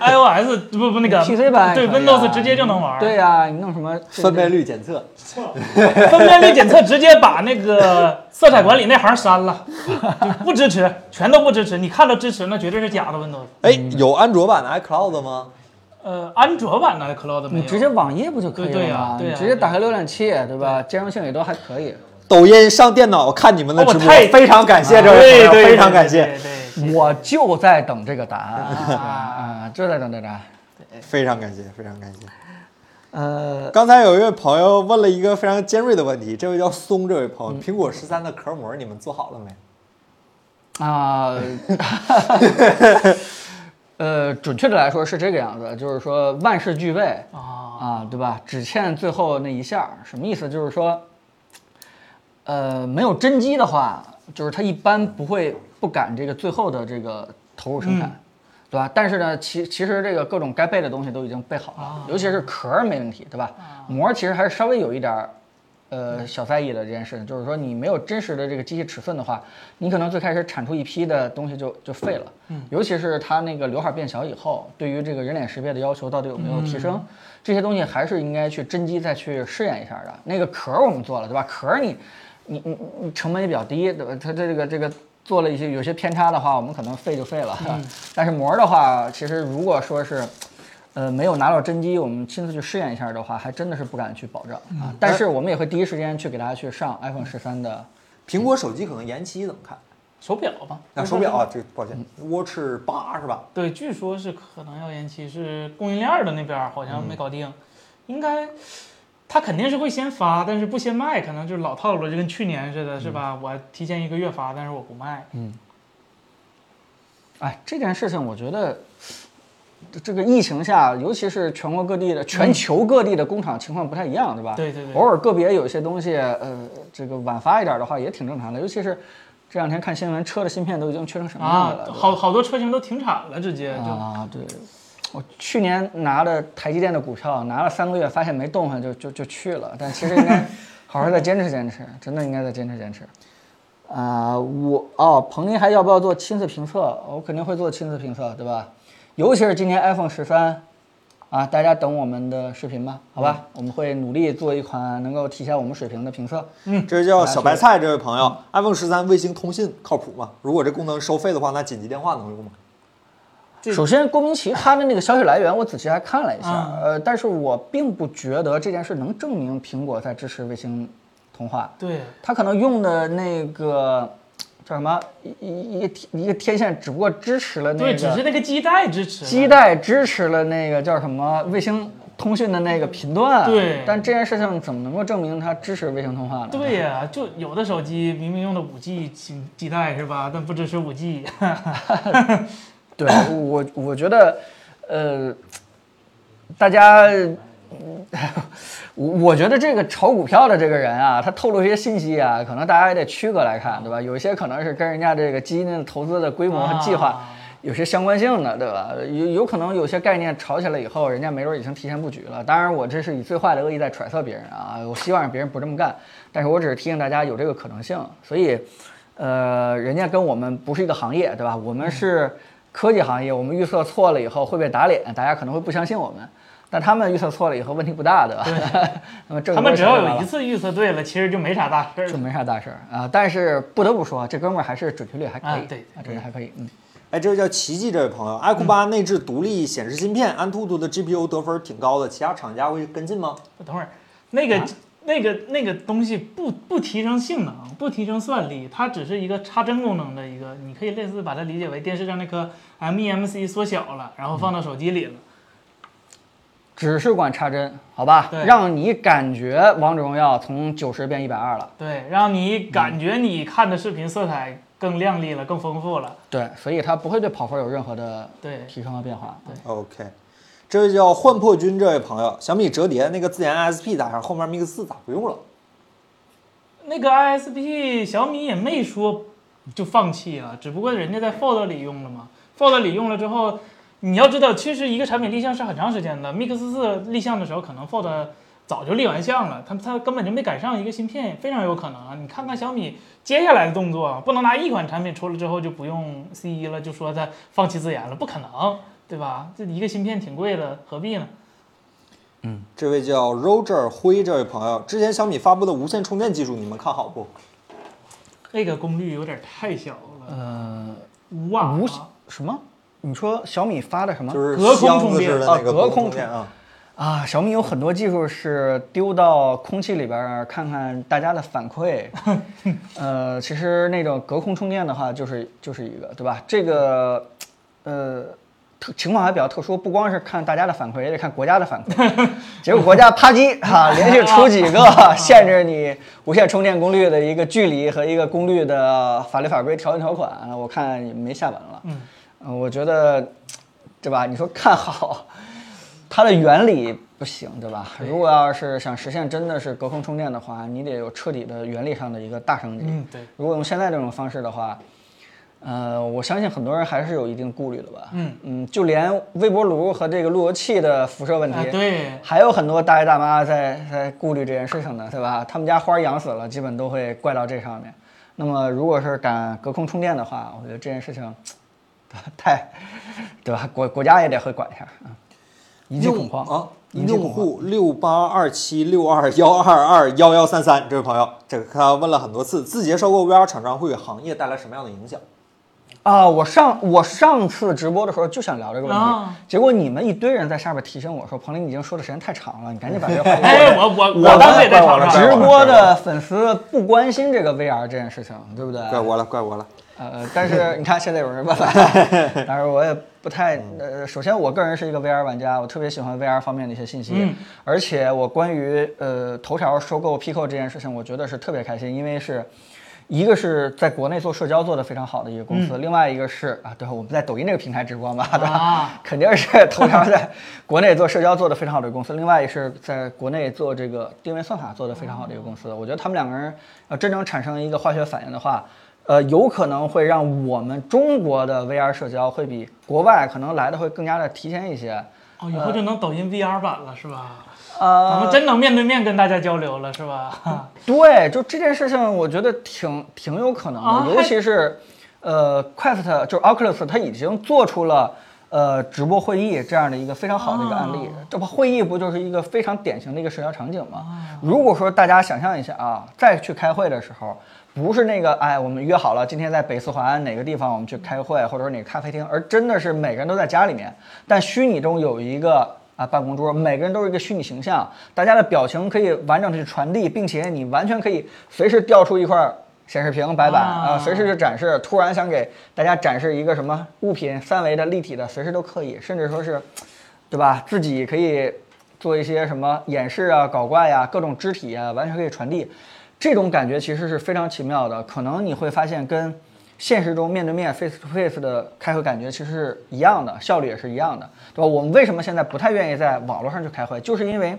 Speaker 2: 啊 iOS 不不那个
Speaker 3: PC 版
Speaker 2: 对
Speaker 3: 也可以
Speaker 2: Windows
Speaker 3: 啊
Speaker 2: 直接就能玩，
Speaker 3: 对，呀、你弄什么这
Speaker 1: 分辨率检测，
Speaker 2: 分辨率检测直接把那个色彩管理那行删了，就不支持，全都不支持。你看到支持那绝对是假的 Windows。
Speaker 1: 哎，有安卓版的 iCloud 吗？
Speaker 2: 呃，安卓版的 Cloud 没
Speaker 3: 你
Speaker 2: 有，
Speaker 3: 直接网页不就可以
Speaker 2: 哎对对
Speaker 3: 了
Speaker 2: 呀
Speaker 3: 吗？
Speaker 2: 对呀
Speaker 3: 你直接打开浏览器，啊对吧？兼容性也都还可以。
Speaker 1: 抖音上电脑看你们的
Speaker 2: 哦我
Speaker 1: 直播，啊
Speaker 2: 太
Speaker 1: 非常感谢这位
Speaker 2: 对
Speaker 1: 朋
Speaker 2: 对
Speaker 1: 友，非常感谢，
Speaker 2: 对对对
Speaker 3: 我就在等这个答案啊，就在等这个答案。
Speaker 1: 非常感谢，非常感谢。
Speaker 3: 呃，
Speaker 1: 刚才有一位朋友问了一个非常尖锐的问题，这位叫松这位朋友，苹果十三的壳膜你们做好了没？
Speaker 3: 啊，呃，准确的来说是这个样子，就是说万事俱备
Speaker 2: 啊，
Speaker 3: 啊，对吧？只欠最后那一下儿，什么意思？就是说，呃，没有真机的话，就是它一般不会不赶这个最后的这个投入生产，对吧？但是呢，其其实这个各种该备的东西都已经备好了，尤其是壳儿没问题，对吧？膜儿其实还是稍微有一点儿。呃，小在意的这件事情，就是说你没有真实的这个机器尺寸的话，你可能最开始产出一批的东西就就废了。嗯，尤其是它那个刘海变小以后，对于这个人脸识别的要求到底有没有提升，这些东西还是应该去真机再去试验一下的。那个壳儿我们做了，对吧？壳儿你你你你成本也比较低，对吧？它这个这个做了一些有些偏差的话，我们可能废就废了。 但是膜儿的话，其实如果说是。呃，没有拿到真机，我们亲自去试验一下的话，还真的是不敢去保证啊。但是我们也会第一时间去给大家去上 iPhone 十三的。
Speaker 1: 苹果手机可能延期怎么看？
Speaker 2: 手表吧，
Speaker 1: 啊，手表啊，这抱歉，Watch 八是吧？
Speaker 2: 对，据说是可能要延期，是供应链儿的那边儿好
Speaker 3: 嗯
Speaker 2: 像没搞定，应该他肯定是会先发，但是不先卖，可能就是老套路，就跟去年似的，是吧？
Speaker 3: 嗯
Speaker 2: 我提前一个月发，但是我不卖，
Speaker 3: 哎，这件事情我觉得，这个疫情下，尤其是全国各地的、全球各地的工厂情况不太一嗯样，对吧？
Speaker 2: 对对对
Speaker 3: 偶尔个别有一些东西，呃，这个晚发一点的话也挺正常的，尤其是这两天看新闻，车的芯片都已经缺成什么样
Speaker 2: 啊
Speaker 3: 了？，
Speaker 2: 好好多车型都停产了，直接就
Speaker 3: 啊，对，我去年拿的台积电的股票，拿了三个月，发现没动弹，就就就去了。但其实应该好好再坚持坚持，真的应该再坚持坚持。啊、我哦，彭林还要不要做亲子评测？我肯定会做亲子评测，对吧？尤其是今年 iPhone 十三，啊，大家等我们的视频吧，好吧？我们会努力做一款能够体现我们水平的评测。
Speaker 1: 这叫小白菜，这位朋友，iPhone 十三卫星通信靠谱吗？如果这功能收费的话，那紧急电话能用吗？
Speaker 3: 首先，郭明奇他的那个消息来源，我仔细还看了一下，
Speaker 2: 啊
Speaker 3: 呃，但是我并不觉得这件事能证明苹果在支持卫星通话。
Speaker 2: 对，
Speaker 3: 他可能用的那个叫什么一一一个一个天线，只不过支持了那
Speaker 2: 对，只是
Speaker 3: 个
Speaker 2: 那个基带支持了，
Speaker 3: 基带，支持了那个叫什么卫星通讯的那个频段。
Speaker 2: 对
Speaker 3: 但这件事情怎么能够证明它支持卫星通话呢？
Speaker 2: 对呀、就有的手机明明用的五 G 基基带是吧，但不支持五 G，
Speaker 3: 对我，我觉得，呃，大家，嗯我我觉得这个炒股票的这个人啊，他透露一些信息啊，可能大家也得区隔来看，对吧？有一些可能是跟人家这个基金的投资的规模和计划
Speaker 2: 啊
Speaker 3: 有些相关性的，对吧？有有可能有些概念炒起来以后，人家没准已经提前布局了。当然，我这是以最坏的恶意在揣测别人啊，我希望别人不这么干，但是我只是提醒大家有这个可能性，所以。呃，人家跟我们不是一个行业，对吧？我们是科技行业，我们预测错了以后会被打脸，大家可能会不相信我们。但他们预测错了以后问题不大，对吧？ 那么这
Speaker 2: 他们只要有一次预测对了，其实就没啥大事儿
Speaker 3: 就
Speaker 2: 了。
Speaker 3: 没啥大事儿啊、但是不得不说，这哥们儿还是准确率还可以，
Speaker 2: 啊对
Speaker 3: 啊，准确率还可以，嗯。
Speaker 1: 哎，这位叫奇迹这位朋友，iQOO 八内置独立显示芯片，安兔兔的 GPU 得分挺高的，其他厂家会跟进吗？
Speaker 2: 等会儿，那个、那个那个东西不不提升性能，不提升算力，它只是一个插针功能的一个，你可以类似把它理解为电视上那颗 MEMC 缩小了，然后放到手机里了。
Speaker 3: 只是管插针，好吧，
Speaker 2: 对
Speaker 3: 让你感觉《王者荣耀》从九十变一百二了，
Speaker 2: 对，让你感觉你看的视频色彩更亮丽了，更丰富了。
Speaker 3: 对，所以它不会对跑分有任何的
Speaker 2: 对
Speaker 3: 提升和变化。
Speaker 2: 对
Speaker 1: OK，这位叫幻破君这位朋友，小米折叠那个自研 ISP 咋样？后面 Mix 四咋不用了？
Speaker 2: 那个 ISP 小米也没说就放弃了，只不过人家在 Fold 里用了嘛，Fold 里用了之后，你要知道，其实一个产品立项是很长时间的，Mix 四立项的时候可能 Fold。早就立完项了，它它根本就没赶上一个芯片，非常有可能啊！你看看小米接下来的动作啊，不能拿一款产品出了之后就不用 C 一了，就说它放弃自研了，不可能，对吧？这一个芯片挺贵的，何必呢？
Speaker 1: 这位叫 Roger 辉这位朋友，之前小米发布的无线充电技术，你们看好不？
Speaker 2: 那个功率有点太小了，
Speaker 3: 呃，
Speaker 2: 五瓦、啊
Speaker 3: 无什么？你说小米发的什么？
Speaker 1: 就是
Speaker 2: 隔空
Speaker 1: 箱
Speaker 2: 充
Speaker 1: 子
Speaker 2: 电
Speaker 1: 似的
Speaker 3: 啊
Speaker 1: 那个
Speaker 3: 隔空
Speaker 1: 充电
Speaker 3: 充
Speaker 1: 啊。
Speaker 3: 啊，小米有很多技术是丢到空气里边儿看看大家的反馈。呃，其实那种隔空充电的话，就是就是一个，对吧？这个，呃。特情况还比较特殊，不光是看大家的反馈，也得看国家的反馈。结果国家啪叽哈、连续出几个限制你无线充电功率的一个距离和一个功率的法律法规条文条款，我看也没下文了。嗯、我觉得，对吧？你说看好，它的原理不行，对吧？如果要是想实现真的是隔空充电的话，你得有彻底的原理上的一个大升级。
Speaker 2: 嗯对
Speaker 3: 如果用现在这种方式的话，呃，我相信很多人还是有一定顾虑的吧。
Speaker 2: 嗯
Speaker 3: 就连微波炉和这个路由器的辐射问题，
Speaker 2: 啊，对，
Speaker 3: 还有很多大爷大妈在在顾虑这件事情呢，对吧？他们家花儿养死了，基本都会怪到这上面。那么，如果是敢隔空充电的话，我觉得这件事情太，对吧？国国家也得会管一下啊，一
Speaker 1: 用
Speaker 3: 句恐慌
Speaker 1: 啊！
Speaker 3: 一句
Speaker 1: 用
Speaker 3: 恐慌。
Speaker 1: 户六八二七六二幺二二幺幺三三这位朋友，这个他问了很多次，字节收购 VR 厂商会给行业带来什么样的影响？
Speaker 3: 啊，我上我上次直播的时候就想聊这个问题，
Speaker 2: 啊
Speaker 3: 结果你们一堆人在下边提醒我说，彭林你已经说的时间太长了，你赶紧把这 个话题。
Speaker 2: 哎，我我
Speaker 1: 我
Speaker 2: 当时也在
Speaker 1: 我
Speaker 2: 场
Speaker 1: 我
Speaker 2: 上，
Speaker 3: 直播的粉丝不关心这个 VR 这件事情，对不对？
Speaker 1: 怪我了，怪我了。
Speaker 3: 呃，但是你看现在有人问了， 但是我也不太呃，首先我个人是一个 VR 玩家，我特别喜欢 VR 方面的一些信息，
Speaker 2: 嗯
Speaker 3: 而且我关于呃头条收购 Pico 这件事情，我觉得是特别开心，因为是。一个是在国内做社交做得非常好的一个公司，另外一个是啊，对，我们在抖音这个平台直播嘛，对吧？
Speaker 2: 啊
Speaker 3: 肯定是 头条在国内做社交做得非常好的一个公司，另外也是在国内做呃这个定位算法做得非常好的一个公司。我觉得他们两个人要真正产生一个化学反应的话，呃，有可能会让我们中国的 VR 社交会比国外可能来的会更加的提前一些。
Speaker 2: 哦，以后就能抖音 VR 版了是吧？
Speaker 3: 呃，
Speaker 2: 咱们真能面对面跟大家交流了是 吧？
Speaker 3: 对，就这件事情，我觉得挺挺有可能的，
Speaker 2: 啊
Speaker 3: 尤
Speaker 2: 还
Speaker 3: 其是，呃，Quest 就是 Oculus，它已经做出了呃直播会议这样的一个非常好的一个案例。这不会议不就是一个非常典型的一个社交场景吗？如果说大家想象一下啊，再去开会的时候。不是那个，哎，我们约好了今天在北四环哪个地方我们去开会，或者说哪个咖啡厅，而真的是每个人都在家里面，但虚拟中有一个啊办公桌，每个人都是一个虚拟形象，大家的表情可以完整的去传递，并且你完全可以随时调出一块显示屏白板啊、
Speaker 2: 啊
Speaker 3: 随时就展示。突然想给大家展示一个什么物品，三维的、立体的，随时都可以，甚至说是，对吧？自己可以做一些什么演示啊、搞怪呀、各种肢体啊，完全可以传递。这种感觉其实是非常奇妙的，可能你会发现跟现实中面对面 face to face 的开会感觉其实是一样的，效率也是一样的，对吧？我们为什么现在不太愿意在网络上去开会，就是因为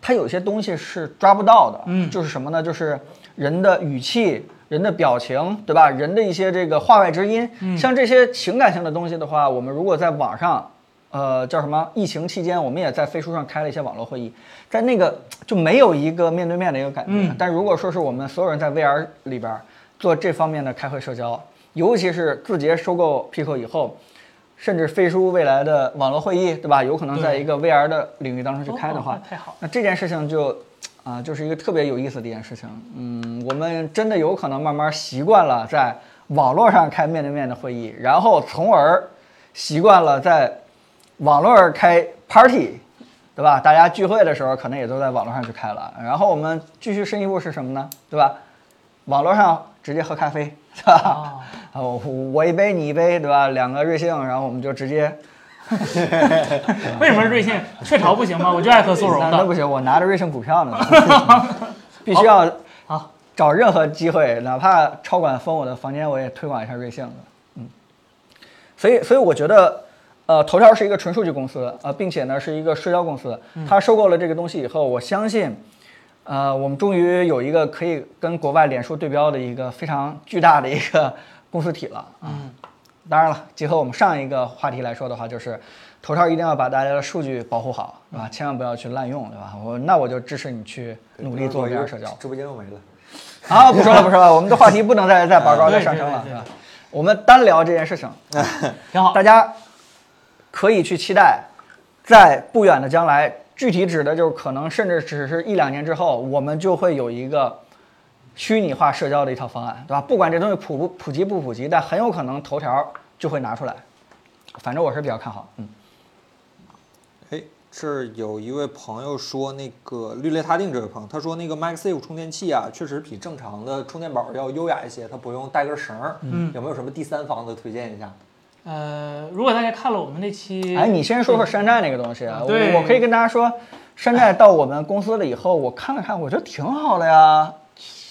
Speaker 3: 它有些东西是抓不到的，嗯，就是什么呢？就是人的语气、人的表情，对吧？人的一些这个话外之音，像这些情感性的东西的话，我们如果在网上呃，叫什么？疫情期间，我们也在飞书上开了一些网络会议，但那个就没有一个面对面的一个感觉。但如果说是我们所有人在 VR 里边儿做这方面的开会社交，尤其是字节收购 Pico 以后，甚至飞书未来的网络会议，对吧？有可能在一个 VR 的领域当中去开的话，
Speaker 2: 哦那太好了
Speaker 3: 那这件事情就啊、就是一个特别有意思的一件事情。嗯，我们真的有可能慢慢习惯了在网络上开面对面的会议，然后从而习惯了在网络上开 party，对吧？大家聚会的时候可能也都在网络上去开了。然后我们继续深一步是什么呢？对吧？网络上直接喝咖啡， 对
Speaker 2: 哦
Speaker 3: 吧？啊，我我一杯你一杯，对吧？两个瑞幸，然后我们就直接
Speaker 2: 为什么瑞幸雀巢不行吗？我就爱喝速
Speaker 3: 那
Speaker 2: 溶
Speaker 3: 那
Speaker 2: 的
Speaker 3: 不。行，我拿着瑞幸股 票呢， 必须要
Speaker 2: 好
Speaker 3: 找任何机会，哪怕超管封我的房间，我也推广一下瑞幸的。嗯，所以所以我觉得，呃，头条是一个纯数据公司，呃，并且呢是一个社交公司，
Speaker 2: 嗯
Speaker 3: 它收购了这个东西以后，我相信。呃，我们终于有一个可以跟国外脸书对标的一个非常巨大的一个公司体了啊！
Speaker 2: 嗯
Speaker 3: 当然了，结合我们上一个话题来说的话，就是头条一定要把大家的数据保护好，是
Speaker 2: 嗯
Speaker 3: 吧？千万不要去滥用，对吧？我那我就支持你去努力做 VR 社 交。
Speaker 1: 直播间又没了。
Speaker 3: 啊，不说了，不说了，我们的话题不能再再拔
Speaker 2: 嗯
Speaker 3: 高、再上升了，
Speaker 2: 对对对
Speaker 3: 是吧？我们单聊这件事情，
Speaker 2: 挺好
Speaker 3: 大。家可以去期待，在不远的将来，具体指的就是可能甚至只是一两年之后，我们就会有一个虚拟化社交的一套方案，对吧？不管这东西普不普及不普及，但很有可能头条就会拿出来。反正我是比较看好，嗯，
Speaker 1: 哎，这儿有一位朋友说，那个氯雷他定这位朋友，他说那个 MagSafe 充电器啊，确实比正常的充电宝要优雅一些，它不用带根绳儿。嗯，有没有什么第三方的推荐一下？
Speaker 2: 呃，如果大家看了我们那期，
Speaker 3: 哎，你先说说山寨那个东西啊，
Speaker 2: 嗯对
Speaker 3: 我我可以跟大家说，山寨到我们公司了以后，我看了看，我觉得挺好的呀，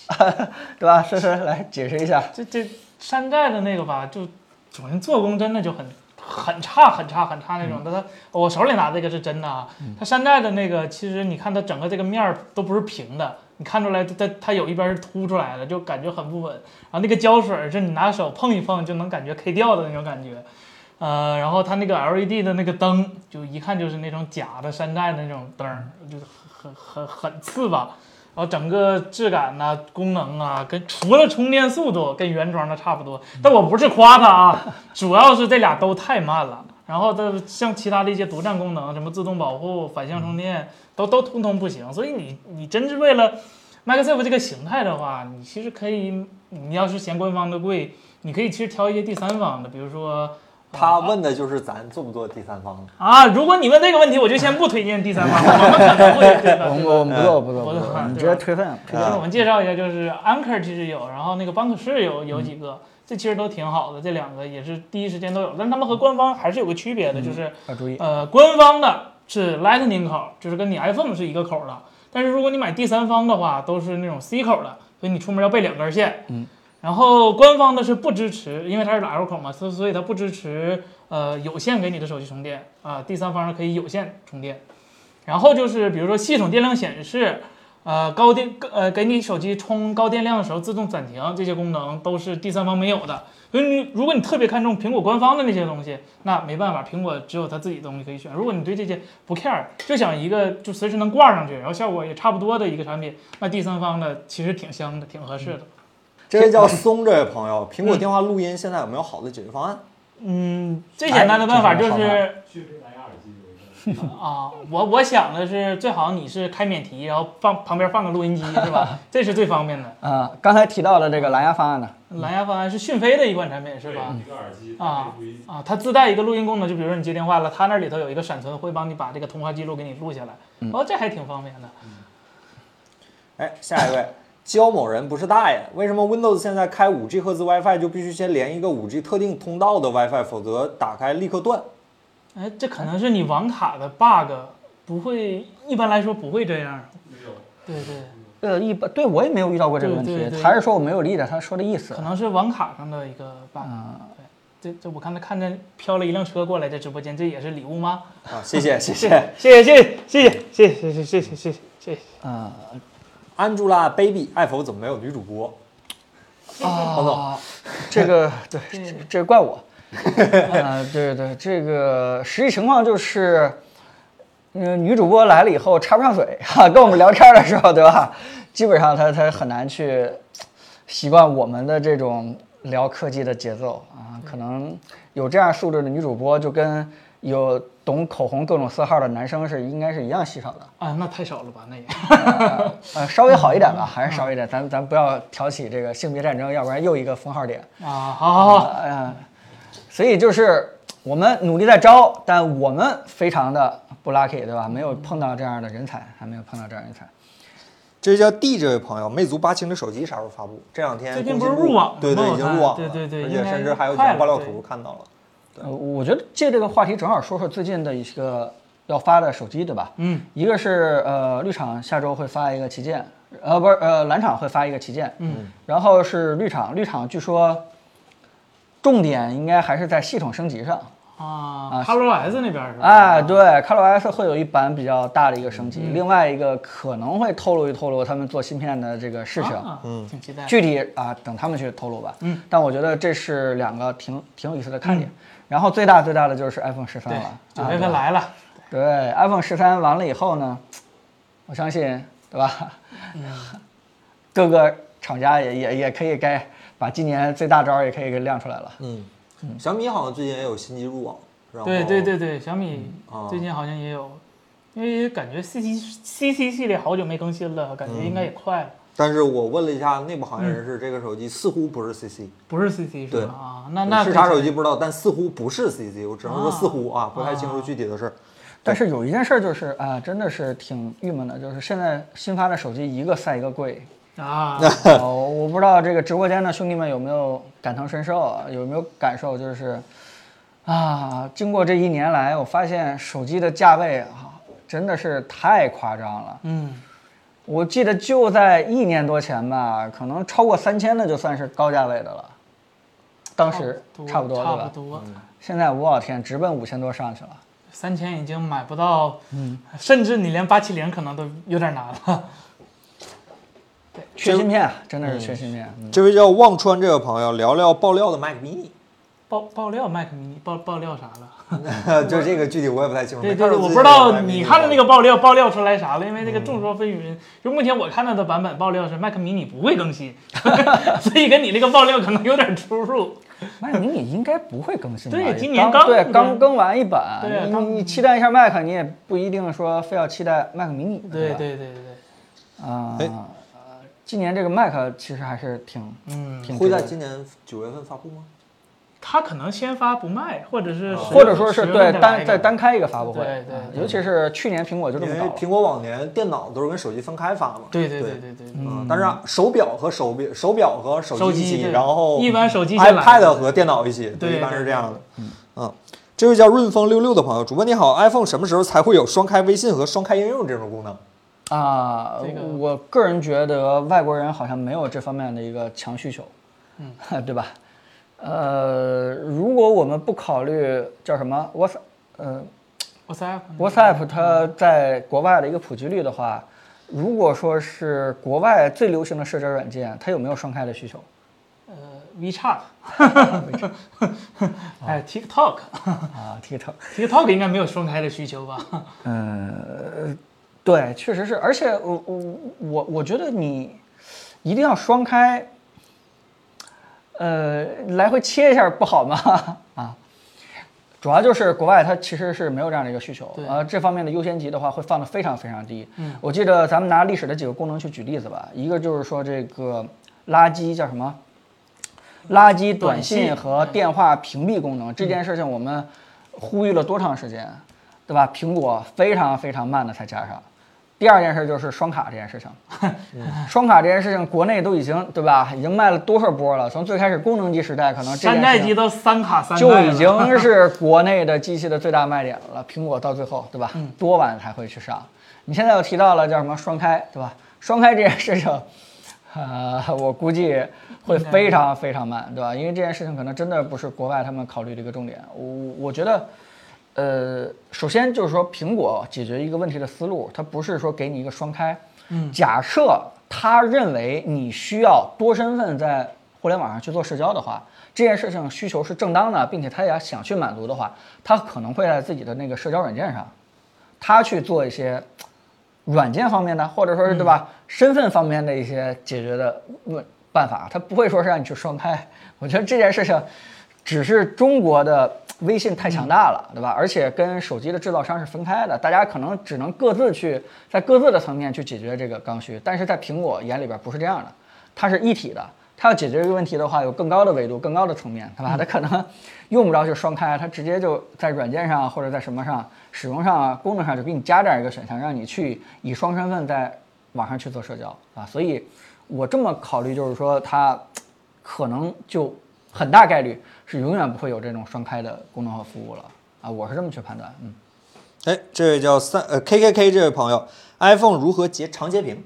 Speaker 3: 对吧？思思来解释一下，
Speaker 2: 这这山寨的那个吧，就首先做工真的就很很差很差很差那种。但它我手里拿这个是真的啊，它山寨的那个其实你看它整个这个面儿都不是平的，你看出来它它它有一边是凸出来的，就感觉很不稳。然后那个胶水儿是你拿手碰一碰就能感觉 K 掉的那种感觉。呃，然后它那个 LED 的那个灯，就一看就是那种假的山寨的那种灯儿，就很很很很次吧。然后整个质感呐、功能啊，跟除了充电速度跟原装的差不多，但我不是夸它啊， 主要是这俩都太慢了。然后它像其他的一些独占功能，什么自动保护、反向充电，都都通通不行。所以你你真是为了 MagSafe 这个形态的话，你其实可以，你要是嫌官方的贵，你可以其实挑一些第三方的，比如说
Speaker 1: 他问的就是咱做不做第三方的。
Speaker 2: 啊，如果你问这个问题，我就先不推荐第三方，我们可能会对吧？
Speaker 3: 我们我们不做不做不
Speaker 2: 不
Speaker 3: 做
Speaker 2: 做，啊
Speaker 3: 你直
Speaker 2: 对吧
Speaker 3: 接推分
Speaker 2: 就
Speaker 3: 推
Speaker 2: 是
Speaker 3: 荐
Speaker 2: 我们介绍一下，就是 Anchor 其实有，然后那个班克士有有几个，这其实都挺好的，这两个也是第一时间都有，但他们和官方还是有个区别的，就是
Speaker 3: 要注意。
Speaker 2: 呃，官方的是 Lightning 口，就是跟你 iPhone 是一个口的，但是如果你买第三方的话，都是那种 C 口的，所以你出门要备两根线。嗯。然后官方的是不支持，因为它是 L 口嘛，所以所以它不支持呃有线给你的手机充电啊、第三方是可以有线充电。然后就是比如说系统电量显示，呃高电呃给你手机充高电量的时候自动暂停，这些功能都是第三方没有的。所以你如果你特别看重苹果官方的那些东西，那没办法，苹果只有它自己的东西可以选。如果你对这些不 care，就想一个就随时能挂上去，然后效果也差不多的一个产品，那第三方的其实挺香的，挺合适的。
Speaker 1: 这位叫松这位朋友，苹果电话录音现在有没有好的解决方案？
Speaker 2: 嗯，最简单的办法就
Speaker 1: 哎这是
Speaker 2: 是
Speaker 4: 去蓝牙耳机有一个。
Speaker 2: 啊，我我想的是最好你是开免提，然后放旁边放个录音机 是吧？这是最方便的。
Speaker 3: 啊、刚才提到的这个蓝牙方案呢，
Speaker 1: 嗯
Speaker 2: 蓝牙方案是讯飞的一款产品是吧？
Speaker 4: 对一个耳机
Speaker 2: 啊
Speaker 4: 搭配录音
Speaker 2: 啊，它自带一个录音功能，就比如说你接电话了，它那里头有一个闪存，会帮你把这个通话记录给你录下来。
Speaker 1: 嗯
Speaker 2: 哦，这还挺方便的。
Speaker 1: 哎，下一位，焦某人不是大爷，为什么 Windows 现在开 5G 赫兹 WiFi 就必须先连一个 5G 特定通道的 WiFi，否则打开立刻断？
Speaker 2: 哎，这可能是你网卡的 bug，不会，一般来说不会这样。
Speaker 4: 没有，
Speaker 2: 对对，
Speaker 3: 呃，一般对我也没有遇到过这个问题，
Speaker 2: 对对对
Speaker 3: 还是说我没有理解他说的意思
Speaker 2: 可。能是嗯网卡上的一个 bug。对，这这我刚才看见飘了一辆车过来，这直播间这也是礼物吗？
Speaker 1: 啊，谢谢谢 谢
Speaker 2: 谢谢谢谢谢谢谢谢谢谢谢谢谢谢。
Speaker 3: 啊
Speaker 1: Angelababy，爱否怎么没有女主播？彭总
Speaker 3: 啊，这个对，
Speaker 2: 对
Speaker 3: 这这 怪我。啊，对对，这个实际情况就是，嗯，女主播来了以后插不上嘴 哈、跟我们聊天的时候，对吧？基本上她她很难去习惯我们的这种聊科技的节奏啊，可能有这样素质的女主播，就跟有懂口红各种色号的男生是应该是一样稀少的。
Speaker 2: 啊，那太少了 吧？那也
Speaker 3: 呃，稍微好一点吧，还是少一点，咱咱不要挑起这个性别战争，要不然又一个封号点。
Speaker 2: 啊，好好好，
Speaker 3: 哎呀，所以就是我们努力在招，但我们非常的不 lucky，对吧？没有碰到这样的人才，还没有碰到这样的人才。
Speaker 1: 这位叫 D 这位朋友，魅族八清的手机啥时候发布？这两天
Speaker 2: 最近
Speaker 1: 更新
Speaker 2: 不是
Speaker 1: 部
Speaker 2: 入网了
Speaker 1: 对对，
Speaker 2: 吗
Speaker 1: 已经入网了，
Speaker 2: 我看对对对
Speaker 1: 而
Speaker 2: 应
Speaker 1: 且
Speaker 2: 该
Speaker 1: 甚至还有几
Speaker 2: 快
Speaker 1: 张
Speaker 2: 了
Speaker 1: 爆料
Speaker 2: 对
Speaker 1: 图看到了。
Speaker 3: 呃，我觉得借这个话题正好说说最近的一个要发的手机，对吧？
Speaker 2: 嗯，
Speaker 3: 一个是呃绿厂下周会发一个旗舰，呃不是呃蓝厂会发一个旗舰，
Speaker 2: 嗯，
Speaker 3: 然后是绿厂，绿厂据说重点应该还是在系统升级上。
Speaker 2: 啊，HelloS 那边是啊吧？
Speaker 3: 哎，对，ColorOS 会有一版比较大的一个升级，
Speaker 2: 嗯
Speaker 3: 另外一个可能会透露一透露他们做芯片的这个事情，
Speaker 2: 啊，嗯，挺期待。
Speaker 3: 具体啊等他们去透露吧。嗯，但我觉得这是两个挺挺有意思的看点。然后最大最大的就是 iPhone 十
Speaker 2: 嗯
Speaker 3: 三
Speaker 2: 对
Speaker 3: 了，，
Speaker 2: 九
Speaker 3: 啊
Speaker 2: 月份来了，
Speaker 3: 对 iPhone 十三完了以后呢，我相信对吧？
Speaker 2: 嗯
Speaker 3: 各个厂家也也也可以该把今年最大招儿也可以给亮出来了。
Speaker 1: 嗯，小米好像最近也有新机入网。然后
Speaker 2: 对对对对，小米
Speaker 1: 哦
Speaker 2: 最近好像也有，因为感觉 CC CC 系列好久没更新了，感觉应
Speaker 1: 嗯
Speaker 2: 该也快了。
Speaker 1: 但是我问了一下内部行业人士，这个手机似乎不是 CC，
Speaker 2: 不是 CC
Speaker 1: 对
Speaker 2: 是吧？啊，嗯那那
Speaker 1: 是啥手机不知道，但似乎不是 CC，我只能说
Speaker 2: 啊
Speaker 1: 似乎啊，不太清楚具体的事儿。
Speaker 3: 但是有一件事儿就是啊、真的是挺郁闷的，就是现在新发的手机一个赛一个贵。
Speaker 2: 啊？
Speaker 3: 哦，我不知道这个直播间的兄弟们有没有感同身受啊？有没有感受就是，啊，经过这一年来，我发现手机的价位啊，真的是太夸张了。
Speaker 2: 嗯，
Speaker 3: 我记得就在一年多前吧，可能超过三千的就算是高价位的了，当时差不多
Speaker 2: 差
Speaker 3: 对
Speaker 2: 不
Speaker 3: 吧？
Speaker 2: 多。
Speaker 1: 嗯
Speaker 3: 现在我天，直奔五千多上去了。
Speaker 2: 三千已经买不到，
Speaker 3: 嗯
Speaker 2: 甚至你连八七零可能都有点难了。
Speaker 3: 缺芯片啊，真的是缺芯片。嗯
Speaker 1: 这位叫忘川这位朋友，聊聊爆料的 Mac mini，
Speaker 2: 爆爆料 Mac mini 爆爆料啥 了？
Speaker 1: 就这个具体我也不太清楚。
Speaker 2: 对
Speaker 1: 没
Speaker 2: 对
Speaker 1: 看到
Speaker 2: 对，我
Speaker 1: 最近
Speaker 2: 不知道
Speaker 1: 有
Speaker 2: 你
Speaker 1: Mac mini
Speaker 2: 看的那个爆料爆料出来啥了，因为那个
Speaker 1: 嗯
Speaker 2: 众说纷纭。就目前我看到的版本爆料是 Mac mini 不会更新， 所以跟你那个爆料可能有点 出入。
Speaker 3: Mac mini 应该不会更新吧？
Speaker 2: 对
Speaker 3: 也
Speaker 2: 今年刚
Speaker 3: 刚对
Speaker 2: 更
Speaker 3: 刚更完一版，
Speaker 2: 对
Speaker 3: 你
Speaker 2: 刚
Speaker 3: 你期待一下 Mac，你也不一定说非要期待 Mac mini，
Speaker 2: 对
Speaker 3: 吧？
Speaker 2: 对对对对，
Speaker 3: 啊
Speaker 1: 哎，
Speaker 3: 呃今年这个 Mac 其实还是挺
Speaker 2: 嗯，
Speaker 3: 挺
Speaker 1: 会
Speaker 3: 值得
Speaker 1: 在
Speaker 3: 的
Speaker 1: 今年九月份发布吗？
Speaker 2: 他可能先发不卖，或者是
Speaker 1: 啊
Speaker 2: 10
Speaker 3: 或者说是
Speaker 2: 10月
Speaker 3: 对
Speaker 2: 份来一
Speaker 3: 单
Speaker 2: 个
Speaker 3: 再单开一个发布会，
Speaker 2: 对对
Speaker 3: 啊
Speaker 2: 对
Speaker 3: 尤其是去年苹果就
Speaker 1: 因
Speaker 3: 这么
Speaker 1: 为
Speaker 3: 搞了，
Speaker 1: 苹果往年电脑都是跟手机分开发嘛。
Speaker 2: 对
Speaker 1: 对
Speaker 2: 对对对对对。
Speaker 1: 嗯，但是啊手表和手表手表和手
Speaker 2: 手
Speaker 1: 机一
Speaker 2: 机
Speaker 1: 起，
Speaker 2: 对
Speaker 1: 然后
Speaker 2: 一般手机先来
Speaker 1: iPad 和电脑一起，
Speaker 2: 对
Speaker 1: 一般是
Speaker 2: 对
Speaker 1: 这样的。嗯，这位叫润风六六的朋友，主播你好，iPhone 什么时候才会有双开微信和双开应用这种功能？
Speaker 3: 啊
Speaker 2: 这个，
Speaker 3: 我个人觉得外国人好像没有这方面的一个强需求，嗯， 对吧？呃，如果我们不考虑叫什么 WhatsApp，呃
Speaker 2: 嗯 WhatsApp，
Speaker 3: WhatsApp 它在国外的一个普及率的话，如果说是国外最流行的社交软件，它有没有双开的需求？
Speaker 2: 呃 WeChat，哎，TikTok，TikTok
Speaker 3: 啊，TikTok，
Speaker 2: 应该没有双开的需求吧？
Speaker 3: 对，确实是，而且我我我我觉得你一定要双开，呃，来回切一下不好吗？ 啊，主要就是国外它其实是没有这样的一个需求，
Speaker 2: 对
Speaker 3: 呃，这方面的优先级的话会放得非常非常低。嗯，我记得咱们拿历史的几个功能去举例子吧，一个就是说这个垃圾叫什么？垃圾短信嗯
Speaker 2: 信
Speaker 3: 和电话屏蔽功能这件事情，我们呼吁了多长时间，对吧？苹果非常非常慢的才加上。第二件事就是双卡这件事情， 双卡这件事情，国内都已经对吧，已经卖了多少波了？从最开始功能机时代，可能这件
Speaker 2: 山
Speaker 3: 事
Speaker 2: 寨
Speaker 3: 情
Speaker 2: 机都三卡三代
Speaker 3: 就
Speaker 2: 了
Speaker 3: 已经是国内的机器的最大卖点了。苹果到最后，对吧？多晚才会去上？你现在又提到了叫什么双开，对吧？双开这件事情，呃，我估计会非常非常慢，对吧？因为这件事情可能真的不是国外他们考虑的一个重点。我我觉得，呃，首先就是说，苹果解决一个问题的思路，它不是说给你一个双开。嗯，假设他认为你需要多身份在互联网上去做社交的话，这件事情需求是正当的，并且他也想去满足的话，他可能会在自己的那个社交软件上，他去做一些软件方面的，或者说是对吧，身份方面的一些解决的问办法，他不会说是让你去双开。 我觉得这件事情只是中国的微信太强大了，对吧？而且跟手机的制造商是分开的，大家可能只能各自去在各自的层面去解决这个刚需，但是在苹果眼里边不是这样的，它是一体的。它要解决这个问题的话，有更高的维度、更高的层面，对吧？它可
Speaker 2: 嗯
Speaker 3: 能用不着去双开，啊它直接就在软件上或者在什么上、使用上啊、功能上就给你加这样一个选项，让你去以双身份在网上去做社交啊。所以，我这么考虑就是说，它可能就很大概率是永远不会有这种双开的功能和服务了啊。我是这么去判断，嗯。
Speaker 1: 哎，这位叫三呃 K K K 这位朋友，iPhone 如何截长截屏？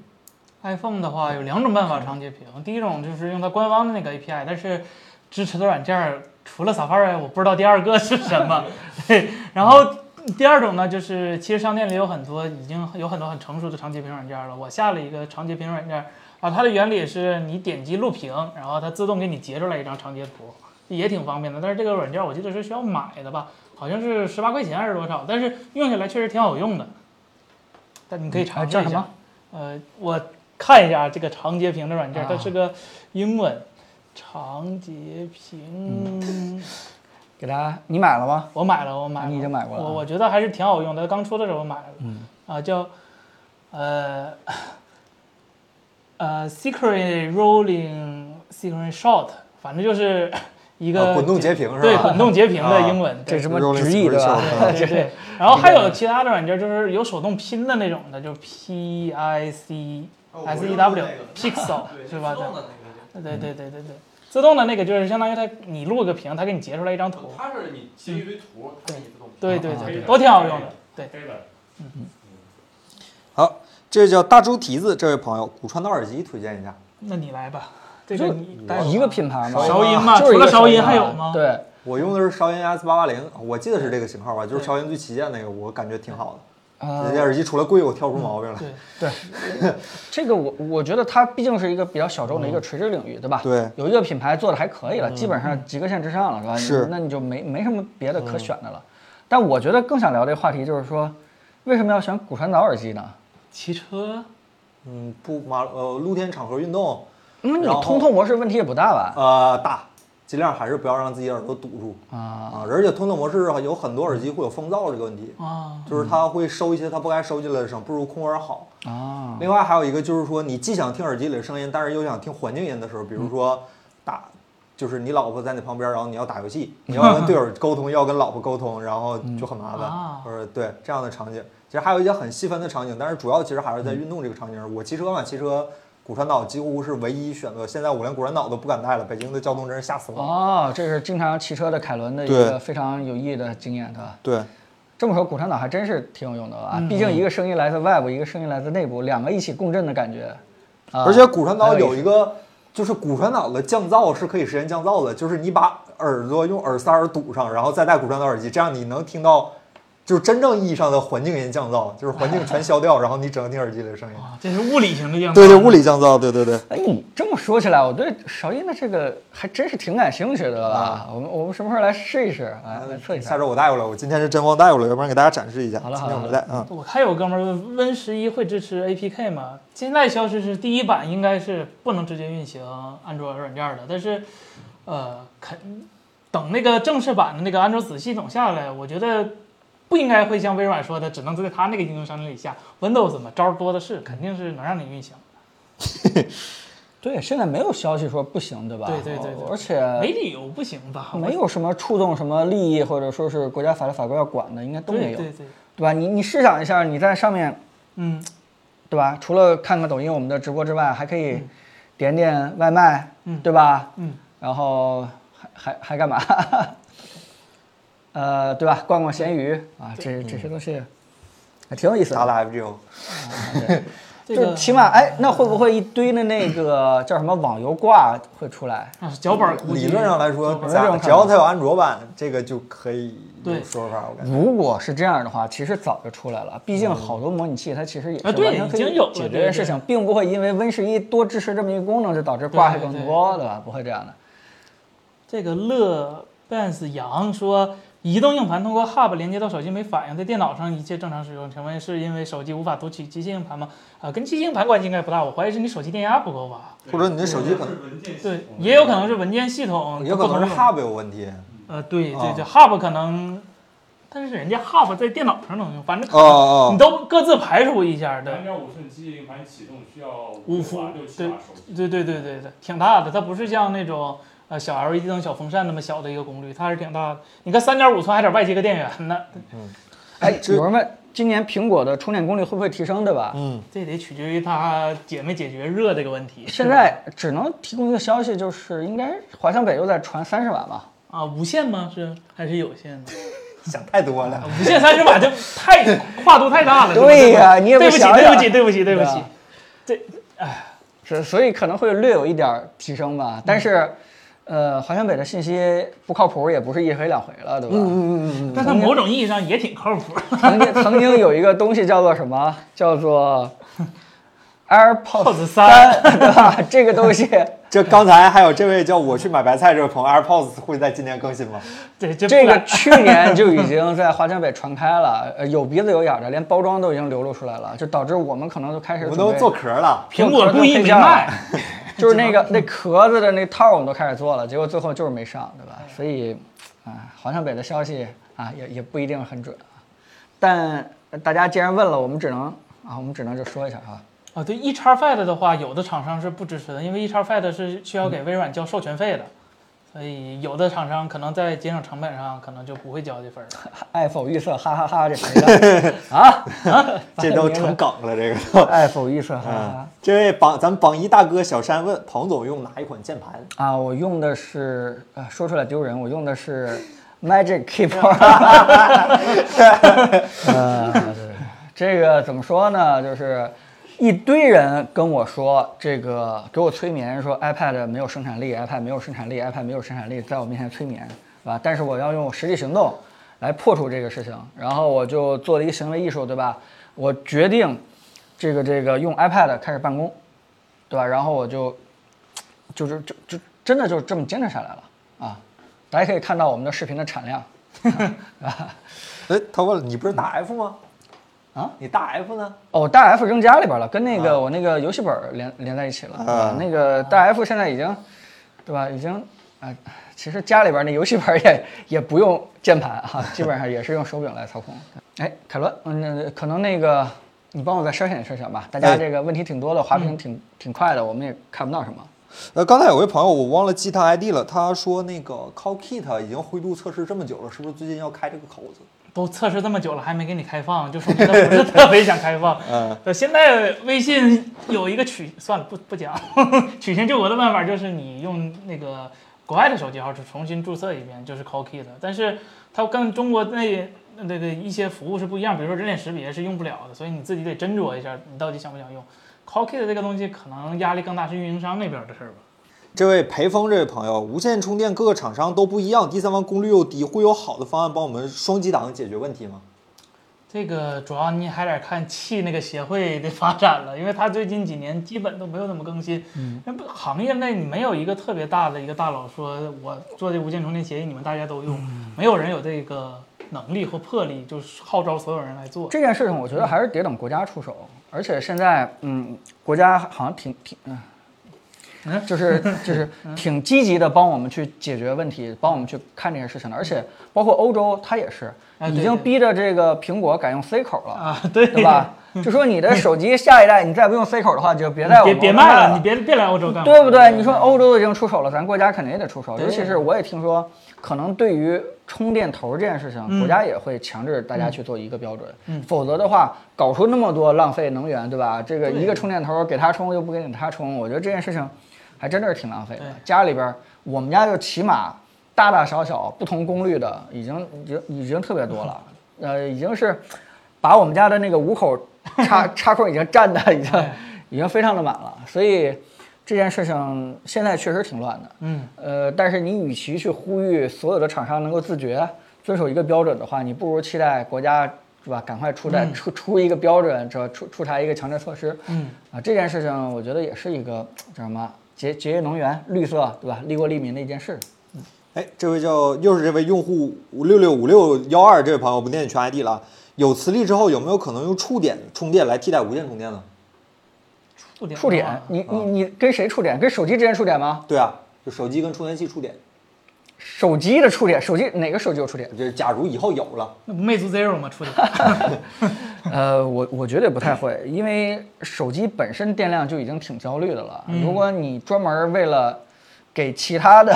Speaker 2: iPhone 的话有两种办法长截屏，第一种就是用它官方的那个 API，但是支持的软件儿除了 Safari，我不知道第二个是什 么。对，然后第二种呢，就是其实商店里有很多已经有很多很成熟的长截屏软件了，我下了一个长截屏软件儿啊，它的原理是你点击录屏，然后它自动给你截出来一张长截图，也挺方便的。但是这个软件儿我记得是需要买的吧，好像是十八块钱还是多少，但是用起来确实挺好用的。但你可以尝试
Speaker 3: 叫
Speaker 2: 一
Speaker 3: 嗯什
Speaker 2: 下
Speaker 3: 么。
Speaker 2: 呃，我看一下这个长截屏的软件，它
Speaker 3: 啊
Speaker 2: 是个英文。长截屏，
Speaker 3: 给大家，你买了吗？
Speaker 2: 我买了，我买了，
Speaker 3: 你已经买过了啊
Speaker 2: 我我觉得还是挺好用的，刚出的时候买了。啊，叫呃呃，secret rolling secret shot，反正就是一个、
Speaker 1: 啊滚动截屏是吧
Speaker 2: 对，滚动截屏的英文。对
Speaker 3: 这什么
Speaker 1: Rolling
Speaker 3: 直译对吧
Speaker 1: Screenshot？？
Speaker 2: 对对对，然后还有其他的软件，就是有手动拼的那种的，就 P I C
Speaker 5: 哦
Speaker 2: S
Speaker 5: 我
Speaker 2: E
Speaker 5: 用的那哦
Speaker 2: W
Speaker 5: 个
Speaker 2: Pixel 是吧？
Speaker 5: 自动
Speaker 2: 对
Speaker 5: 的那个就
Speaker 2: 对对对对对，自动的那个就是相当于它你录个屏，它给你截出来一张图，
Speaker 5: 它是你截一堆图，它给你自动
Speaker 2: 对对
Speaker 3: 啊
Speaker 2: 对，
Speaker 4: 对
Speaker 2: 都挺好用的。对，
Speaker 4: 黑的，
Speaker 1: 好，这叫大猪蹄子这位朋友，骨传导耳机推荐一下。
Speaker 2: 那你来吧，这个你带
Speaker 3: 一个品牌吗？
Speaker 2: 韶音嘛，
Speaker 3: 就是
Speaker 2: 除
Speaker 3: 一
Speaker 2: 了
Speaker 3: 个
Speaker 2: 韶音
Speaker 3: 牌
Speaker 2: 还有吗？，
Speaker 3: 对，
Speaker 1: 我用的是韶音 S 八八零，我记得是这个型号吧，就是韶音最旗舰那个，我感觉挺好的。
Speaker 3: 呃
Speaker 1: 这，耳机除了贵，我挑不出毛病来。
Speaker 2: 对，
Speaker 3: 这个我我觉得它毕竟是一个比较小众的一个垂直领域，对吧？
Speaker 1: 嗯对嗯
Speaker 3: 有一个品牌做的还可以了，基本上及格线之上了，是吧？
Speaker 1: 是
Speaker 3: 那你就没没什么别的可选的了。但我觉得更想聊这个话题就是说，为什么要选骨传导耳机呢？
Speaker 2: 骑车
Speaker 1: 嗯，不马呃露天场合运动，
Speaker 3: 那你
Speaker 1: 然后
Speaker 3: 通透模式问题也不大吧？
Speaker 1: 呃大，尽量还是不要让自己耳朵堵住
Speaker 3: 啊，
Speaker 1: 啊。而且通透模式有很多耳机会有风噪这个问题，
Speaker 2: 啊，
Speaker 1: 就是它会收一些它不该收进来的声，不如空耳好。
Speaker 3: 啊，
Speaker 1: 另外还有一个就是说，你既想听耳机里的声音，但是又想听环境音的时候，比如说打，就是你老婆在你旁边，然后你要打游戏，你要跟队友沟通，要跟老婆沟通，然后就很麻
Speaker 2: 啊
Speaker 1: 烦，或者对这样的场景。其实还有一些很细分的场景，但是主要其实还是在运动这个场景上。我骑车嘛，骑车骨传导几乎是唯一选择。现在我连骨传导都不敢带了，北京的交通真是吓死我了。
Speaker 3: 哦，这是经常骑车的凯伦的一
Speaker 1: 对
Speaker 3: 个非常有意义的经验，对吧？
Speaker 1: 对，
Speaker 3: 这么说，骨传导还真是挺有用的
Speaker 1: 嗯
Speaker 3: 啊，毕竟一个声音来自外部，一个声音来自内部，两个一起共振的感觉。啊
Speaker 1: 而且骨传导有
Speaker 3: 还
Speaker 1: 一个，就是骨传导的降噪是可以实现降噪的，就是你把耳朵用耳塞儿堵上，然后再戴骨传导耳机，这样你能听到就是真正意义上的环境音降噪，就是环境全消掉，然后你只能听耳机里的声音。
Speaker 2: 啊，这是物理型的降噪。
Speaker 1: 对对，物理降噪，对对对。
Speaker 3: 哎，你这么说起来，我对韶音的这个还真是挺感兴趣的啊。我们我们什么时候来试一
Speaker 2: 啊
Speaker 3: 试？来来测一
Speaker 1: 下
Speaker 3: 下。
Speaker 1: 周我带过来，我今天是真忘带过来，要不然给大家展示一下。
Speaker 3: 好了
Speaker 1: 今
Speaker 3: 好
Speaker 1: 天
Speaker 3: 了
Speaker 1: 我没带啊。
Speaker 2: 我看有哥们儿问 Win 十一会支持 APK 吗？现在消息是第一版应该是不能直接运行安卓软件的，但是，呃，肯等那个正式版的那个安卓子系统下来，我觉得不应该会像微软说的，只能在它那个应用商店里下 Windows 嘛，招儿多的是，肯定是能让你运行。
Speaker 3: 对，现在没有消息说不行，对吧？
Speaker 2: 对对对对
Speaker 3: 而且
Speaker 2: 没理由不行吧？
Speaker 3: 呃没有什么触动什么利益，或者说是国家法律法规要管的，应该都没
Speaker 2: 对
Speaker 3: 有，
Speaker 2: 对对，
Speaker 3: 对吧？你你试想一下，你在上面，
Speaker 2: 嗯，
Speaker 3: 对吧？除了看看抖音我们的直播之外，还可以点点外卖，
Speaker 2: 嗯
Speaker 3: 对吧？
Speaker 2: 嗯，
Speaker 3: 然后还还还干嘛？ 呃，对吧？逛逛闲鱼啊，这
Speaker 2: 嗯
Speaker 3: 这些东西还挺有意思
Speaker 1: 打
Speaker 3: 的。
Speaker 1: 打 FGO，
Speaker 2: 这
Speaker 3: 就
Speaker 2: 个
Speaker 3: 起码哎，那会不会一堆的那个 叫什么网游挂会出来？
Speaker 2: 啊脚本儿估计
Speaker 1: 理论上来说，
Speaker 3: 本
Speaker 1: 只
Speaker 3: 儿这种
Speaker 1: 要
Speaker 3: 看法
Speaker 1: 只要它有安卓版，这个就可以
Speaker 2: 对嗯
Speaker 1: 有说法，我感觉。
Speaker 3: 如果是这样的话，其实早就出来了。毕竟好多模拟器它其实也是
Speaker 2: 啊对
Speaker 3: 完全可
Speaker 2: 已经有
Speaker 3: 以
Speaker 2: 了
Speaker 3: 解决
Speaker 2: 对
Speaker 3: 这
Speaker 2: 对
Speaker 3: 个事情，并不会因为 Win 十一多支持这么一个功能就导致挂还更多，对吧？不会这样的。
Speaker 2: 这个乐 Benz 杨说，移动硬盘通过 Hub 连接到手机没反应，在电脑上一切正常使用。请问是因为手机无法读取机械硬盘吗？啊、跟机械硬盘关系应该不大，我怀疑是你手机电压不够吧？
Speaker 1: 或者你的手机可能
Speaker 4: 是文件系统
Speaker 2: 对，也有可能是文件系统，
Speaker 1: 也可能是
Speaker 2: 不同用
Speaker 1: Hub 有问题。
Speaker 2: 呃，对
Speaker 1: 啊
Speaker 2: 对对、h u b 可能，但是人家 Hub 在电脑上能用，反正、
Speaker 1: 哦哦
Speaker 2: 你，都各自排除一下，对
Speaker 4: 按。照五寸机硬盘启动需要
Speaker 2: 五伏
Speaker 4: 瓦六七瓦手机，
Speaker 2: 对对对对对，挺大的，它不是像那种呃小 LED 灯、小风扇那么小的一个功率，它还是挺大的。你看三点五寸还得外接个电源呢，
Speaker 3: 哎，
Speaker 1: 这
Speaker 3: 有人问今年苹果的充电功率会不会提升，对吧？
Speaker 1: 嗯，
Speaker 2: 这得取决于它解没解决热这个问题。
Speaker 3: 现
Speaker 2: 是吧
Speaker 3: 在只能提供一个消息，就是应该华强北又在传三十瓦嘛。
Speaker 2: 啊，无线吗？是还是有线呢？
Speaker 1: 想太多
Speaker 2: 啊
Speaker 1: 了。
Speaker 2: 无线三十瓦就太跨度太大了。
Speaker 3: 对呀
Speaker 2: 是吧
Speaker 3: 你也不
Speaker 2: 对不起，
Speaker 3: 想想
Speaker 2: 对不起，对不起，对不
Speaker 3: 对
Speaker 2: 起
Speaker 3: 吧。是，所以可能会略有一点儿提升吧。但
Speaker 1: 嗯
Speaker 3: 是，呃，华强北的信息不靠谱，也不是一回两回了，对吧？
Speaker 1: 嗯嗯嗯嗯
Speaker 2: 但它某种意义上也挺靠谱。
Speaker 3: 曾经曾经有一个东西叫做什么？叫做
Speaker 2: AirPods
Speaker 3: AirPods
Speaker 2: 三，
Speaker 3: 对吧？这个东西，
Speaker 1: 嗯， 这刚才还有这位叫我去买白菜这位朋友，AirPods 会在今年更新吗？
Speaker 2: 这这
Speaker 3: 这
Speaker 2: 不
Speaker 3: 个
Speaker 2: 敢
Speaker 3: 去年就已经在华强北传开了，呃有鼻子有眼儿的，连包装都已经流露出来了，就导致我们可能就开始
Speaker 1: 我们
Speaker 3: 准
Speaker 1: 都
Speaker 3: 备
Speaker 1: 做壳了。
Speaker 2: 苹果故意没
Speaker 3: 做壳
Speaker 2: 卖
Speaker 3: 配件，了， 就是那个那壳子的那套儿我们都开始做了，结果最后就是没上，对吧？所以，啊，华强北的消息啊也也不一定很准啊，但大家既然问了，我们只能啊，我们只能就说一下啊。
Speaker 2: 啊，对 E 叉 Fed 的话，有的厂商是不支持的，因为 E 叉 Fed 是需要给微软交授权费的，所以有的厂商可能在节省成本上，可能就不会交这份儿了。
Speaker 3: 爱否预测，哈哈哈这谁 的啊？
Speaker 1: 这都成梗了，这个都。
Speaker 3: 爱否预测，哈哈
Speaker 1: 嗯
Speaker 3: 哈，
Speaker 1: 这位榜咱们榜一大哥小山问庞总用哪一款键盘？
Speaker 3: 啊！我用的是啊，说出来丢人，我用的是 Magic Keyboard。呃，对 这个怎么说呢？就是一堆人跟我说，这个给我催眠，说 iPad 没有生产力，iPad 没有生产力，iPad 没有生产力，在我面前催眠，是吧？但是我要用实际行动来破除这个事情，然后我就做了一个行为艺术，对吧？我决定这个这个用 iPad 开始办公，对吧？然后我就就是就就真的就这么坚持下来了啊！大家可以看到我们的视频的产量，
Speaker 1: 哎，他问了，你不是大 F 吗？
Speaker 3: 啊，
Speaker 1: 你大 F 呢？
Speaker 3: 哦，大 F 扔家里边了，跟那个、
Speaker 1: 啊
Speaker 3: 我那个游戏本儿连连在一起了。
Speaker 1: 啊
Speaker 3: 那个大 F 现在已经，对吧？已经啊、其实家里边那游戏本儿也也不用键盘啊，基本上也是用手柄来操控。哎，凯伦，嗯，那可能那个你帮我再筛选筛选吧，大家
Speaker 1: 哎嗯
Speaker 3: 这个问题挺多的，滑屏挺、挺快的，我们也看不到什么。
Speaker 1: 呃，刚才有位朋友，我忘了记他 ID 了，他说那个 CallKit 已经灰度测试这么久了，是不是最近要开这个口子？
Speaker 2: 都测试这么久了还没给你开放，就说明它不是 特别想开放。
Speaker 1: 嗯，
Speaker 2: 呃，现在微信有一个取，算了，不不讲， 取信救国的办法就是你用那个国外的手机号去重新注册一遍，就是 Call Key 的，但是它跟中国内那个一些服务是不一样，比如说人脸识别是用不了的，所以你自己得斟酌一下，你到底想不想用。Call Key 的这个东西可能压力更大是运营商那边的事儿吧。
Speaker 1: 这位裴峰这位朋友，无线充电各个厂商都不一样，第三方功率又低，会有好的方案帮我们双击档解决问题吗？
Speaker 2: 这个主要你还得看气那个协会的发展了，因为它最近几年基本都没有怎么更新。
Speaker 3: 嗯
Speaker 2: 那不行业内你没有一个特别大的一个大佬说，我做这无线充电协议，你们大家都用，
Speaker 3: 嗯
Speaker 2: 没有人有这个能力和魄力，就是号召所有人来做。
Speaker 3: 这件事情，我觉得还是得等国家出手，而且现在，嗯，国家好像挺挺，嗯，就是就是
Speaker 2: 嗯
Speaker 3: 挺积极的帮我们去解决问题，帮我们去看这些事情的，而且包括欧洲，它也是
Speaker 2: 哎对
Speaker 3: 已经
Speaker 2: 对
Speaker 3: 逼着这个苹果改用 C 口了，
Speaker 2: 啊，对
Speaker 3: 对吧？就说你的手机下一代，你再不用 C 口的话，就别再
Speaker 2: 别
Speaker 3: 往
Speaker 2: 别
Speaker 3: 国外
Speaker 2: 卖了，你别别来欧洲干活。
Speaker 3: 对不对？你说欧洲已经出手了，咱国家肯定也得出手。
Speaker 2: 对
Speaker 3: 尤其是我也听说，可能对于充电头这件事情，国家也会强制大家去做一个标准，否则的话，搞出那么多浪费能源，对吧？这个一个充电头给他充又不给他充，我觉得这件事情还真的是挺浪费的
Speaker 2: 对。
Speaker 3: 家里边儿，我们家就起码大大小小不同功率的，已经已经已经特别多 了，呃，已经是把我们家的那个五口 插插口已经占的已
Speaker 2: 哎
Speaker 3: 经已经非常的满了，所以这件事情现在确实挺乱的。
Speaker 2: 嗯，
Speaker 3: 呃，但是你与其去呼吁所有的厂商能够自觉遵守一个标准的话，你不如期待国家是吧，赶快出台、出出一个标准，这出出台一个强制措施。
Speaker 2: 嗯，
Speaker 3: 啊，这件事情我觉得也是一个叫什么节节约能源、绿色对吧，利国利民的一件事。
Speaker 1: 哎，这位叫又是这位用户五六六五六幺二这位朋友，我不念你全 ID 了啊。有磁力之后，有没有可能用触点充电来替代无线充电呢？
Speaker 2: 触点
Speaker 3: 触点
Speaker 2: 啊，
Speaker 3: 你你你跟谁触点？跟手机之间触点吗？
Speaker 1: 对啊，就手机跟充电器触点，
Speaker 3: 手机的触点，手机哪个手机有触点？
Speaker 1: 就是假如以后有了，
Speaker 2: 那不魅族 Zero 吗？触点
Speaker 3: 呃，我我觉得不太会，因为手机本身电量就已经挺焦虑的了。如果你专门为了给其他的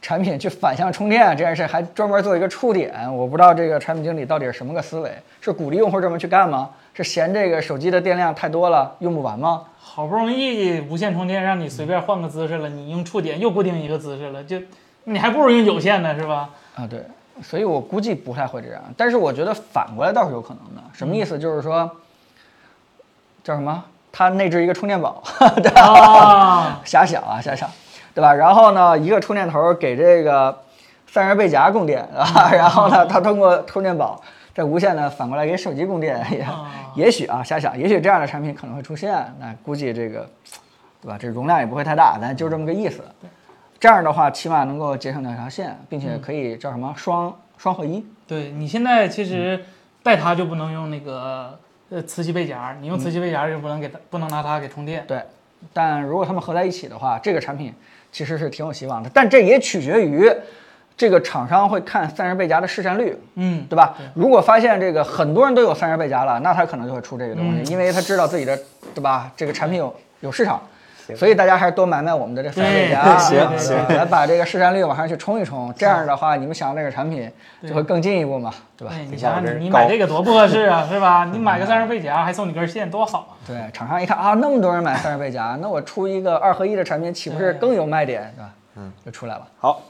Speaker 3: 产品去反向充电啊这件事，还专门做一个触点，我不知道这个产品经理到底是什么个思维，是鼓励用户这么去干吗？是嫌这个手机的电量太多了用不完吗？
Speaker 2: 好不容易无线充电让你随便换个姿势了，你用触点又固定一个姿势了，就你还不如用有线呢，是吧？
Speaker 3: 啊，对，所以我估计不太会这样，但是我觉得反过来倒是有可能的。什么意思？就是说，叫什么？它内置一个充电宝， 对吧？
Speaker 2: 啊，
Speaker 3: 瞎想啊，瞎想，对吧？然后呢，一个充电头给这个散热背夹供电啊， 然后呢，它通过充电宝这无线呢反过来给手机供电，也、
Speaker 2: 哦
Speaker 3: 也许啊，瞎想，也许这样的产品可能会出现。那估计这个，对吧？这容量也不会太大，咱就这么个意思。这样的话，起码能够节省两条线，并且可以叫什么双双合一。
Speaker 2: 对你现在其
Speaker 3: 嗯
Speaker 2: 实带它就不能用那个呃磁吸背夹，你用
Speaker 3: 嗯
Speaker 2: 磁吸背夹就不能给它不能拿它给充电。
Speaker 3: 对，但如果它们合在一起的话，这个产品其实是挺有希望的。但这也取决于这个厂商会看散热背夹的市占率，
Speaker 2: 嗯，
Speaker 3: 对吧？如果发现这个很多人都有散热背夹了，那他可能就会出这个东
Speaker 2: 嗯
Speaker 3: 西，因为他知道自己的对吧，这个产品有有市场。所以大家还是多买买我们的这散热背夹，
Speaker 2: 对
Speaker 3: 对吧
Speaker 2: 行行
Speaker 3: 来把这个市占率往上去冲一冲。这样的话，你们想这个产品就会更进一步嘛，对吧？
Speaker 2: 对你
Speaker 1: 挺好
Speaker 2: 想
Speaker 1: 这
Speaker 2: 想，你
Speaker 1: 高
Speaker 2: 买这个多不合适 啊，是吧？你买个
Speaker 3: 嗯
Speaker 2: 散热背夹还送你根线，多好啊！
Speaker 3: 对，厂商一看啊，那么多人买散热背夹，那我出一个二合一的产品，岂不是更有卖点，对吧？嗯，就出来了。
Speaker 1: 好，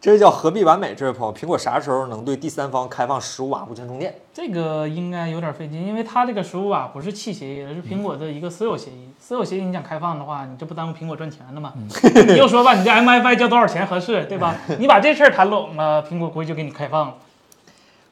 Speaker 1: 这位叫何必完美这位朋友，苹果啥时候能对第三方开放十五瓦无线充电？
Speaker 2: 这个应该有点费劲，因为它这个十五瓦不是气协议，而是
Speaker 3: 嗯
Speaker 2: 苹果的一个私有协议。私有协议你想开放的话，你这不耽误苹果赚钱了吗？
Speaker 3: 嗯
Speaker 2: 你又说吧，你这 MFI 交多少钱合适，对 吧？你把这事儿谈拢了，苹果估计就给你开放了。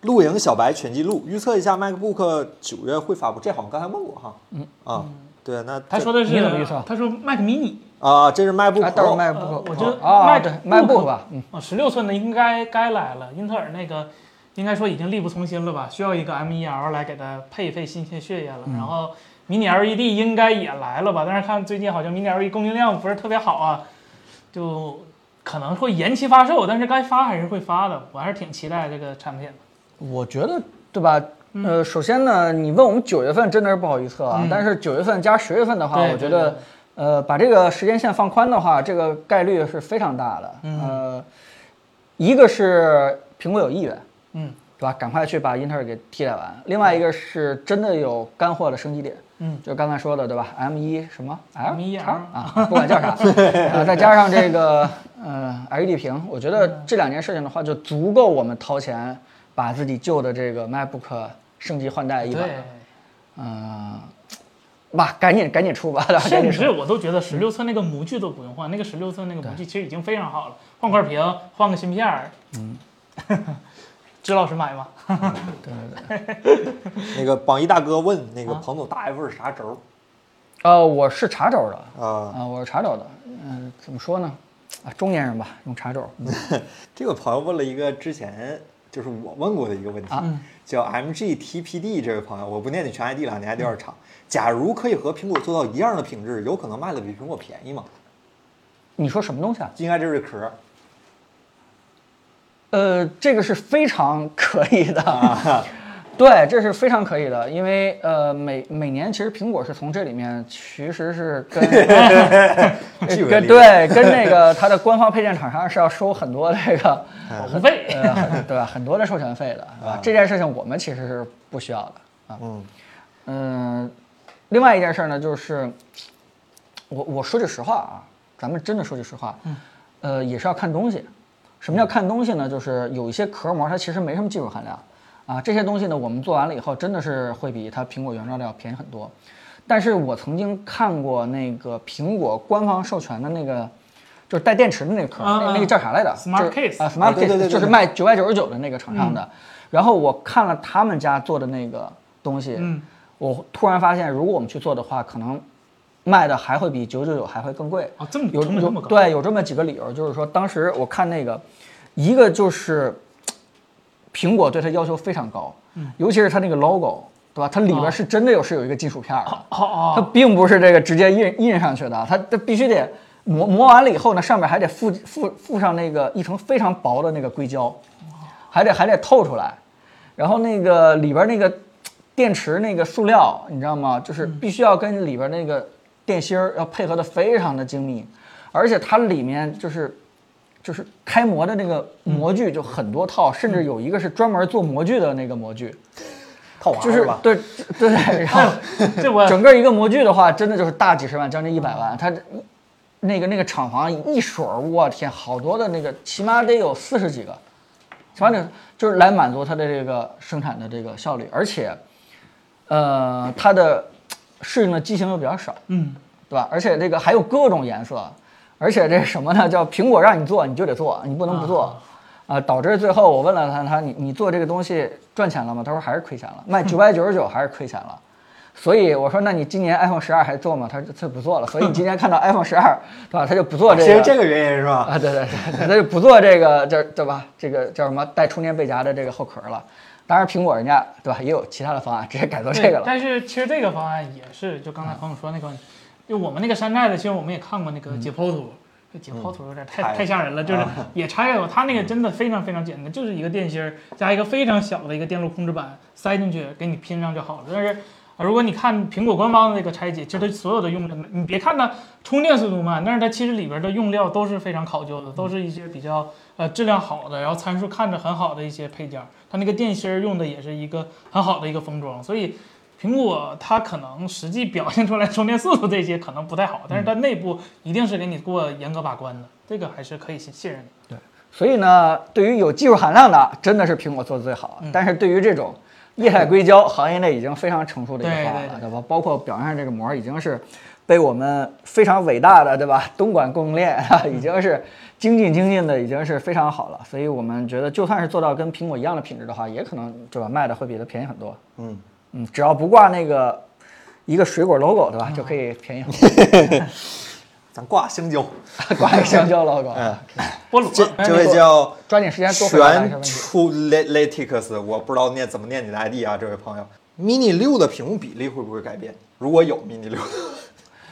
Speaker 1: 露营小白全季录，预测一下 MacBook 九月会发布，这好像刚才问过哈。嗯啊，对，那
Speaker 2: 他
Speaker 1: 这
Speaker 2: 说的是
Speaker 3: 你怎么预测
Speaker 2: 他说 Mac mini，
Speaker 1: 啊，这是 MacBook
Speaker 3: 啊，待会儿
Speaker 1: Pro，
Speaker 3: 卖
Speaker 2: 呃
Speaker 3: 不
Speaker 2: 我觉得
Speaker 3: 啊，
Speaker 2: 卖
Speaker 3: 对，
Speaker 2: 不
Speaker 3: 卖
Speaker 2: 可
Speaker 3: book 吧，嗯，
Speaker 2: 啊，十六寸的应该该来了。英特尔那个应该说已经力不从心了吧，需要一个 M1L 来给它配一配新鲜血液了。
Speaker 3: 嗯
Speaker 2: 然后 Mini LED E 应该也来了吧，但是看最近好像 Mini LED E 供应量不是特别好啊，就可能会延期发售，但是该发还是会发的。我还是挺期待这个产品的。
Speaker 3: 我觉得对吧？呃，首先呢，你问我们九月份真的是不好预测啊，
Speaker 2: 嗯
Speaker 3: 但是九月份加十月份的话，
Speaker 2: 对
Speaker 3: 我觉
Speaker 2: 对
Speaker 3: 得
Speaker 2: 对，
Speaker 3: 呃，把这个时间线放宽的话，这个概率是非常大的。
Speaker 2: 嗯
Speaker 3: 呃，一个是苹果有意愿，
Speaker 2: 嗯，
Speaker 3: 对吧？赶快去把英特尔给替代完。另外一个是真的有干货的升级点，
Speaker 2: 嗯，
Speaker 3: 就刚才说的，对吧？M 一什么 L
Speaker 2: M1
Speaker 3: 叉啊，不管 叫啥，呃，再加上这个呃 LED 屏，我觉得这两件事情的话，就足够我们掏钱把自己旧的这个 MacBook 升级换代一把
Speaker 2: 对，，
Speaker 3: 嗯，吧，赶紧赶紧出吧，赶
Speaker 2: 甚
Speaker 3: 紧出
Speaker 2: 至。我都觉得十六寸那个模具都不用换，那个十六
Speaker 3: 嗯
Speaker 2: 寸那个模具其实已经非常好了，换块屏，换个芯片儿，支老师买吗？
Speaker 1: 那个榜一大哥问那个
Speaker 2: 啊
Speaker 1: 彭总大 F 是啥轴
Speaker 3: 呃，我是茶轴的
Speaker 1: 儿啊？
Speaker 3: 啊、我是茶轴的。嗯、怎么说呢？啊，中年人吧，用茶轴。
Speaker 1: 这个朋友问了一个之前就是我问过的一个问题，
Speaker 3: 啊
Speaker 1: 叫 MGTPD 这位朋友，我不念你全 ID 了，你 ID 有点长。假如可以和苹果做到一样的品质，有可能卖的比苹果便宜吗？
Speaker 3: 你说什么东西啊？
Speaker 1: 应该就是壳儿。
Speaker 3: 呃，这个是非常可以的， 对，这是非常可以的，因为呃，每每年其实苹果是从这里面其实是 跟
Speaker 1: 据为
Speaker 3: 哎跟
Speaker 1: 例
Speaker 3: 对跟那个它的官方配件厂商是要收很多这个
Speaker 2: 保护费。
Speaker 3: 呃很对吧很多的授权费的，对吧？这件事情我们其实是不需要的啊。
Speaker 1: 嗯
Speaker 3: 嗯，另外一件事儿呢，就是我我说句实话啊，咱们真的说句实话，
Speaker 2: 嗯
Speaker 3: 呃，也是要看东西。什么叫看东西呢？就是有一些壳膜它其实没什么技术含量啊，这些东西呢，我们做完了以后，真的是会比它苹果原装的要便宜很多。但是我曾经看过那个苹果官方授权的那个，就是带电池的那个壳，
Speaker 2: 啊
Speaker 3: 那
Speaker 2: 啊
Speaker 3: 那个叫啥来着
Speaker 2: Smart
Speaker 3: 就是
Speaker 2: Case 嗯
Speaker 3: 啊，Smart
Speaker 1: 啊对对对对
Speaker 3: Case 就是
Speaker 1: 对
Speaker 3: 卖九百九十九的那个厂商的。然后我看了他们家做的那个东西，
Speaker 2: 嗯
Speaker 3: 我突然发现，如果我们去做的话，可能卖的还会比九九九还会更贵。
Speaker 2: 哦，这么
Speaker 3: 有
Speaker 2: 成本这么
Speaker 3: 有
Speaker 2: 高？，
Speaker 3: 对，有这么几个理由，就是说当时我看那个，一个就是苹果对它要求非常高，
Speaker 2: 嗯
Speaker 3: 尤其是它那个 logo，对吧？它里边
Speaker 2: 哦
Speaker 3: 是真的有是有一个金属片儿的，
Speaker 2: 哦
Speaker 3: 它
Speaker 2: 哦，
Speaker 3: 并不是这个直接印印上去的，它它必须得磨磨完了以后呢，上面还得附附附上那个一层非常薄的那个硅胶，还得还得透出来，然后那个里边那个电池那个塑料，你知道吗？就是
Speaker 1: 嗯
Speaker 3: 必须要跟里边那个电芯儿要配合的非常的精密，而且它里面就是。就是开模的那个模具就很多套，
Speaker 1: 嗯
Speaker 3: 甚至有一个是专门做模具的那个模具，
Speaker 1: 套娃
Speaker 3: 就
Speaker 1: 儿
Speaker 3: 是
Speaker 1: 吧？
Speaker 3: 对对，然 后
Speaker 2: 这我
Speaker 3: 整个一个模具的话，真的就是大几十万，将近一百万。它这那个那个厂房一水儿，我天，好多的那个，起码得有四十几个，起码得就是来满足它的这个生产的这个效率，而且，呃，它的适应的机型又比较少，
Speaker 2: 嗯，
Speaker 3: 对吧？而且这个还有各种颜色，而且这什么呢？叫苹果让你做你就得做，你不能不做。啊导致最后我问了他，他你你做这个东西赚钱了吗？他说还是亏钱了，卖九百九十九还是亏钱了。所以我说，那你今年 iPhone 十二还做吗？他说他不做了。所以你今年看到 iPhone 十二，对吧？他就不做这
Speaker 1: 其实
Speaker 3: 个。
Speaker 1: 这个原因是吧？
Speaker 3: 啊，对对对，他就不做这个这对吧？这个叫什么带充电背夹的这个后壳了。当然，苹果人家对吧也有其他的方案，直接改做这
Speaker 2: 对
Speaker 3: 个了。
Speaker 2: 但是其实这个方案也是，就刚才朋友说那个问题，就我们那个山寨的，其实我们也看过那个解剖图。这解剖图有点
Speaker 1: 太
Speaker 2: 太太吓人了，就是也拆开过，它那个真的非常非常简单，就是一个电芯儿加一个非常小的一个电路控制板塞进去，给你拼上就好了。但是呃如果你看苹果官方的那个拆解，其实它所有的用料，你别看它充电速度慢，但是它其实里边的用料都是非常考究的，都是一些比较呃质量好的，然后参数看着很好的一些配件儿。它那个电芯儿用的也是一个很好的一个封装，所以苹果它可能实际表现出来充电速度这些可能不太好，但是它内部一定是给你过严格把关的，这个还是可以信信任的。
Speaker 3: 所以呢，对于有技术含量的，真的是苹果做的最好。啊
Speaker 2: 嗯
Speaker 3: 但是对于这种液态硅胶，行业内已经非常成熟的一个
Speaker 2: 对
Speaker 3: 方案
Speaker 2: 对
Speaker 3: 了，
Speaker 2: 对
Speaker 3: 对吧？包括表面上这个膜已经是被我们非常伟大的，对 吧？东莞供应链啊，已经是精进精进的，已经是非常好了。所以我们觉得，就算是做到跟苹果一样的品质的话，也可能对吧，卖的会比它便宜很多。
Speaker 1: 嗯
Speaker 3: 嗯，只要不挂那个一个水果 logo，对吧，
Speaker 2: 啊
Speaker 3: 就可以便宜很多。
Speaker 1: 咱挂香蕉。
Speaker 3: 挂一个香 蕉 logo，
Speaker 1: 嗯，
Speaker 2: 菠萝，
Speaker 1: 这这位叫
Speaker 3: 抓紧时间多回答一下
Speaker 1: 全
Speaker 3: 问题。
Speaker 1: Chuletics，我不知道念怎么念你的 ID 啊，这位朋友。mini 六的屏幕比例会不会改变？如果有 mini 六，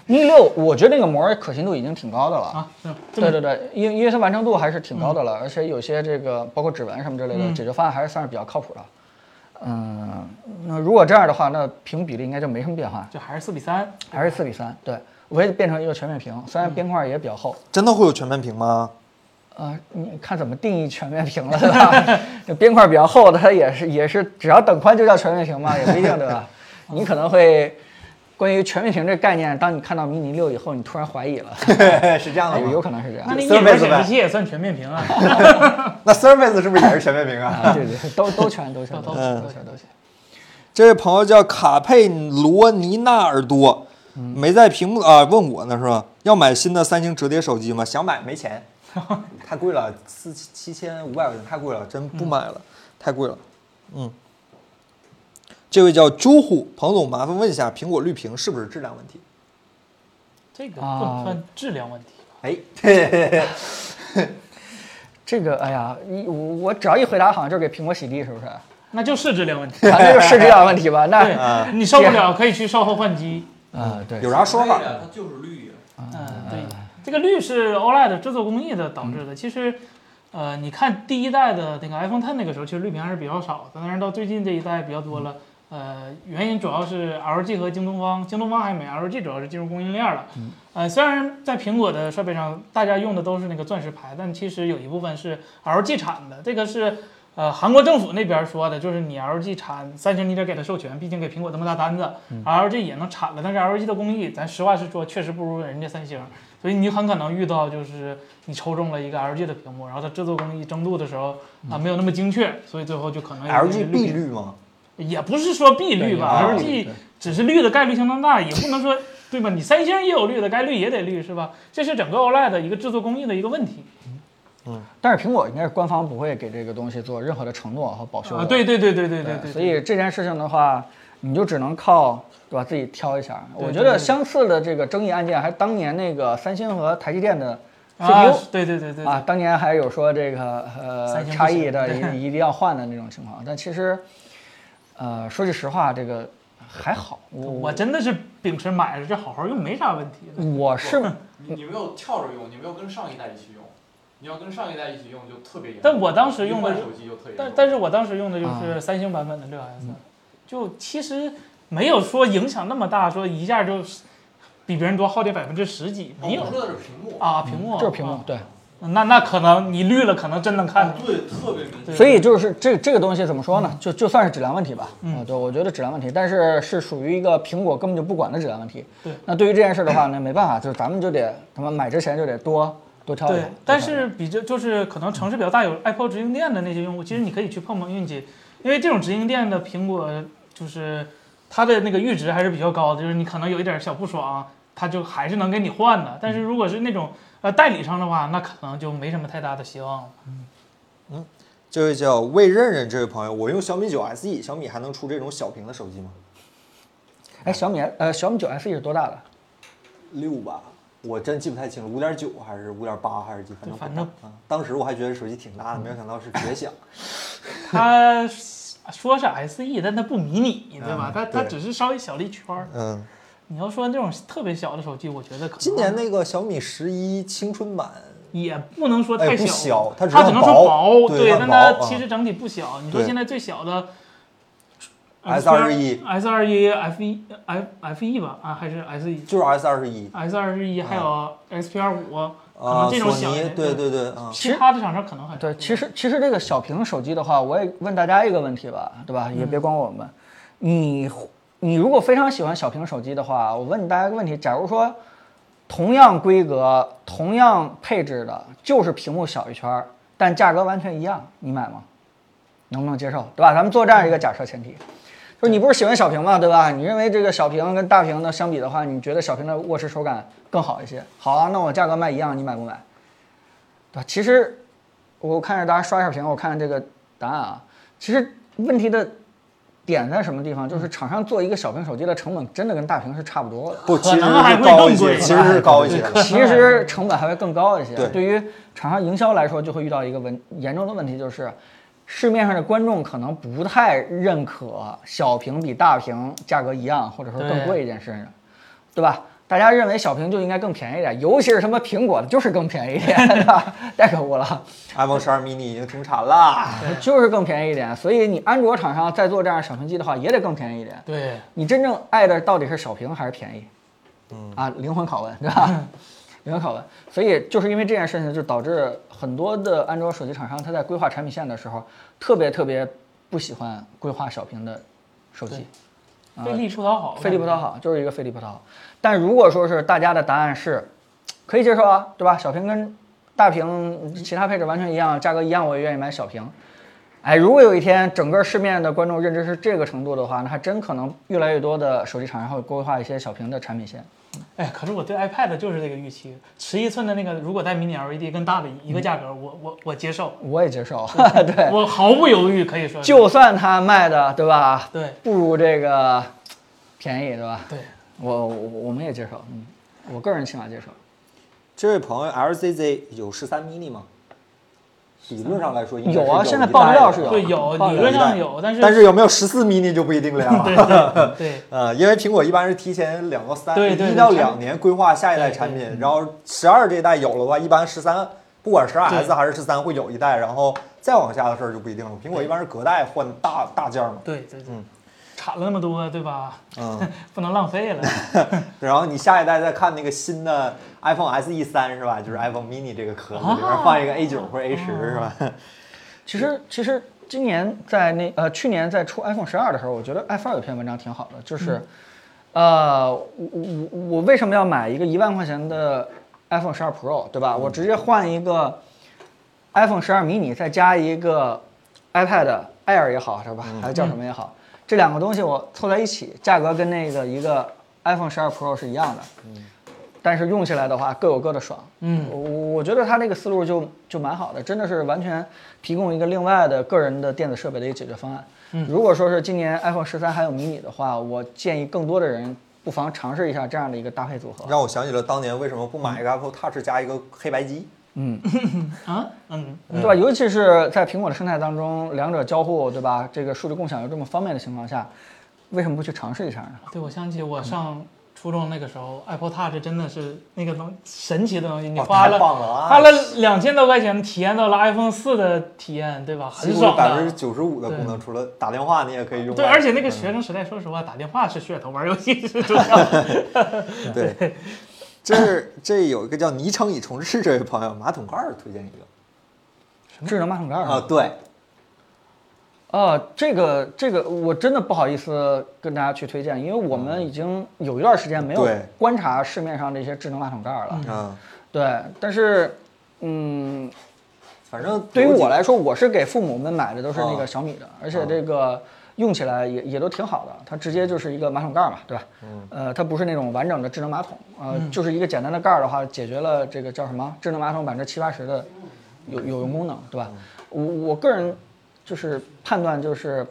Speaker 3: 一六，我觉得那个膜儿可信度已经挺高的了。
Speaker 2: 啊，是吗这
Speaker 3: 对
Speaker 2: 么
Speaker 3: 对对，因为因为它完成度还是挺高的了，而且有些这个包括指纹什么之类的、
Speaker 2: 嗯
Speaker 3: 解决方案还是算是比较靠谱的。嗯，那如果这样的话，那屏比例应该就没什么变化，
Speaker 2: 就还是四比三，
Speaker 3: 还是四比三。对，无非变成一个全面屏，虽然边框也比较厚。
Speaker 1: 真的会有全面屏吗？
Speaker 3: 呃，你看怎么定义全面屏了，对 吧？这边块比较厚的，它也是也是，只要等宽就叫全面屏嘛，也不一定，对吧？你可能会关于全面屏这概念，当你看到迷你六以后，你突然怀疑 了，
Speaker 1: 是这样的
Speaker 3: 有有
Speaker 1: 吗？
Speaker 3: 可能是这样
Speaker 2: 那。那
Speaker 1: 四
Speaker 2: 一
Speaker 1: 倍
Speaker 2: 轮
Speaker 1: 四倍
Speaker 2: 显示器也算全面屏啊。
Speaker 1: 那 Surface 是不是也是全面屏啊？
Speaker 3: 啊，对对，都都全都全
Speaker 2: 都
Speaker 3: 都全
Speaker 2: 都
Speaker 3: 都全都全。
Speaker 1: 这位朋友叫卡佩罗尼纳尔多，没在屏幕啊、问我呢是吧？要买新的三星折叠手机 嗯吗？想买没钱，太贵了，四七千五百块钱太贵了，真不买了。
Speaker 6: 太贵了。嗯，这位叫朱虎彭总，麻烦问一下，苹果绿屏是不是质量问题？
Speaker 2: 这个不
Speaker 3: 啊
Speaker 2: 能算质量问题。
Speaker 1: 哎，
Speaker 3: 这个，哎呀，你我我只要一回答，好像就是给苹果洗地，是不是？啊，
Speaker 2: 那就是质量问题。
Speaker 3: 那就是质量问题吧？那
Speaker 1: 啊
Speaker 2: 对，你受不了可以去售后换机。
Speaker 3: 啊，对啊
Speaker 1: 有啥说法？
Speaker 5: 它就是绿呀。
Speaker 2: 嗯，对，这个绿是 OLED 制作工艺的导致的。其实，呃，你看第一代的那个 iPhone Ten 那个时候，其实绿屏还是比较少的，但是到最近这一代比较多了。呃，原因主要是 LG 和京东方，京东方还没，LG 主要是进入供应链了。呃，虽然在苹果的设备上大家用的都是那个钻石牌，但其实有一部分是 LG 产的，这个是。呃，韩国政府那边说的就是你 LG 产三星，你得给它授权，毕竟给苹果这么大单子、l g 也能产了，但是 LG 的工艺，咱实话实说，确实不如人家三星，所以你很可能遇到就是你抽中了一个 LG 的屏幕，然后它制作工艺争度的时候啊、没有那么精确，所以最后就可
Speaker 5: 哎
Speaker 2: 能有一些
Speaker 1: LG
Speaker 2: 绿
Speaker 1: 碧绿吗？
Speaker 2: 也不是说必绿吧
Speaker 1: 对
Speaker 2: ，LG 只是绿的概率相当大，也不能说对吧？你三星也有绿的概率也得绿是吧？这是整个 OLED 的一个制作工艺的一个问题
Speaker 3: 但是苹果应该是官方不会给这个东西做任何的承诺和保修
Speaker 2: 啊、
Speaker 3: 的。
Speaker 2: 对对对对对对
Speaker 3: 对
Speaker 2: 对，
Speaker 3: 所以这件事情的话，你就只能靠对吧自己挑一下。
Speaker 2: 对
Speaker 3: 我
Speaker 2: 对
Speaker 3: 觉得
Speaker 2: 对
Speaker 3: 相似的这个争议案件，还当年那个三星和台积电的 CPU
Speaker 2: 啊，对对对对
Speaker 3: 啊，当年还有说这个
Speaker 2: 三
Speaker 3: 呃
Speaker 2: 星不
Speaker 3: 差异
Speaker 2: 行
Speaker 3: 的
Speaker 2: 对
Speaker 3: 一一定要换的那种情况，但其实，呃，说句实话，这个还好，我嗯
Speaker 2: 我真的是秉持买了就好好用，没啥问题的。
Speaker 3: 我是
Speaker 5: 你你没有跳着用，你没有跟上一代一起用。你要跟上一代一起用就特别严重。
Speaker 2: 但我当时用的
Speaker 5: 一换手机就特别严重。
Speaker 2: 但但是我当时用的
Speaker 3: 啊
Speaker 2: 就是三星版本的六 S，、就其实没有说影响那么大，说一下就比别人多耗电百分之十几，没有
Speaker 5: 哦我说的是屏幕，
Speaker 2: 啊，屏幕
Speaker 3: 哦嗯就是屏幕
Speaker 2: 啊
Speaker 3: 对，
Speaker 2: 那那可能你绿了，可能真能看
Speaker 5: 啊
Speaker 2: 出来。
Speaker 5: 对，特别明
Speaker 2: 对
Speaker 5: 显。
Speaker 3: 所以就是这这个东西怎么说呢？就就算是质量问题吧，
Speaker 2: 嗯
Speaker 3: 啊，对，我觉得质量问题，但是是属于一个苹果根本就不管的质量问题。
Speaker 2: 对，
Speaker 3: 那对于这件事的话呢，没办法，就是咱们就得他妈买之前就得多多挑一
Speaker 2: 对
Speaker 3: 挑。，
Speaker 2: 但是比较就是可能城市比较大有 Apple 直营店的那些用户，其实你可以去碰碰运气，因为这种直营店的苹果就是它的那个阈值还是比较高的，就是你可能有一点小不爽，它就还是能给你换的。
Speaker 1: 嗯
Speaker 2: 但是如果是那种呃代理商的话，那可能就没什么太大的希望了。
Speaker 6: 这位叫魏任任这位朋友，我用小米九 SE，小
Speaker 1: E，
Speaker 6: 米还能出这种小屏的手机吗？
Speaker 3: 哎，小米呃小米九 SE 是多大的？
Speaker 1: 六吧，我真记不太清了，五点九还是五点八还是几，反正不
Speaker 2: 反正
Speaker 1: 大啊当时我还觉得手机挺大的，没有想到是绝响。
Speaker 2: 它说是 SE，但它不迷你，对吧？它它
Speaker 1: 嗯对
Speaker 2: 只是稍微小了一圈儿。
Speaker 6: 嗯，
Speaker 2: 你要说那种特别小的手机，我觉得可能
Speaker 1: 今年那个小米十一青春版，
Speaker 2: 也不能说
Speaker 1: 哎
Speaker 2: 太
Speaker 1: 不
Speaker 2: 小
Speaker 1: 小，它只
Speaker 2: 它只能说薄，
Speaker 1: 对
Speaker 2: 对，
Speaker 1: 它
Speaker 2: 但它
Speaker 1: 薄啊
Speaker 2: 其实整体不小。你说
Speaker 1: 对
Speaker 2: 现在最小的呃
Speaker 1: S 二十一
Speaker 2: S 二一、F 一、F F 一吧，啊，还是 S 一、
Speaker 1: 就是 S 二十一
Speaker 2: S 二十一，还有 XP 二五，可
Speaker 1: 啊，
Speaker 2: 能这种
Speaker 1: 索
Speaker 2: 小一
Speaker 1: 尼
Speaker 2: 点，
Speaker 1: 对对对啊，
Speaker 2: 其他的厂商可能很
Speaker 3: 对，其实其实这个小屏手机的话，我也问大家一个问题吧，对吧？也别光我们，你你如果非常喜欢小屏手机的话，我问大家一个问题：假如说同样规格、同样配置的，就是屏幕小一圈儿，但价格完全一样，你买吗？能不能接受，对吧？咱们做这样一个假设前提，就是你不是喜欢小屏嘛，对吧？你认为这个小屏跟大屏的相比的话，你觉得小屏的握持手感更好一些？好啊，那我价格卖一样，你买不买？对吧？其实我看着大家刷一下屏，我看看这个答案啊。其实问题的点在什么地方？就是厂商做一个小屏手机的成本真的跟大屏是差不多的。
Speaker 1: 不，其实
Speaker 2: 可能还
Speaker 1: 是
Speaker 2: 会
Speaker 1: 高一
Speaker 2: 更
Speaker 1: 些，
Speaker 2: 贵
Speaker 1: 其实是高一些的。
Speaker 3: 其实成本还会更高一些。
Speaker 1: 对
Speaker 3: 于厂商营销来说，就会遇到一个问严重的问题，就是市面上的观众可能不太认可小屏比大屏价格一样，或者说更
Speaker 2: 对
Speaker 3: 贵一件事情，对吧？大家认为小屏就应该更便宜一点，尤其是什么苹果的，就是更便宜一点， 对吧？太可恶了。
Speaker 1: iPhone 十二 mini 已经停产啦，
Speaker 3: 就是更便宜一点。所以你安卓厂商再做这样小屏机的话，也得更便宜一点。
Speaker 2: 对。
Speaker 3: 你真正爱的到底是小屏还是便宜？嗯啊，灵魂拷问，对吧？灵魂拷问。所以就是因为这件事情，就导致很多的安卓手机厂商，他在规划产品线的时候，特别特别不喜欢规划小屏的手机。啊
Speaker 2: 费力不讨好，
Speaker 3: 费力不讨好，就是一个费力不讨好。但如果说是大家的答案是，可以接受啊，对吧？小屏跟大屏其他配置完全一样，价格一样，我也愿意买小屏。哎，如果有一天整个市面的观众认知是这个程度的话，那还真可能越来越多的手机厂商会规划一些小屏的产品线。
Speaker 2: 哎，可是我对 iPad 就是这个预期，十一寸的那个如果带 Mini LED E 跟大的一个价格，我我我接受，
Speaker 3: 我也接受，嗯
Speaker 2: 嗯
Speaker 3: 对，
Speaker 2: 我毫不犹豫，可以说是
Speaker 3: 就算它卖的对吧，
Speaker 2: 对
Speaker 3: 不如这个便宜对吧？
Speaker 2: 对，
Speaker 3: 我我我们也接受，嗯，我个人起码接受。
Speaker 1: 这位朋友 LZZ 有十三 mini 吗？理论上来说应该是
Speaker 3: 有啊现在
Speaker 1: 一
Speaker 3: 爆
Speaker 1: 代
Speaker 3: 料
Speaker 1: 的
Speaker 3: 是有
Speaker 2: 对有
Speaker 3: 放
Speaker 2: 理
Speaker 1: 着
Speaker 2: 论
Speaker 1: 一代
Speaker 2: 上有，但是
Speaker 1: 但是有没有十四 mini 就不一定了呀。
Speaker 2: 对对对，
Speaker 1: 呃，因为苹果一般是提前两到三，
Speaker 2: 对对对
Speaker 1: 一到两年规划下一代产
Speaker 2: 对嗯
Speaker 1: 品，然后十二这一代有了的话，一般十三，不管十二 S
Speaker 2: 对
Speaker 1: 还是十三会有一代，然后再往下的事儿就不一定了。苹果一般是隔代换大大件儿嘛，
Speaker 2: 对对对
Speaker 1: 嗯，
Speaker 2: 产了那么多，对吧？
Speaker 1: 嗯，
Speaker 2: 不能浪费了。
Speaker 1: 然后你下一代再看那个新的 iPhone SE 三是吧？就是 iPhone mini 这个壳子里边
Speaker 2: 啊
Speaker 1: 放一个 A 九或者 A 十
Speaker 2: 哦
Speaker 1: 是吧？
Speaker 3: 其实其实今年在那呃去年在出 iPhone 十二的时候，我觉得 iPhone 有篇文章挺好的，就是，呃，我我我我为什么要买一个一万块钱的 iPhone 十二 Pro，对吧？我直接换一个 iPhone 十二 mini，再加一个 iPad Air 也好，是吧？还是叫什么也好，这两个东西我凑在一起，价格跟那个一个 iPhone 十二 Pro 是一样的。但是用起来的话各有各的爽。
Speaker 2: 嗯
Speaker 3: 我我我觉得他这个思路就就蛮好的，真的是完全提供一个另外的个人的电子设备的一个解决方案。嗯，如果说是今年 iPhone 十三还有迷你的话，我建议更多的人不妨尝试一下这样的一个搭配组合。
Speaker 1: 让我想起了当年为什么不买一个 Apple Touch 加一个黑白机？
Speaker 2: 啊，嗯，
Speaker 3: 对吧？尤其是在苹果的生态当中，两者交互，对吧？这个数据共享又这么方便的情况下，为什么不去尝试一下呢？
Speaker 2: 对，我想起我上初中那个时候，Apple Touch 真的是那个东神奇的东西，你
Speaker 1: 哇
Speaker 2: 花
Speaker 1: 太
Speaker 2: 了
Speaker 1: 棒了啊！
Speaker 2: 花了两千多块钱体验到了 iPhone 四的体验，对吧？
Speaker 1: 几
Speaker 2: 很
Speaker 1: 乎
Speaker 2: 爽
Speaker 1: 百分之
Speaker 2: 的。
Speaker 1: 九十五的功能，
Speaker 2: 对
Speaker 1: 除了打电话你也可以用外接。
Speaker 2: 对，而且那个学生
Speaker 1: 嗯
Speaker 2: 时代，说实话，打电话是噱头，玩游戏是 主要。
Speaker 1: 对，这是这有一个叫昵称已重置这位朋友，马桶盖儿推荐一个
Speaker 3: 智能马桶盖儿
Speaker 1: 啊，对，
Speaker 3: 啊，这个这个我真的不好意思跟大家去推荐，因为我们已经有一段时间没有
Speaker 1: 对
Speaker 3: 观察市面上的一些智能马桶盖儿了。
Speaker 1: 嗯，
Speaker 3: 对，但是，嗯，
Speaker 1: 反正
Speaker 3: 对于
Speaker 1: 有几
Speaker 3: 我来说，我是给父母们买的都是那
Speaker 1: 啊
Speaker 3: 个小米的，而且这个用起来也也都挺好的。它直接就是一个马桶盖儿嘛，对吧？嗯。呃，它不是那种完整的智能马桶，呃，
Speaker 1: 嗯
Speaker 3: 就是一个简单的盖儿的话，解决了这个叫什么智能马桶百分之七八十的有有用功能，对吧？我
Speaker 1: 嗯
Speaker 3: 我个人就是判断就是，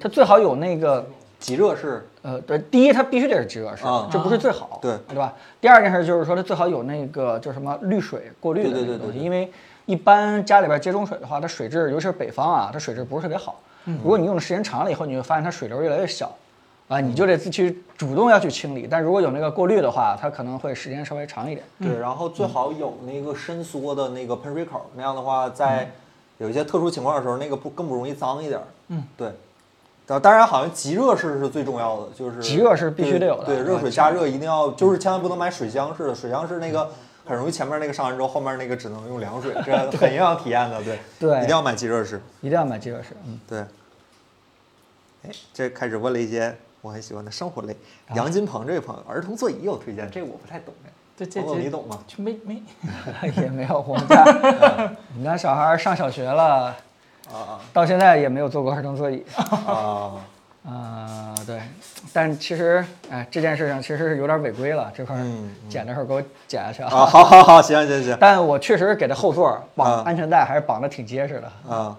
Speaker 3: 它最好有那个。
Speaker 1: 极热式，
Speaker 3: 呃，对，第一它必须得是极热式
Speaker 1: 啊，
Speaker 3: 这不是最好，
Speaker 1: 对
Speaker 3: 对吧？第二件事就是说它最好有那个叫什么滤水过滤的
Speaker 1: 对对
Speaker 3: 那
Speaker 1: 对
Speaker 3: 个
Speaker 1: 对
Speaker 3: 东西，
Speaker 1: 对
Speaker 3: 因为一般家里边接种水的话，它水质，尤其是北方啊，它水质不是特别好。
Speaker 1: 嗯
Speaker 3: 如果你用的时间长了以后，你会发现它水流越来越小，啊，你就得自己去主动要去清理。但如果有那个过滤的话，它可能会时间稍微长一点。
Speaker 1: 对，然后
Speaker 3: 嗯
Speaker 1: 最好有那个伸缩的那个喷水口，那样的
Speaker 3: 嗯
Speaker 1: 话，在有一些特殊情况的时候，那个不更不容易脏一点。嗯，对。当当然，好像极热式是最重要的，就是
Speaker 3: 极热式必须得有的
Speaker 1: 对，对
Speaker 3: 嗯
Speaker 1: 热水加热一定要，就是千万不能买水箱式的，水箱式那个很容易前面那个上完之后，后面那个只能用凉水， 这很影响体验的。对，
Speaker 3: 对
Speaker 1: 一定要买极热式。
Speaker 3: 一定要买极热式，嗯，
Speaker 1: 对。哎，这开始问了一些我很喜欢的生活类。
Speaker 3: 啊
Speaker 1: 杨金鹏这位朋友，儿童座椅有推荐，这个我不太懂哎。
Speaker 2: 这这
Speaker 1: 王总
Speaker 2: 这，
Speaker 1: 你懂吗？
Speaker 2: 就没没
Speaker 3: 也没有我们 家，我们家小孩上小学了，
Speaker 1: 啊
Speaker 3: 到现在也没有坐过儿童座椅。
Speaker 1: 啊啊！
Speaker 3: 啊、对，但其实，哎，这件事情其实是有点违规了，这块儿
Speaker 1: 嗯
Speaker 3: 剪的时候给我剪下去啊。
Speaker 1: 啊，好好好，行行行
Speaker 3: 但我确实给它后座儿
Speaker 1: 啊
Speaker 3: 绑安全带还是绑得挺结实的。
Speaker 1: 啊，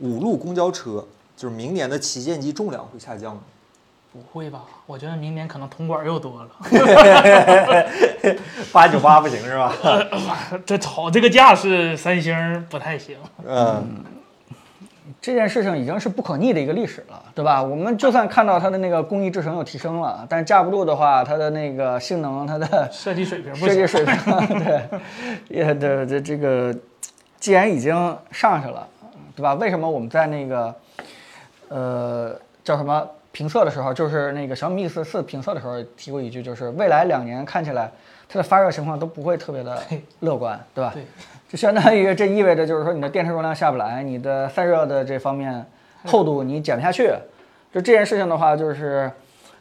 Speaker 1: 五路公交车就是明年的旗舰机重量会下降吗？
Speaker 2: 不会吧？我觉得明年可能铜管又多了。
Speaker 1: 八九八不行是吧？
Speaker 2: 这炒这个价是三星儿不太行。
Speaker 1: 嗯，
Speaker 3: 这件事情已经是不可逆的一个历史了，对吧？我们就算看到它的那个工艺制程有提升了，但架不住的话，它的那个性能、它的
Speaker 2: 设计水平不
Speaker 3: 设计
Speaker 2: 行。
Speaker 3: 水 平，对，也对这这个，既然已经上去了，对吧？为什么我们在那个，呃，叫什么评测的时候，就是那个小米 Mix 四评测的时候提过一句，就是未来两年看起来它的发热情况都不会特别的乐观，对吧？
Speaker 2: 对，
Speaker 3: 就相当于这意味着就是说你的电池容量下不来，你的散热的这方面厚度你减不下去。就这件事情的话，就是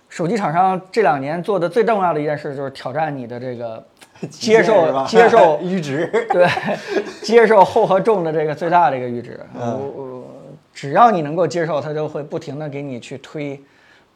Speaker 3: 手机厂商这两年做的最重要的一件事就是挑战你的这个接
Speaker 1: 旗舰是
Speaker 3: 受
Speaker 1: 吧
Speaker 3: 接受
Speaker 1: 阈值。
Speaker 3: 对 接受厚和重的这个最大的一个阈值。我我只要你能够接受，它就会不停的给你去推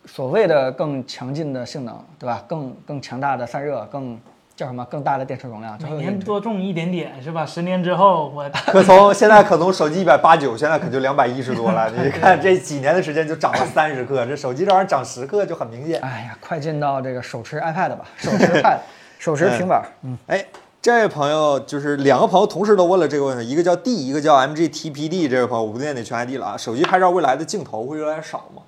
Speaker 3: 所谓的更强劲的性能，对吧？更更强大的散热，更叫什么？更大的电池容量，就
Speaker 2: 每
Speaker 3: 会有
Speaker 2: 年
Speaker 3: 一
Speaker 2: 多种一点点是吧？十年之后 我
Speaker 1: 可从现在可从手机一百八九，现在可就两百一十多 了。你看这几年的时间就涨了三十克，这手机这玩意儿涨十克就很明显。
Speaker 3: 哎呀，快进到这个手持 iPad 吧，手持 Pad，手持平板。嗯，
Speaker 6: 哎，这位朋友就是两个朋友同时都问了这个问题，一个叫 D，一个叫 MGTPD。这位朋友，我不念你全 ID 了啊。手机拍照未来的镜头会越来越少吗？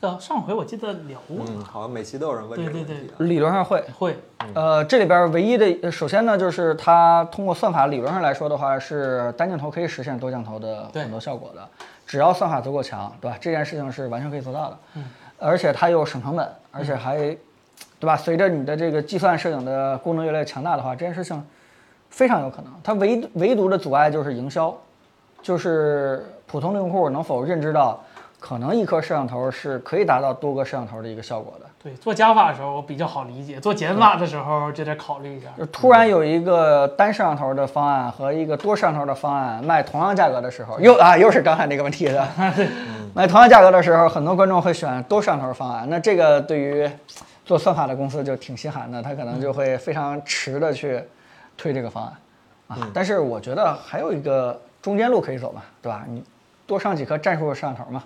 Speaker 2: 呃上回我记得聊过，
Speaker 6: 嗯，好像每期都有人问这个问题、啊。
Speaker 2: 对对对
Speaker 3: 理论上会。
Speaker 2: 会
Speaker 3: 呃，这里边唯一的，呃首先呢，就是它通过算法理论上来说的话，是单镜头可以实现多镜头的
Speaker 2: 对
Speaker 3: 很多效果的，只要算法足够强，对吧？这件事情是完全可以做到的。嗯，而且它又省成本，而且还，对吧？随着你的这个计算摄影的功能越来越强大的话，这件事情非常有可能。它唯唯独的阻碍就是营销，就是普通的用户能否认知到，可能一颗摄像头是可以达到多个摄像头的一个效果的。
Speaker 2: 对做加法的时候我比较好理解，做减法的时候就得考虑一下。
Speaker 3: 就突然有一个单摄像头的方案和一个多摄像头的方案卖同样价格的时候，又啊又 是刚才那个问题的，卖同样价格的时候，很多观众会选多摄像头方案。那这个对于做算法的公司就挺心寒的，他可能就会非常迟的去推这个方案啊。但是我觉得还有一个中间路可以走嘛，对吧？你多上几颗战术摄像头嘛。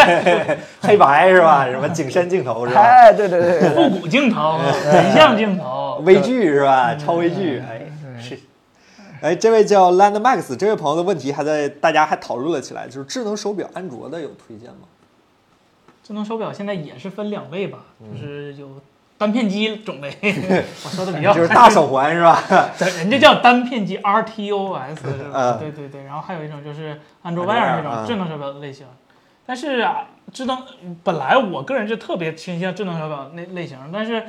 Speaker 1: 黑白是吧？什么景深镜头是吧？
Speaker 3: 哎，对对对对
Speaker 1: 嗯
Speaker 2: 复古镜头、人像镜头，
Speaker 1: 微距是吧？超微距，哎，是。
Speaker 6: 哎，这位叫 Landmax 这位朋友的问题还在大家还讨论了起来，就是智能手表安卓的有推荐吗？
Speaker 2: 智能手表现在也是分两类吧，就是有单片机 种类，我说的比较
Speaker 1: 就是大手环是吧？
Speaker 2: 人家叫单片机 RTOS 是吧
Speaker 1: 嗯？
Speaker 2: 对对对，然后还有一种就是安卓
Speaker 1: Android
Speaker 2: 外那
Speaker 1: 嗯
Speaker 2: 种智能手表的类型，但是啊，智能本来我个人是特别倾向智能手表那类型，但是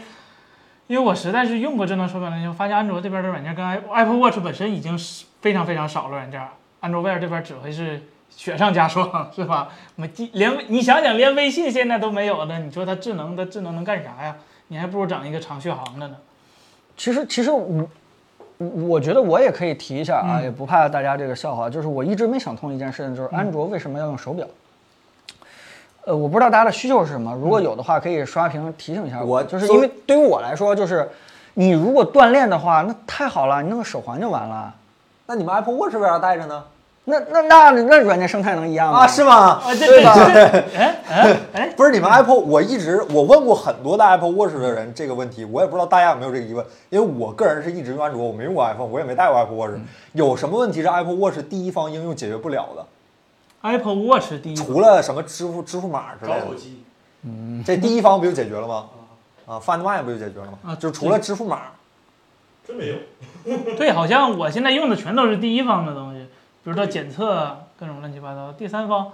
Speaker 2: 因为我实在是用过智能手表类型，发现安卓这边的软件跟 Apple- Apple Watch 本身已经是非常非常少了软件，安卓 Wear 这边只会是雪上加霜，是吧？没连你想想，连微信现在都没有了，你说它智能的智能能干啥呀？你还不如整一个长续航的呢。
Speaker 3: 其实其实我我我觉得我也可以提一下
Speaker 1: 嗯
Speaker 3: 啊，也不怕大家这个笑话，就是我一直没想通一件事情，就是安
Speaker 1: 嗯
Speaker 3: 卓为什么要用手表？呃，我不知道大家的需求是什么，如果有的话可以刷屏提醒一下
Speaker 1: 嗯我
Speaker 3: 就是
Speaker 1: 作
Speaker 3: 因为对于我来说，就是你如果锻炼的话，那太好了，你弄个手环就完了。
Speaker 1: 那你们 Apple Watch 为啥带着呢？
Speaker 3: 那那那那软件生态能一样吗？
Speaker 1: 啊，是吗？
Speaker 2: 啊，这这这，哎哎哎，
Speaker 1: 不是你们 Apple，我一直我问过很多的 Apple Watch 的人这个问题，我也不知道大家有没有这个疑问，因为我个人是一直用安卓，我没用过 iPhone，我也没带过 Apple Watch，有什么问题是 Apple Watch 第一方应用解决不了的？
Speaker 2: Apple Watch 第一
Speaker 1: 除了什么支付支付码之类
Speaker 5: 找手
Speaker 1: 的，
Speaker 5: 机，
Speaker 1: 这第一方不就解决了吗？啊，Find My 不就解决了吗
Speaker 2: 啊？
Speaker 1: 就是除了支付码，
Speaker 4: 真没有。
Speaker 2: 对，好像我现在用的全都是第一方的东西，比如说检测啊各种乱七八糟，第三方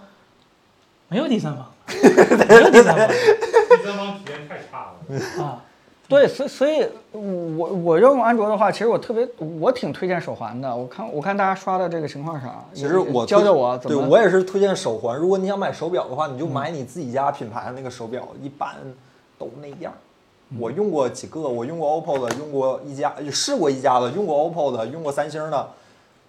Speaker 2: 没有第三方，没有第三方
Speaker 4: 第三方体验太差了。
Speaker 2: 啊，
Speaker 3: 对，所以所以，我我用安卓的话，其实我特别，我挺推荐手环的。我看我看大家刷的这个情况是啥？
Speaker 1: 其实我
Speaker 3: 教
Speaker 1: 推
Speaker 3: 教我啊怎
Speaker 1: 对
Speaker 3: 么。嗯
Speaker 1: 我也是推荐手环。如果你想买手表的话，你就买你自己家品牌的那个手表，一般都那样。
Speaker 3: 嗯
Speaker 1: 我用过几个，我用过 OPPO 的，用过一加，试过一加的，用过 OPPO 的，用过三星的。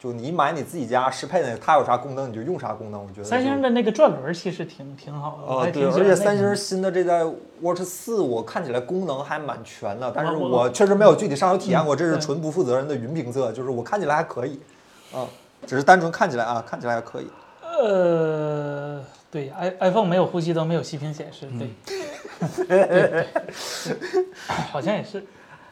Speaker 1: 就你买你自己家适配的，它有啥功能你就用啥功能。我觉得
Speaker 2: 三星
Speaker 1: 的
Speaker 2: 的那个转轮其实挺挺好的，我
Speaker 1: 呃
Speaker 2: 还
Speaker 1: 对，
Speaker 2: 挺
Speaker 1: 而
Speaker 2: 喜欢
Speaker 1: 且
Speaker 2: 那个
Speaker 1: 三星新的这代 Watch 四，我看起来功能还蛮全的，但是
Speaker 2: 啊我
Speaker 1: 我确实没有具体上手体验过，这是
Speaker 2: 嗯对
Speaker 1: 纯不负责任的云评测，就是我看起来还可以，啊，只是单纯看起来啊，看起来还可以。
Speaker 2: 呃。对，i iPhone 没有呼吸灯，没有息屏显示，
Speaker 1: 嗯
Speaker 2: 对， 对对好像也是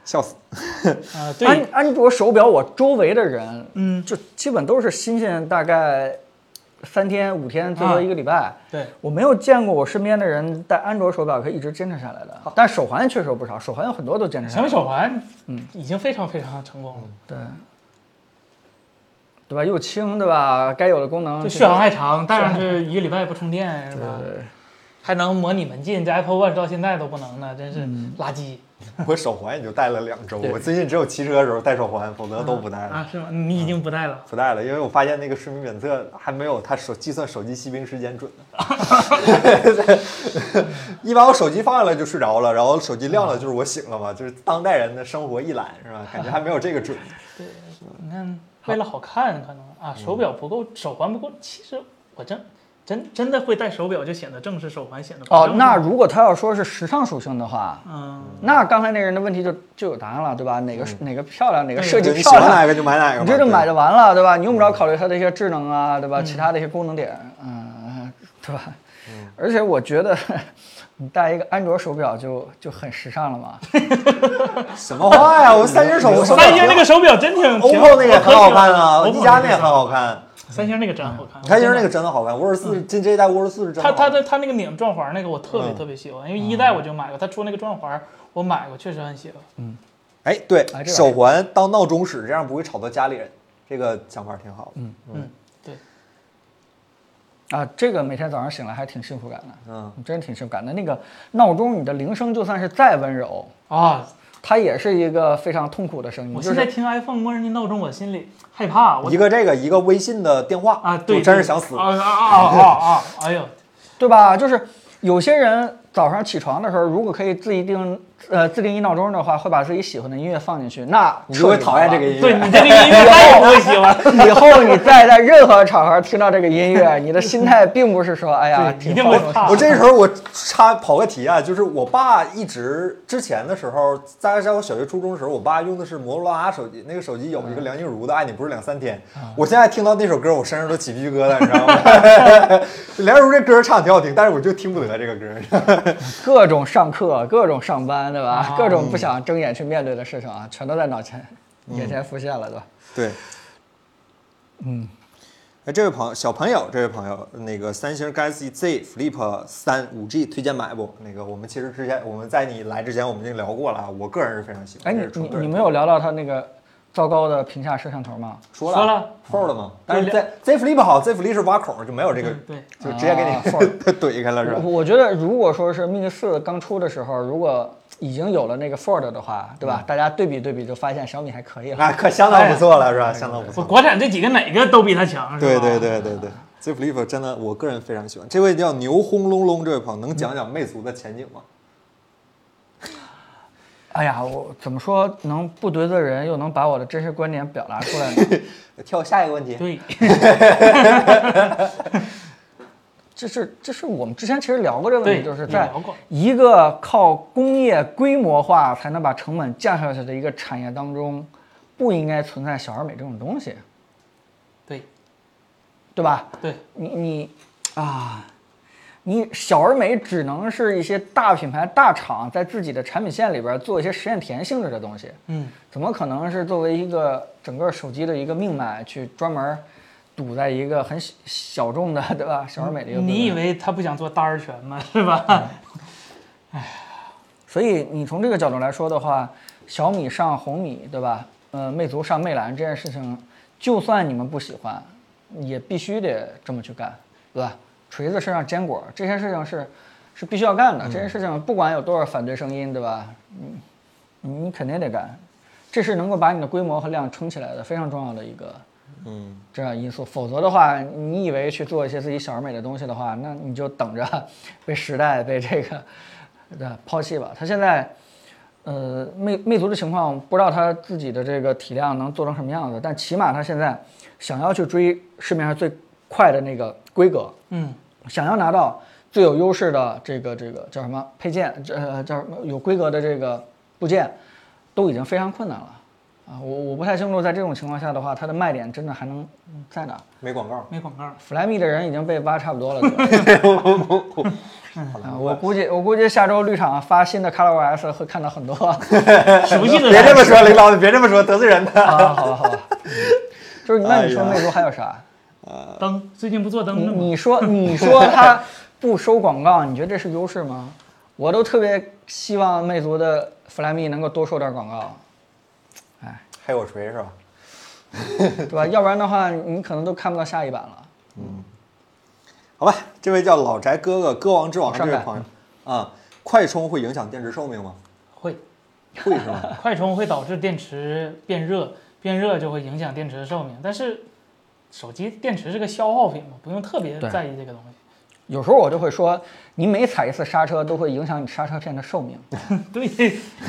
Speaker 1: 笑死！
Speaker 2: 啊、
Speaker 3: 安
Speaker 2: 对，
Speaker 3: 安卓手表，我周围的人
Speaker 2: 嗯，
Speaker 3: 就基本都是新鲜，大概三天、五天，最多
Speaker 2: 啊
Speaker 3: 一个礼拜。
Speaker 2: 对，
Speaker 3: 我没有见过我身边的人戴安卓手表可以一直坚持下来的，但手环确实有不少，手环有很多都坚持
Speaker 2: 小
Speaker 3: 下来
Speaker 2: 米
Speaker 3: 了。
Speaker 2: 手环，嗯，已经非常非常成功了，
Speaker 3: 对，对吧？又轻，对吧？该有的功
Speaker 1: 嗯
Speaker 3: 能
Speaker 2: 就
Speaker 3: 其实
Speaker 2: 续航还长，但是一个礼拜也不充电是
Speaker 3: 对
Speaker 2: 吧？
Speaker 3: 对对
Speaker 2: 还能模拟门禁，这 Apple Watch 到现在都不能呢，真是垃圾。
Speaker 1: 我手环也就戴了两周，我最近只有骑车的时候戴手环，否则都不戴了。
Speaker 2: 啊，是吗？你已经不戴了。
Speaker 1: 不戴了，因为我发现那个睡眠检测还没有它手计算手机熄屏时间准呢。 一般我手机放下来就睡着了，然后手机亮了就是我醒了嘛，就是当代人的生活一览是吧？感觉还没有这个准。
Speaker 2: 你看，为了好看，可能啊，手表不够，手环不够。其实我真，真真的会戴手表就显得正式，手环显得不
Speaker 3: 哦
Speaker 2: 正，式
Speaker 3: 那如果他要说是时尚属性的话，
Speaker 2: 嗯，
Speaker 3: 那刚才那人的问题就就有答案了，对吧？哪个、哪个漂亮，哪个
Speaker 2: 对
Speaker 3: 设计
Speaker 1: 对你喜
Speaker 3: 漂
Speaker 1: 欢
Speaker 3: 亮，
Speaker 1: 哪个就买哪个嘛，
Speaker 3: 你这就
Speaker 1: 对嗯
Speaker 3: 买就完了，对吧？你用不着考虑它的一些智能啊，对吧？其他的一些功能点，嗯，对吧？
Speaker 1: 嗯
Speaker 3: 而且我觉得你戴一个安卓手表就就很时尚了嘛。
Speaker 1: 什么话呀？我三星手我手表
Speaker 2: 三星那个手表真挺挺
Speaker 1: OPPO 那个也很好看啊，
Speaker 2: 我
Speaker 1: 一加那也很好看，
Speaker 2: 三星那个真好看，
Speaker 1: 三星那个真的好看，五十四这这一代五十四是真
Speaker 2: 它
Speaker 1: 好嗯
Speaker 2: 它
Speaker 1: 看。
Speaker 2: 的它那个拧转环那个我特别特别喜欢，因为一代我就买过，它出那个转环我买过，确实很喜欢。
Speaker 1: 哎，对
Speaker 3: 哎，这个
Speaker 1: 手环当闹钟使，这样不会吵到家里人，这个想法挺好的。嗯
Speaker 3: 啊，这个每天早上醒来还挺幸福感的，
Speaker 1: 嗯，
Speaker 3: 真挺幸福感的。那个闹钟，你的铃声就算是再温柔，
Speaker 2: 啊！
Speaker 3: 它也是一个非常痛苦的
Speaker 1: 嗯
Speaker 3: 声音。
Speaker 2: 我
Speaker 3: 就
Speaker 2: 现在
Speaker 3: 是
Speaker 2: 听 iPhone 默认的闹钟，我心里害怕。我
Speaker 1: 一个这个一个微信的电话
Speaker 2: 啊，对，
Speaker 1: 我真是想死
Speaker 2: 啊。啊啊啊啊！哎呦，
Speaker 3: 对吧？就是有些人早上起床的时候，如果可以自己定呃自定义闹钟的话，会把自己喜欢的音乐放进去，那
Speaker 1: 你就会
Speaker 3: 彻底
Speaker 1: 讨厌这
Speaker 3: 了
Speaker 1: 个音
Speaker 2: 对
Speaker 1: 乐。
Speaker 2: 你这个音乐太不会喜欢，
Speaker 3: 以后你再在任何场合听到这个音乐，你的心态并不是说，哎呀，
Speaker 2: 对一
Speaker 3: 挺
Speaker 2: 定
Speaker 3: 放
Speaker 2: 会
Speaker 3: 松
Speaker 2: 怕。
Speaker 1: 我这时候我插跑个题啊，就是我爸一直之前的时候，在在我小学初中的时候，我爸用的是摩托罗拉手机，那个手机有一个梁静茹的《爱你不是两三天》，我现在听到那首歌，我身上都起鸡皮疙瘩，你知道吗？ 梁静茹这歌唱得挺好听，但是我就听不得这个歌。
Speaker 3: 各种上课，各种上班，对
Speaker 2: 啊
Speaker 3: 吧？各种不想睁眼去面对的事情啊，全都在脑前眼前浮现了，对吧？
Speaker 1: 对，嗯，哎，这位朋友，小朋友，这位朋友，那个三星 Galaxy Z Flip 三五 G 推荐买不？那个我们其实之前我们在你来之前我们已经聊过了啊，我个人是非常喜
Speaker 3: 哎，
Speaker 1: 欢。
Speaker 3: 你
Speaker 1: 这是出
Speaker 3: 你
Speaker 1: 队
Speaker 3: 你没有聊到他那个糟糕的屏下摄像头吗？
Speaker 1: 说
Speaker 2: 说了
Speaker 1: fold 了
Speaker 3: 嗯
Speaker 1: 吗？但是 Z Z Flip 好，Z Flip 是挖孔，就没有这个
Speaker 2: 嗯，对，
Speaker 1: 就直接给你
Speaker 3: 啊 fold
Speaker 1: 怼开了是吧
Speaker 3: 我？我觉得，如果说是 Mix 四刚出的时候，如果已经有了那个 Fold 的话，对吧？大家对比对比，就发现小米还可以了。
Speaker 1: 啊，可相当不错了是吧？相当不
Speaker 2: 我
Speaker 1: 错。
Speaker 2: 国产这几个哪个都比它强，是
Speaker 1: 对
Speaker 2: 吧？
Speaker 1: 对。对对对，Z Flip 真的，我个人非常喜欢。这位叫牛轰隆隆这位朋友，能讲讲
Speaker 3: 嗯
Speaker 1: 魅族的前景吗？
Speaker 3: 哎呀，我怎么说能不得罪人，又能把我的真实观点表达出来呢？
Speaker 1: 呃跳下一个问题。
Speaker 2: 对，
Speaker 3: 这是这是我们之前其实聊过这个问题，
Speaker 2: 对
Speaker 3: 就是
Speaker 2: 你
Speaker 3: 在
Speaker 2: 聊过
Speaker 3: 一个靠工业规模化才能把成本降下去的一个产业当中，不应该存在小而美这种东西，
Speaker 2: 对，
Speaker 3: 对吧？
Speaker 2: 对，
Speaker 3: 你你啊，你小而美只能是一些大品牌、大厂在自己的产品线里边做一些实验田性质的东西，
Speaker 2: 嗯，
Speaker 3: 怎么可能是作为一个整个手机的一个命脉去专门堵在一个很小小众的，对吧？小而美的一个部分
Speaker 2: 你以为他不想做大而全吗？是吧？
Speaker 3: 所以你从这个角度来说的话，小米上红米，对吧？呃，魅族上魅蓝这件事情，就算你们不喜欢，也必须得这么去干，对吧？锤子身上坚果这些事情是是必须要干的，这件事情不管有多少反对声音，对吧？你你肯定得干，这是能够把你的规模和量撑起来的非常重要的一个。嗯，这样因素，否则的话，你以为去做一些自己小而美的东西的话，那你就等着被时代、被这个对，呃抛弃吧。他现在，呃，魅魅族的情况，不知道他自己的这个体量能做成什么样子，但起码他现在想要去追市面上最快的那个规格，
Speaker 2: 嗯，
Speaker 3: 想要拿到最有优势的这个这个叫什么配件，这、呃、叫什么有规格的这个部件，都已经非常困难了。啊，我我不太清楚，在这种情况下的话，它的卖点真的还能在哪
Speaker 1: 没广告。
Speaker 2: 没广告。
Speaker 3: ？Flyme 的人已经被挖差不 多了。对吧啊我估计，我估计下周绿厂发新的 ColorOS 会看到很 多。
Speaker 2: 熟悉的
Speaker 1: 别这么
Speaker 2: 人，
Speaker 1: 说，领导，别这么说，得罪人的。
Speaker 3: 啊，好吧，好吧。就是那你说
Speaker 1: 哎呀
Speaker 3: 魅族还有啥？
Speaker 2: 灯最近不做灯
Speaker 3: 你
Speaker 1: 嗯
Speaker 2: 了吗？
Speaker 3: 你说你说它不收广告，你觉得这是优势吗？我都特别希望魅族的 Flyme 能够多收点广告，
Speaker 1: 还有锤是吧？
Speaker 3: 对 吧？要不然的话，你可能都看不到下一版了。
Speaker 1: 好吧，这位叫老宅哥哥歌王之王
Speaker 3: 我
Speaker 1: 这
Speaker 3: 上
Speaker 1: 位
Speaker 3: 来
Speaker 1: 朋友啊，快充会影响电池寿命吗？
Speaker 2: 会，
Speaker 1: 会是 吗？
Speaker 2: 快充会导致电池变热，变热就会影响电池的寿命。但是手机电池是个消耗品嘛，不用特别
Speaker 3: 对
Speaker 2: 在意这个东西。
Speaker 3: 有时候我就会说，你每踩一次刹车都会影响你刹车片的寿命，
Speaker 2: 对，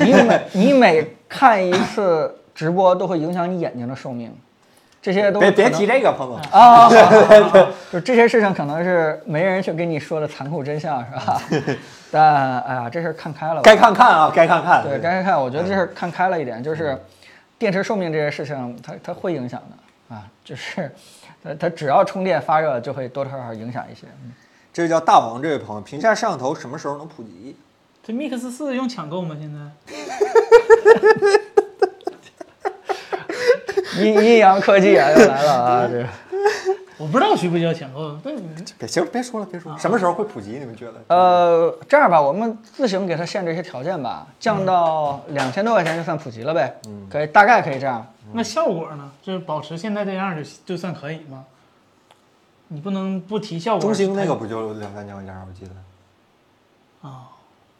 Speaker 3: 你每你每看一次直播都会影响你眼睛的寿命，这些哎都
Speaker 1: 别别
Speaker 3: 可能
Speaker 1: 提这个，彭总。
Speaker 3: 啊，好 好好好就这些事情可能是没人去跟你说的残酷真相，是 吧？但哎呀，这事儿看开了吧，
Speaker 1: 该看看啊，该看看。
Speaker 3: 对该看看，我觉得这事儿看开了一点，
Speaker 1: 嗯
Speaker 3: 就是电池寿命这些事情，它它会影响的啊，就是它它只要充电发热就会多多少少影响一些。嗯
Speaker 1: 这个叫大王这位朋友，屏下摄像头什么时候能普及？
Speaker 2: 这 Mix 四用抢购吗？现在
Speaker 3: 嗯阴阴阳科技啊又来了啊，这个
Speaker 2: 我不知道需不需要抢购，但你
Speaker 1: 别行，别说了，别说了，什么时候会普及？你们觉得？
Speaker 3: 啊呃，这样吧，我们自行给它限制一些条件吧，降到两千多块钱就算普及了呗，可以大概可以这样。
Speaker 2: 那效果呢？就是保持现在这样就就算可以吗？你不能不提效果。
Speaker 1: 中兴那个不就两三千块钱儿？我记得
Speaker 2: 啊，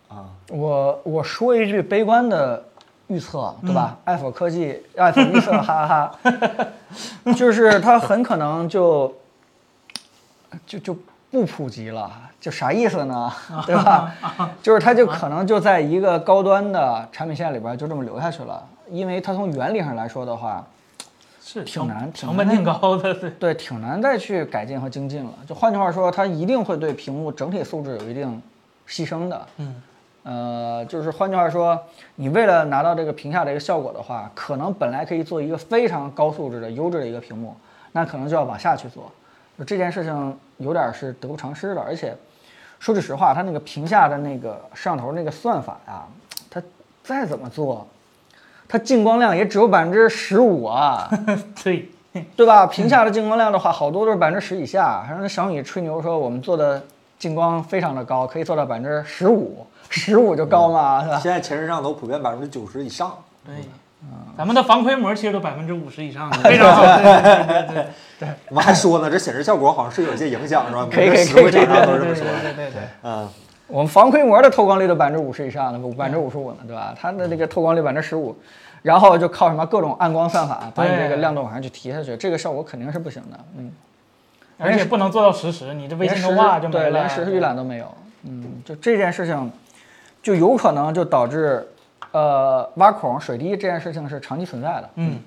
Speaker 1: 啊，
Speaker 3: 我我说一句悲观的预测，对吧？嗯爱否科技，爱否预测，哈哈哈，就是它很可能就就就不普及了，就啥意思 呢？对吧？就是它就可能就在一个高端的产品线里边儿就这么留下去了，因为它从原理上来说的话，
Speaker 2: 是
Speaker 3: 挺难挺
Speaker 2: 成本挺高的， 对。
Speaker 3: 对，挺难再去改进和精进了。就换句话说，它一定会对屏幕整体素质有一定牺牲的。
Speaker 2: 嗯，
Speaker 3: 呃，就是换句话说，你为了拿到这个屏下的一个效果的话，可能本来可以做一个非常高素质的、优质的一个屏幕，那可能就要往下去做。就这件事情有点是得不偿失的，而且说句实话，它那个屏下的那个摄像头那个算法呀、它再怎么做，它进光量也只有百分之十五啊。
Speaker 2: 对，
Speaker 3: 对吧？屏下的进光量的话，好多都是百分之十以下。还有那小米吹牛说我们做的进光非常的高，可以做到百分之十五，十五就高嘛，
Speaker 2: 嗯
Speaker 3: 是吧？
Speaker 1: 现在前置摄像头普遍百分之九十以上。
Speaker 2: 对，嗯咱们的防窥膜其实都百分之五十以上的，非常好。对对对对
Speaker 1: 我们还说呢，这显示效果好像是有些影响，是吧？
Speaker 3: 可以可以
Speaker 1: 实物
Speaker 3: 可以
Speaker 1: 厂商都是这
Speaker 2: 对
Speaker 1: 么
Speaker 2: 对
Speaker 1: 说的。
Speaker 2: 对对对，
Speaker 1: 嗯，
Speaker 3: 我们防窥膜的透光率都百分之五十以上的，百分之五十五呢，对吧？它的那个透光率百分之十五，然后就靠什么各种暗光算法把你这个
Speaker 2: 对
Speaker 3: 亮度往上去提下去，这个效果肯定是不行的。嗯，
Speaker 2: 而且不能做到实时，你这微
Speaker 3: 连
Speaker 2: 信
Speaker 3: 实
Speaker 2: 通话就没
Speaker 3: 对，
Speaker 2: 了，
Speaker 3: 连实时预览都没有。嗯，就这件事情，就有可能就导致，呃，挖孔、水滴这件事情是长期存在的。
Speaker 2: 嗯，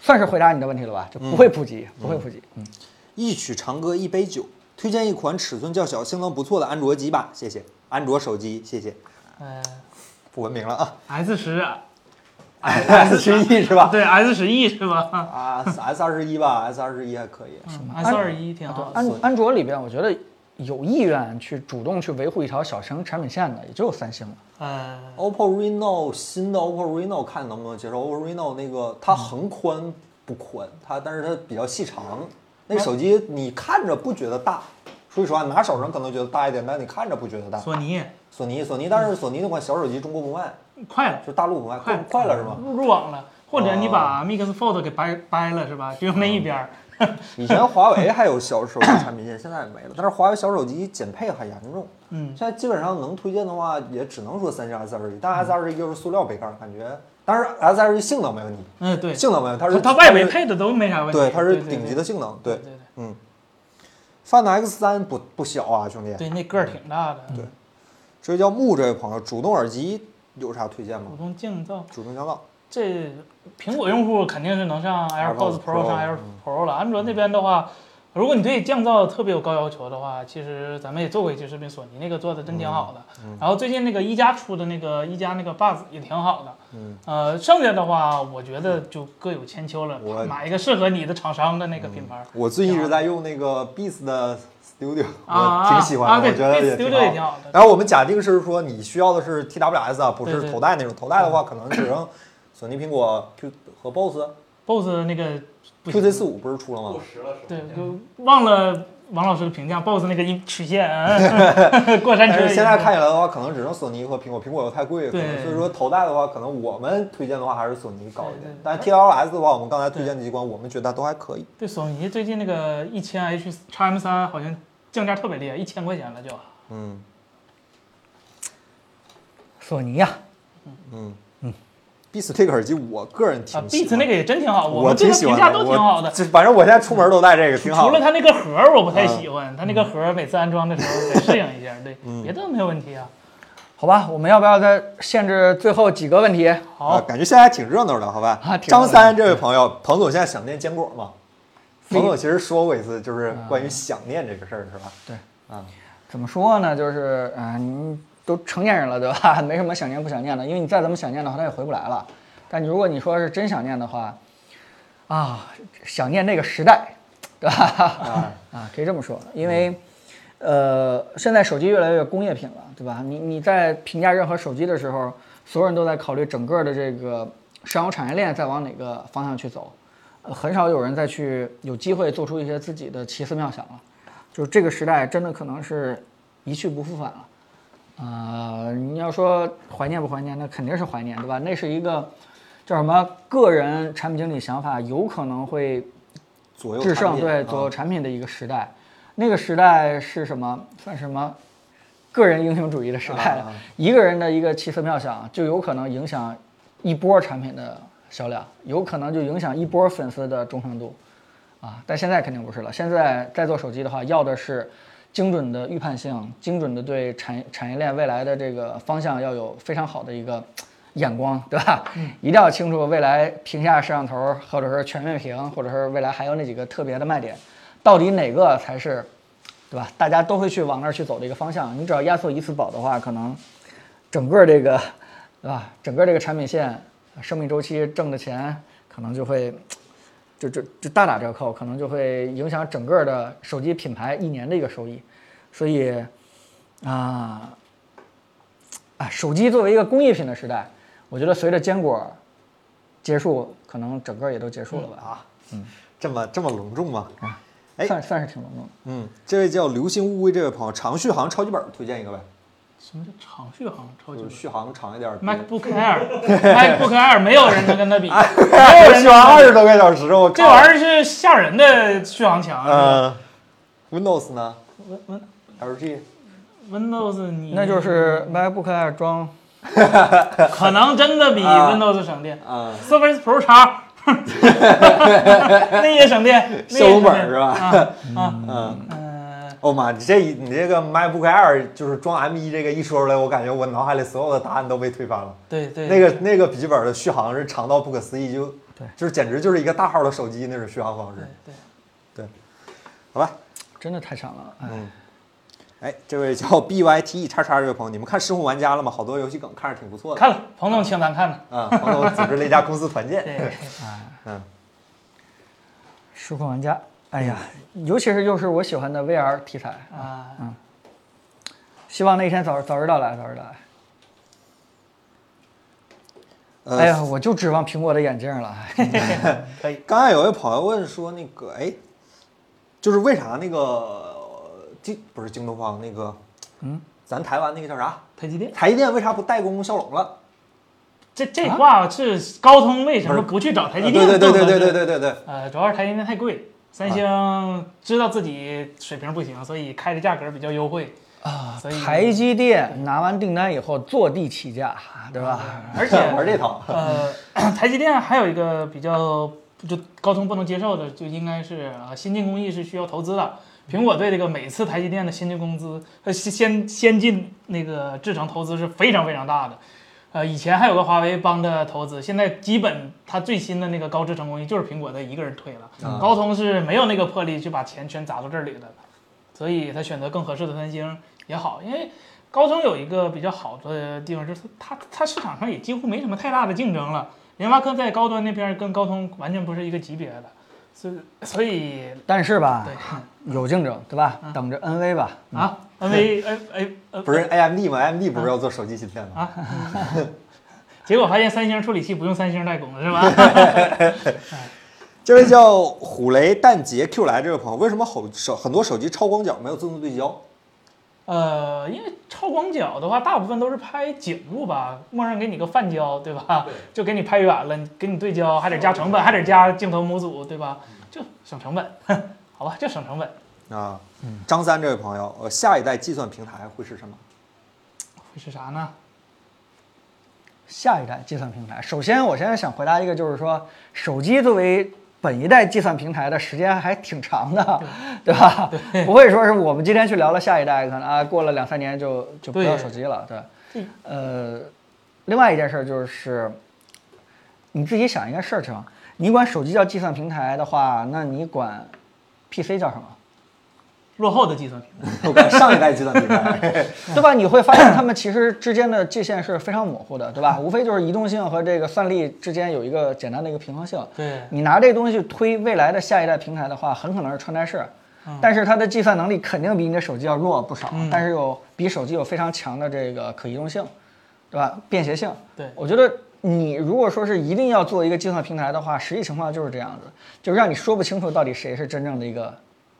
Speaker 3: 算是回答你的问题了吧？就不会普及，不会普及。嗯，
Speaker 1: 一曲长歌一杯酒，推荐一款尺寸较小、性能不错的安卓机吧，谢谢。安卓手机，谢谢。
Speaker 2: 呃
Speaker 1: 不文明了啊
Speaker 2: ，S 十
Speaker 1: ，S 十一是吧？
Speaker 2: 对 S 十 E 是吧
Speaker 1: 啊，S 二十一吧，S 二十一还可以。
Speaker 3: 嗯
Speaker 2: ？S 二一挺好的，
Speaker 3: 啊安安卓里边，我觉得有意愿去主动去维护一条小型产品线的，也就三星了。
Speaker 2: 呃，
Speaker 1: OPPO Reno 新的 OPPO Reno 看能不能接受，OPPO Reno 那个它横宽不宽，它但是它比较细长，那个手机你看着不觉得大，说实话拿手上可能觉得大一点，但你看着不觉得大。
Speaker 2: 索尼
Speaker 1: 索尼索尼，但是索尼那款小手机中国不卖，
Speaker 2: 快了，
Speaker 1: 就大陆不嗯卖，快嗯
Speaker 2: 快
Speaker 1: 快了是吗？
Speaker 2: 入入网了，或者你把 Mix Fold 给掰掰了是吧？只有那一边儿，
Speaker 1: 以前华为还有小手机产品线，现在也没了。但是华为小手机减配很严重，
Speaker 2: 嗯
Speaker 1: 现，在基本上能推荐的话，也只能说三星 S 二十一，但 S 二十一又是塑料杯盖儿，感觉，当然 S 二十一性能没问题，
Speaker 2: 嗯，对，
Speaker 1: 性能没问题，它是
Speaker 2: 它外围配的都没啥问题，
Speaker 1: 对，它是
Speaker 2: 对
Speaker 1: 顶级的，性能。
Speaker 2: 对
Speaker 1: 对
Speaker 2: 对对对
Speaker 1: ，Find X 3不不小啊，兄弟。
Speaker 2: 对，那个儿挺大的，对，
Speaker 1: 这位叫木这位朋友，主动耳机有啥推荐吗
Speaker 2: 普？通降噪。
Speaker 1: 主动降噪，
Speaker 2: 这苹果用户肯定是能上
Speaker 1: AirPods
Speaker 2: AirPods Pro
Speaker 1: Pro，
Speaker 2: 上 Air Pro 了。安卓那边的话，如果你对降噪特别有高要求的话，其实咱们也做过一期视频，索尼那个做的真挺好的。
Speaker 1: 嗯
Speaker 2: 然后最近那个一加出的那个一加那个 Buds 也挺好的。
Speaker 1: 嗯，
Speaker 2: 呃，剩下的话，我觉得就各有千秋了
Speaker 1: 我，嗯
Speaker 2: 买一个适合你的厂商的那个品牌。
Speaker 1: 我最近一直在用那个 Beats 的 Studio，
Speaker 2: 啊，
Speaker 1: 我挺喜
Speaker 2: 啊
Speaker 1: 欢的，
Speaker 2: 对
Speaker 1: 我觉得
Speaker 2: Beats
Speaker 1: 也
Speaker 2: Studio 也挺
Speaker 1: 挺好。
Speaker 2: 好的。
Speaker 1: 然后我们假定是说你需要的是 TWS 啊，不
Speaker 2: 对
Speaker 1: 是
Speaker 2: 对
Speaker 1: 头戴那种，头戴的话可能只能索尼、苹果 Q 和 BOSS，QC
Speaker 2: BOSS 那个不行，
Speaker 1: 四四五不是出了吗
Speaker 4: 过？时了是吧？
Speaker 2: 对，就忘了王老师的评价，BOSS 那个一曲线， 嗯过山
Speaker 1: 但
Speaker 2: 车一样。
Speaker 1: 是现在看起来的话，可能只能索尼和苹果，苹果又太贵，可
Speaker 2: 对
Speaker 1: 能所以说头戴的话，可能我们推荐的话还是索尼高一点
Speaker 2: 对对。
Speaker 1: 但是 TLS 的话，我们刚才推荐的几款，我们觉得都还可以。
Speaker 2: 对，索尼最近那个一千 H x M 三好像降价特别厉害，一千块钱了就。啊
Speaker 1: 嗯，
Speaker 3: 索尼呀、
Speaker 1: Beats 这个耳机，我个人挺
Speaker 2: 啊
Speaker 1: 喜
Speaker 2: ，Beats
Speaker 1: 欢
Speaker 2: 那个也真挺好，
Speaker 1: 我
Speaker 2: 们对
Speaker 1: 挺
Speaker 2: 它
Speaker 1: 喜
Speaker 2: 评
Speaker 1: 欢
Speaker 2: 价
Speaker 1: 的，
Speaker 2: 都
Speaker 1: 我
Speaker 2: 挺好的。
Speaker 1: 这反正我现在出门都带这个，挺好
Speaker 2: 除了
Speaker 1: 的。嗯
Speaker 2: 它那个盒儿我不太喜欢，它那个盒儿每次安装的时候得适应一下，对，别的没有问题啊。
Speaker 3: 好吧，我们要不要再限制最后几个问题？
Speaker 2: 哦
Speaker 1: 啊，感觉现在还挺热闹的，好吧？
Speaker 3: 啊挺热
Speaker 1: 张
Speaker 3: 闹的
Speaker 1: 三这位朋友，彭总现在想念坚果吗？
Speaker 3: 那个
Speaker 1: 彭总其实说过一次，就是关
Speaker 2: 啊
Speaker 1: 于想念这个事儿，是吧？
Speaker 3: 怎么说呢？就是啊、你都成年人了，对吧？ 没什么想念不想念的，因为你再怎么想念的话，他也回不来了。但如果你说是真想念的话，啊，想念那个时代，对吧？ 啊，可以这么说，因为。呃，现在手机越来越工业品了，对吧？你你在评价任何手机的时候，所有人都在考虑整个的这个上游产业链在往哪个方向去走，呃，很少有人再去有机会做出一些自己的奇思妙想了。就是这个时代真的可能是一去不复返了。呃，你要说怀念不怀念，那肯定是怀念，对吧？那是一个叫什么个人产品经理想法有可能会
Speaker 1: 左右
Speaker 3: 制
Speaker 1: 产
Speaker 3: 胜
Speaker 1: 品
Speaker 3: 对
Speaker 1: 啊
Speaker 3: 左右产品的一个时代。那个时代是什么？算什么？个人英雄主义的时代了。一个人的一个奇思妙想，就有可能影响一波产品的销量，有可能就影响一波粉丝的忠诚度，啊！但现在肯定不是了。现在在做手机的话，要的是精准的预判性，精准的对产产业链未来的这个方向要有非常好的一个。眼光对吧？一定要清楚未来屏下摄像头，或者是全面屏，或者是未来还有那几个特别的卖点，到底哪个才是，对吧？大家都会去往那儿去走的一个方向。你只要压缩一次宝的话，可能整个这个，对吧？整个这个产品线生命周期挣的钱，可能就会就就就大打折扣，可能就会影响整个的手机品牌一年的一个收益。所以啊啊，手机作为一个工业品的时代，我觉得随着坚果结束，可能整个也都结束了吧啊，
Speaker 1: 这么这么隆重吗？哎
Speaker 3: 算算是挺隆重的。
Speaker 1: 嗯，这位叫流星乌龟这位朋友，长续航超级本儿推荐一个呗，
Speaker 2: 什么叫长续航超级
Speaker 1: 就是续航长一点儿。
Speaker 2: MacBook Air，MacBook Air 没有人能跟它比，
Speaker 1: 哎
Speaker 2: 没有
Speaker 1: 别
Speaker 2: 人
Speaker 1: 续航
Speaker 2: 能
Speaker 1: 二
Speaker 2: 跟
Speaker 1: 十
Speaker 2: 它比。
Speaker 1: 多个小时，我
Speaker 2: 这玩意儿是吓人的续航强。
Speaker 1: 儿，嗯，Windows 呢
Speaker 2: 温温
Speaker 1: ？LG
Speaker 2: Windows 你
Speaker 3: 那就是 MacBook Air 装
Speaker 2: 可能真的比
Speaker 1: 啊
Speaker 2: Windows 省电。
Speaker 1: 啊，
Speaker 2: Surface Pro 叉，那也省电，那也省电
Speaker 1: 小红本儿是吧
Speaker 2: 啊啊，
Speaker 1: 嗯，
Speaker 2: 嗯，
Speaker 1: 哦妈，你这你这个 MacBook Air 就是装 M1 这个一说出来，我感觉我脑海里所有的答案都被推翻了。
Speaker 2: 对对，
Speaker 1: 那个那个笔记本的续航是长到不可思议，就
Speaker 3: 对
Speaker 1: 就是简直就是一个大号的手机那种续航方式
Speaker 2: 对。对，
Speaker 1: 好吧，嗯
Speaker 3: 真的太长了，哎，
Speaker 1: 哎，这位叫 B Y T E 叉叉这位朋友，你们看《失控玩家》了吗？好多游戏梗看着挺不错的。
Speaker 2: 看了，彭总请咱看的，
Speaker 1: 啊， 朋友组织了一家公司团建。 嗯
Speaker 2: 对，
Speaker 3: 失控玩家，哎呀，尤其是又是我喜欢的 VR 题材，
Speaker 2: 啊，
Speaker 3: 希望那一天早早日到来，早日到来。
Speaker 1: 呃
Speaker 3: 哎呀，我就指望苹果的眼镜了。
Speaker 1: 刚才有位朋友问说，那个哎，就是为啥那个呃京不是京东方那个，
Speaker 3: 嗯，
Speaker 1: 咱台湾那个叫啥
Speaker 2: 台积电，
Speaker 1: 台积电为啥不代工骁龙了？
Speaker 2: 这这话是高通为什么不去找台积电？
Speaker 1: 啊啊对对对对对
Speaker 2: 对，
Speaker 1: 对对对，
Speaker 2: 呃，主要是台积电太贵。三星知道自己水平不行，所以开的价格比较优惠啊所以
Speaker 3: 台积电拿完订单以后坐地起价，对吧？
Speaker 2: 而且
Speaker 1: 玩这套。
Speaker 2: 呃，台积电还有一个比较就高通不能接受的，就应该是啊，先进工艺是需要投资的。苹果对这个每次台积电的先进工资呃先先先进那个制程投资是非常非常大的。呃，以前还有个华为帮着投资，现在基本它最新的那个高制程工艺就是苹果的一个人推了，
Speaker 1: 啊
Speaker 2: 高通是没有那个魄力去把钱全砸到这里的，所以他选择更合适的三星也好，因为高通有一个比较好的地方就是它它市场上也几乎没什么太大的竞争了，联发科在高端那边跟高通完全不是一个级别的，所以所以
Speaker 3: 但是吧，
Speaker 2: 对
Speaker 3: 有竞争，对吧？等着 NV 吧。
Speaker 2: 啊，N V N A 呃
Speaker 1: 嗯不是 AMD 吗？AMD 不是要做手机芯片吗？
Speaker 2: 啊，结果发现三星处理器不用三星代工了是吧？
Speaker 1: 这位叫虎雷蛋杰 Q 来这位朋友，为什么手手很多手机超广角没有自动对焦？
Speaker 2: 呃，因为超广角的话，大部分都是拍景物吧，默认给你个泛焦，对吧？
Speaker 5: 对
Speaker 2: 就给你拍远了，你给你对焦，还得加成本，还得加镜头模组，对吧？就省成本， 好吧，就省成本。
Speaker 1: 啊，
Speaker 2: 嗯
Speaker 1: 张三这位朋友，呃，下一代计算平台会是什么？
Speaker 2: 会是啥呢？
Speaker 3: 下一代计算平台，首先我现在想回答一个，就是说手机作为本一代计算平台的时间还挺长的，对吧？不会说是我们今天去聊了下一代，可能啊过了两三年就就不
Speaker 2: 对
Speaker 3: 要手机了，对。呃，另外一件事儿就是，你自己想一个事儿，成，你管手机叫计算平台的话，那你管 PC 叫什么？
Speaker 2: 落后的计算平台。
Speaker 1: 我看上一代计算平台，
Speaker 3: 对吧？你会发现它们其实之间的界限是非常模糊的，对吧？无非就是移动性和这个算力之间有一个简单的一个平衡性。
Speaker 2: 对
Speaker 3: 你拿这东西推未来的下一代平台的话，很可能是穿戴式，
Speaker 2: 嗯
Speaker 3: 但是它的计算能力肯定比你的手机要弱不少，但是有比手机有非常强的这个可移动性，对吧？便携性。
Speaker 2: 对
Speaker 3: 我觉得你如果说是一定要做一个计算平台的话，实际情况就是这样子，就让你说不清楚到底谁是真正的一个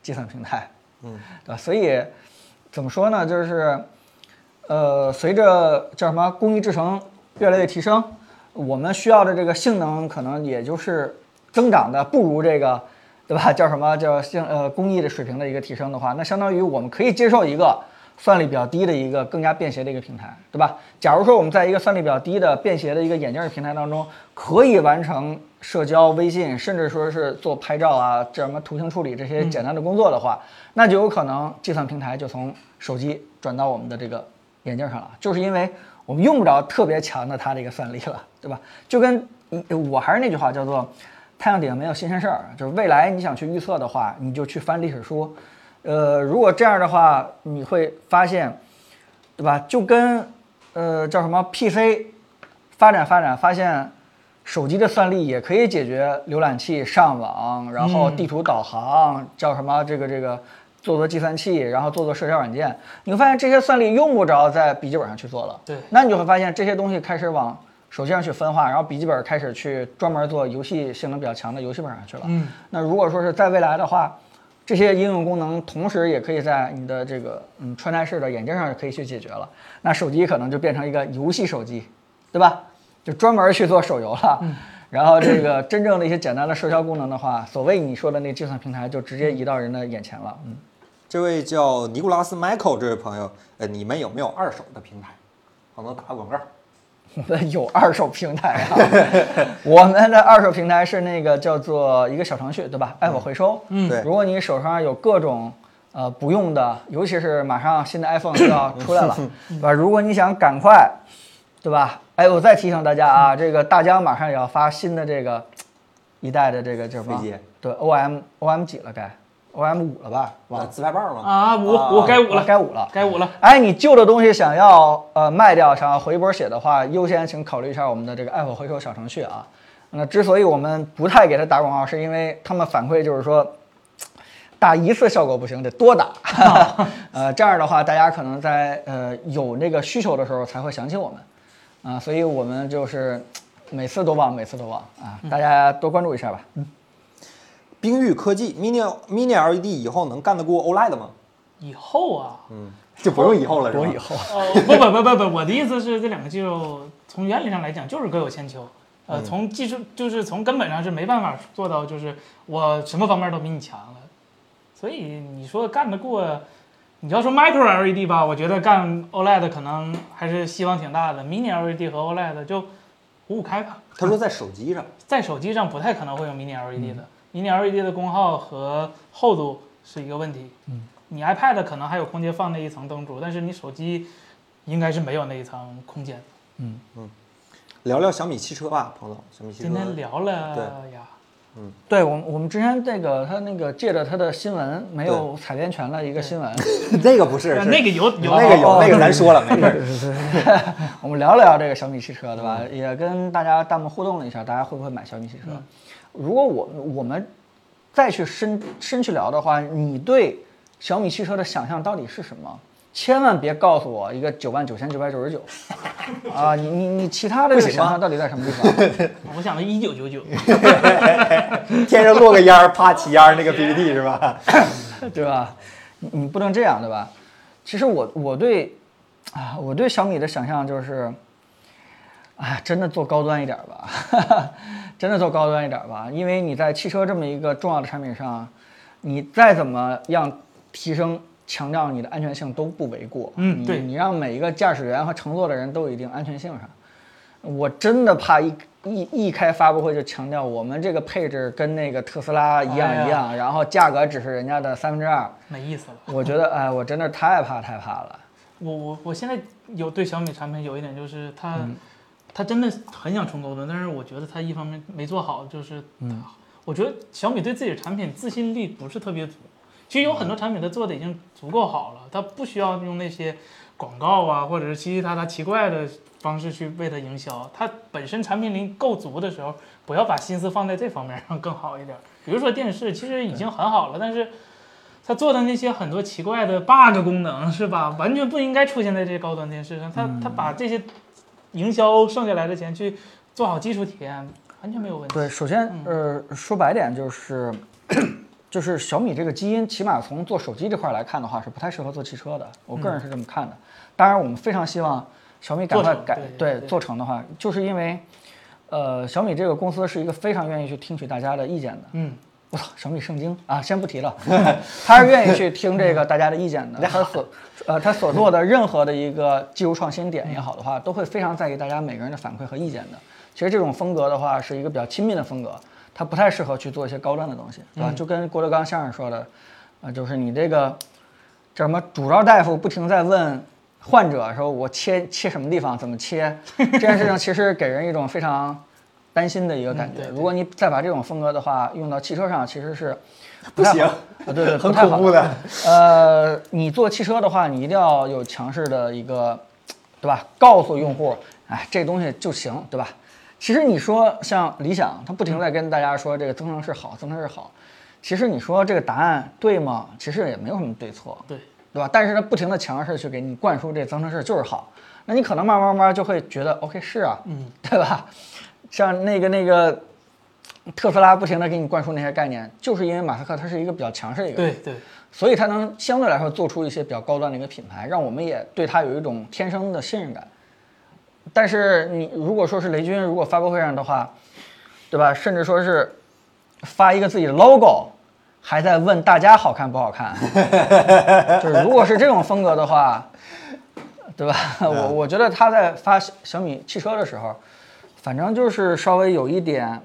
Speaker 3: 计算平台，嗯，对吧？所以怎么说呢？就是，呃，随着叫什么工艺制程越来越提升，我们需要的这个性能可能也就是增长的不如这个，对吧？叫什么叫性呃工艺的水平的一个提升的话，那相当于我们可以接受一个算力比较低的一个更加便携的一个平台，对吧？假如说我们在一个算力比较低的便携的一个眼镜儿平台当中，可以完成社交、微信，甚至说是做拍照啊、这什么图形处理这些简单的工作的话，那就有可能计算平台就从手机转到我们的这个眼镜上了，就是因为我们用不着特别强的它这个算力了，对吧？就跟嗯我还是那句话，叫做太阳底下没有新鲜事儿，就是未来你想去预测的话，你就去翻历史书。呃，如果这样的话，你会发现，对吧？就跟呃叫什么 PC 发展发展，发现手机的算力也可以解决浏览器上网，然
Speaker 2: 嗯
Speaker 3: 后地图导航，叫什么这个这个做做计算器，然后做做社交软件，你会发现这些算力用不着在笔记本上去做了。
Speaker 2: 对
Speaker 3: 那你就会发现这些东西开始往手机上去分化，然后笔记本开始去专门做游戏性能比较强的游戏本上去了。
Speaker 2: 嗯，
Speaker 3: 那如果说是在未来的话，这些应用功能同时也可以在你的这个嗯穿戴式的眼镜上可以去解决了。那手机可能就变成一个游戏手机，对吧？就专门去做手游了。 然后这个真正的一些简单的社交功能的话，所谓你说的那计算平台就直接移到人的眼前了。嗯，
Speaker 1: 这位叫尼古拉斯 Michael 这位朋友，呃，你们有没有二手的平台？我能打个广告。
Speaker 3: 我们有二手平台啊， 我们的二手平台是那个叫做一个小程序，对吧？App 回收。嗯
Speaker 1: 对
Speaker 3: 如果你手上有各种呃不用的，尤其是马上新的 iPhone 就要出来了，
Speaker 2: 嗯
Speaker 3: 对吧？如果你想赶快，对吧？哎，我再提醒大家啊，
Speaker 2: 嗯
Speaker 3: 这个大疆马上也要发新的这个一代的这个叫什么
Speaker 1: 飞机？
Speaker 3: 对，OM OM 几了该？OM 五了吧？忘
Speaker 1: 哇，
Speaker 3: 了哦
Speaker 1: 自拍棒吗？
Speaker 2: 啊，五我该五了，
Speaker 3: 该五了。
Speaker 2: 该五了。
Speaker 3: 哎，你旧的东西想要呃卖掉，想要回一波血的话，优先请考虑一下我们的这个 app 回收小程序啊。那之所以我们不太给它打广告，是因为他们反馈就是说，打一次效果不行，得多 打。呃，这样的话，大家可能在呃有那个需求的时候才会想起我们啊、所以我们就是每次都忘，每次都忘啊，大家多关注一下吧。
Speaker 1: 冰域科技 Mini Mini LED 以后能干得过 OLED 吗？
Speaker 2: 以后啊，
Speaker 1: 就不用以后了，是吧？
Speaker 3: 我以后
Speaker 2: 呃，不不不不不，我的意思是这两个技术从原理上来讲就是各有千秋，呃，从技术就是从根本上是没办法做到，就是我什么方面都比你强了，所以你说干得过，你要说 micro LED 吧，我觉得干 OLED 可能还是希望挺大的，mini LED E 和 OLED 就五五开吧，
Speaker 1: 他说在手机上，
Speaker 2: 在手机上不太可能会有 mini LED 的、m i n i LED 的功耗和厚度是一个问题。嗯，你 iPad 可能还有空间放那一层灯珠，但是你手机应该是没有那一层空间。
Speaker 1: 聊聊小米汽车吧，彭总。小米汽车
Speaker 2: 今天聊了呀，
Speaker 3: 对我们，我们之前那个他那个借着他的新闻没有采编权的一个新闻，
Speaker 1: 那个不是，
Speaker 2: 但
Speaker 1: 是
Speaker 2: 那个有有
Speaker 1: 那个有
Speaker 3: 哦
Speaker 1: 那个咱说了没事儿。
Speaker 3: 我们聊聊这个小米汽车，对吧？也跟大家弹幕互动了一下，大家会不会买小米汽车？如果我我们再去深深去聊的话，你对小米汽车的想象到底是什么？千万别告诉我一个九万九千九百九十九，啊，你你你其他的这个想象到底在什么地方？
Speaker 2: 我想了一九九九，
Speaker 1: 天上落个烟儿，啪起烟儿那个 PPT 是吧？
Speaker 3: 对吧？你你不能这样，对吧？其实我我对啊，我对小米的想象就是，啊，真的做高端一点儿吧， 真的做高端一点儿吧，因为你在汽车这么一个重要的产品上，你再怎么样提升。强调你的安全性都不为过，
Speaker 2: 嗯
Speaker 3: 你
Speaker 2: 对
Speaker 3: 你让每一个驾驶员和乘坐的人都有一定安全性上，我真的怕一一一开发布会就强调我们这个配置跟那个特斯拉一
Speaker 2: 哎
Speaker 3: 样一样，然后价格只是人家的三分之二，
Speaker 2: 没意思了。
Speaker 3: 我觉得，哎，我真的太怕太怕了。
Speaker 2: 我我我现在有对小米产品有一点就是它，它真的很想冲高端，但是我觉得它一方面没做好，就是
Speaker 3: 嗯
Speaker 2: 我觉得小米对自己的产品自信力不是特别足。其实有很多产品它做的已经足够好了，它不需要用那些广告啊，或者是其他它奇怪的方式去为它营销。它本身产品力够足的时候，不要把心思放在这方面上更好一点。比如说电视，其实已经很好了，但是它做的那些很多奇怪的 bug 功能是吧，完全不应该出现在这些高端电视上。它它把这些营销剩下来的钱去做好基础体验，完全没有问题。嗯
Speaker 3: 对，首先，呃，说白点就是， 就是小米这个基因，起码从做手机这块来看的话，是不太适合做汽车的。我个人是这么看的。当然，我们非常希望小米赶
Speaker 2: 嗯做
Speaker 3: 快
Speaker 2: 成
Speaker 3: 改
Speaker 2: 对对
Speaker 3: 做成的话，就是因为，呃，小米这个公司是一个非常愿意去听取大家的意见的。
Speaker 2: 嗯，
Speaker 3: 我操，小米圣经啊，先不提了， 他是愿意去听这个大家的意见 的。他所呃，他所做的任何的一个技术创新点也好的话，都会非常在意大家每个人的反馈和意见的。其实这种风格的话，是一个比较亲密的风格，它不太适合去做一些高端的东西，
Speaker 6: 嗯
Speaker 3: 对吧？就跟郭德纲相声说的，呃，就是你这个叫什么主刀大夫不停在问患者说，我切切什么地方，怎么切，这件事情其实给人一种非常担心的一个感
Speaker 2: 嗯对
Speaker 3: 觉。
Speaker 2: 对
Speaker 3: 如果你再把这种风格的话用到汽车上，其实是
Speaker 6: 不
Speaker 3: 太
Speaker 6: 行
Speaker 3: 好啊，对对，不
Speaker 6: 很
Speaker 3: 太好
Speaker 6: 恐怖的。
Speaker 3: 呃，你做汽车的话，你一定要有强势的一个，对吧？告诉用户，哎，这东西就行，对吧？其实你说像理想，它不停地在跟大家说这个增程式好，增程式好。其实你说这个答案对吗？其实也没有什么对错，
Speaker 2: 对。
Speaker 3: 对吧？但是它不停的强势去给你灌输这增程式就是好，那你可能慢慢慢慢就会觉得 OK 是啊，嗯，对吧？像那个那个特斯拉不停的给你灌输那些概念，就是因为马斯克他是一个比较强势的一个人
Speaker 2: 对，对，
Speaker 3: 所以它能相对来说做出一些比较高端的一个品牌，让我们也对它有一种天生的信任感。但是你如果说是雷军，如果发布会上的话，对吧？甚至说是发一个自己的 logo，还在问大家好看不好看，就是如果是这种风格的话，对吧？我我觉得他在发小小米汽车的时候，反正就是稍微有一点，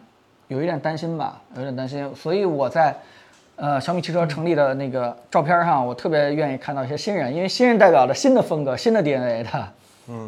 Speaker 3: 有一点担心吧，有点担心。所以我在呃小米
Speaker 2: 嗯
Speaker 3: 汽车成立的那个照片上，我特别愿意看到一些新人，因为新人代表了新的风格、新的 DNA
Speaker 2: 嗯
Speaker 3: 的。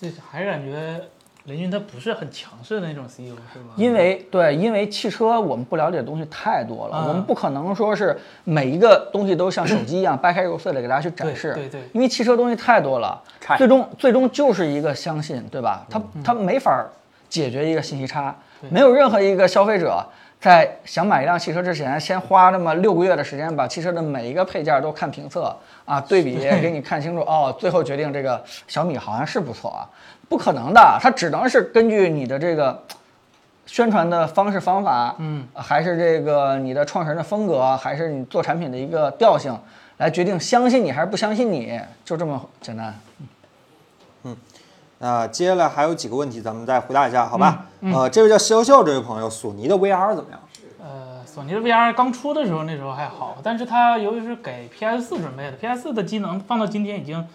Speaker 2: 这还是感觉雷军他不是很强势的那种 CEO 是吧？
Speaker 3: 因为对，因为汽车我们不了解的东西太多了，
Speaker 2: 啊
Speaker 3: 我们不可能说是每一个东西都像手机一样掰开揉碎了给大家去展
Speaker 2: 对
Speaker 3: 示。
Speaker 2: 对对
Speaker 3: 因为汽车东西太多了，嗯最终最终就是一个相信，对吧？它它没法儿解决一个信息差，没有任何一个消费者。在想买一辆汽车之前，先花那么六个月的时间，把汽车的每一个配件都看评测啊，对比给你看清楚哦，最后决定这个小米好像是不错啊，不可能的，它只能是根据你的这个宣传的方式方法，嗯，还是这个你的创始人的风格，还是你做产品的一个调性，来决定相信你还是不相信你，就这么简单。
Speaker 1: 那接下来还有几个问题，咱们再回答一下，好吧？呃，这位叫肖笑这位朋友，索尼的 VR 怎么样？
Speaker 2: 呃，索尼的 VR 刚出的时候，那时候还好，但是它由于是给 PS 四准备的，PS 四的机能放到今天已经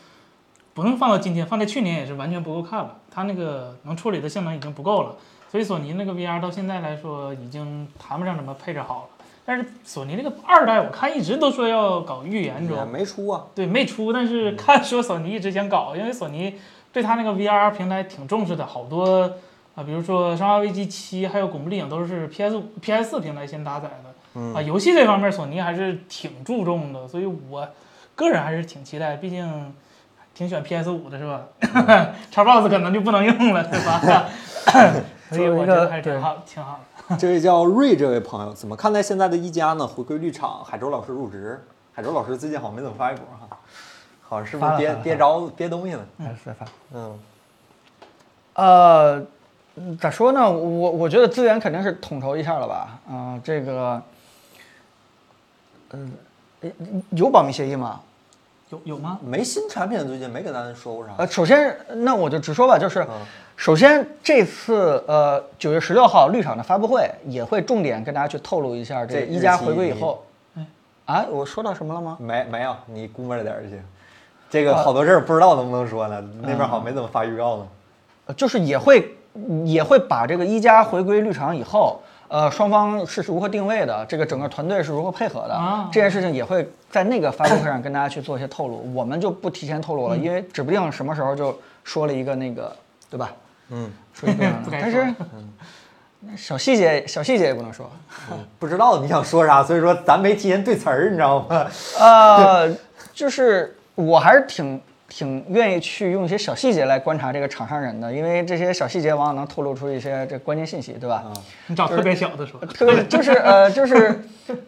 Speaker 2: 不用放到今天，放在去年也是完全不够看了，它那个能处理的性能已经不够了，所以索尼那个 VR 到现在来说已经谈不上什么配置好了。但是索尼那个二代，我看一直都说要搞预言中
Speaker 1: 也，没出啊。
Speaker 2: 对，没出，但是看说索尼一直想搞，因为索尼对它那个 VR 平台挺重视的，好多啊、比如说《生化危机七》还有《恐怖丽影》都是 PS PS 四平台先搭载的。啊、游戏这方面索尼还是挺注重的，所以我个人还是挺期待，毕竟挺选 PS 五的是吧 ？Xbox 可能就不能用了，对吧？所以我觉得还是挺好，挺好的。
Speaker 1: 这位叫瑞这位朋友，怎么看待现在的一加呢？回归绿厂，海州老师入职。海州老师最近好像没怎么发微博哈，好像是不
Speaker 3: 发
Speaker 1: 是憋
Speaker 3: 了发了
Speaker 1: 憋着憋东西了？
Speaker 3: 还是再发。
Speaker 1: 嗯，
Speaker 3: 呃，嗯咋说呢？我我觉得资源肯定是统筹一下了吧？啊、这个，嗯、呃，有保密协议吗？
Speaker 2: 有有吗？
Speaker 1: 没新产品最近没给咱说过啥。
Speaker 3: 呃，首先，那我就直说吧，就是
Speaker 1: 嗯，
Speaker 3: 首先这次呃九月十六号绿场的发布会也会重点跟大家去透露一下这
Speaker 1: 这
Speaker 3: 个一加
Speaker 1: 日期
Speaker 3: 回归以
Speaker 1: 你
Speaker 3: 后，啊，我说到什么了吗？
Speaker 1: 没没有，你估摸着点儿就行。这个好多事儿不知道能不能说呢，那边好像没怎么发预告呢。
Speaker 3: 呃就是也会也会把这个一加回归绿场以后，呃，双方是如何定位的，这个整个团队是如何配合的，
Speaker 2: 啊
Speaker 3: 这件事情也会在那个发布会上跟大家去做一些透露，我们就不提前透露了，因为指不定什么时候就说了一个那个，对吧？
Speaker 6: 嗯，
Speaker 3: 说一 个
Speaker 2: 不该
Speaker 3: 但
Speaker 2: 说
Speaker 3: 是小细节小细节也不能说，嗯
Speaker 6: 不知道你想说啥，所以说咱没提前对词儿，你知道 吗？
Speaker 3: 呃，就是我还是挺挺愿意去用一些小细节来观察这个场上人的，因为这些小细节往往能透露出一些这关键信息，对吧？
Speaker 2: 你找特别小的说，
Speaker 3: 特别就是呃，就是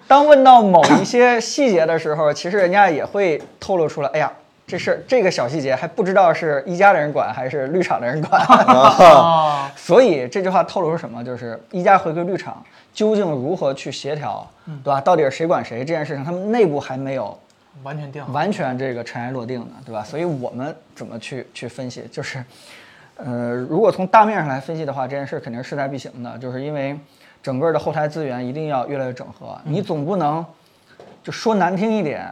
Speaker 3: 当问到某一些细节的时候，其实人家也会透露出来，哎呀，这事儿这个小细节还不知道是一家的人管还是绿场的人管，
Speaker 2: 啊，
Speaker 3: 所以这句话透露出什么？就是一家回归绿场究竟如何去协调，对吧？到底是谁管谁这件事情，他们内部还没有
Speaker 2: 完全定好。
Speaker 3: 完全这个尘埃落定的，对吧？所以我们怎么去去分析，就是，呃，如果从大面上来分析的话，这件事肯定是势在必行的，就是因为整个的后台资源一定要越来越整合，你总不能就说难听一点，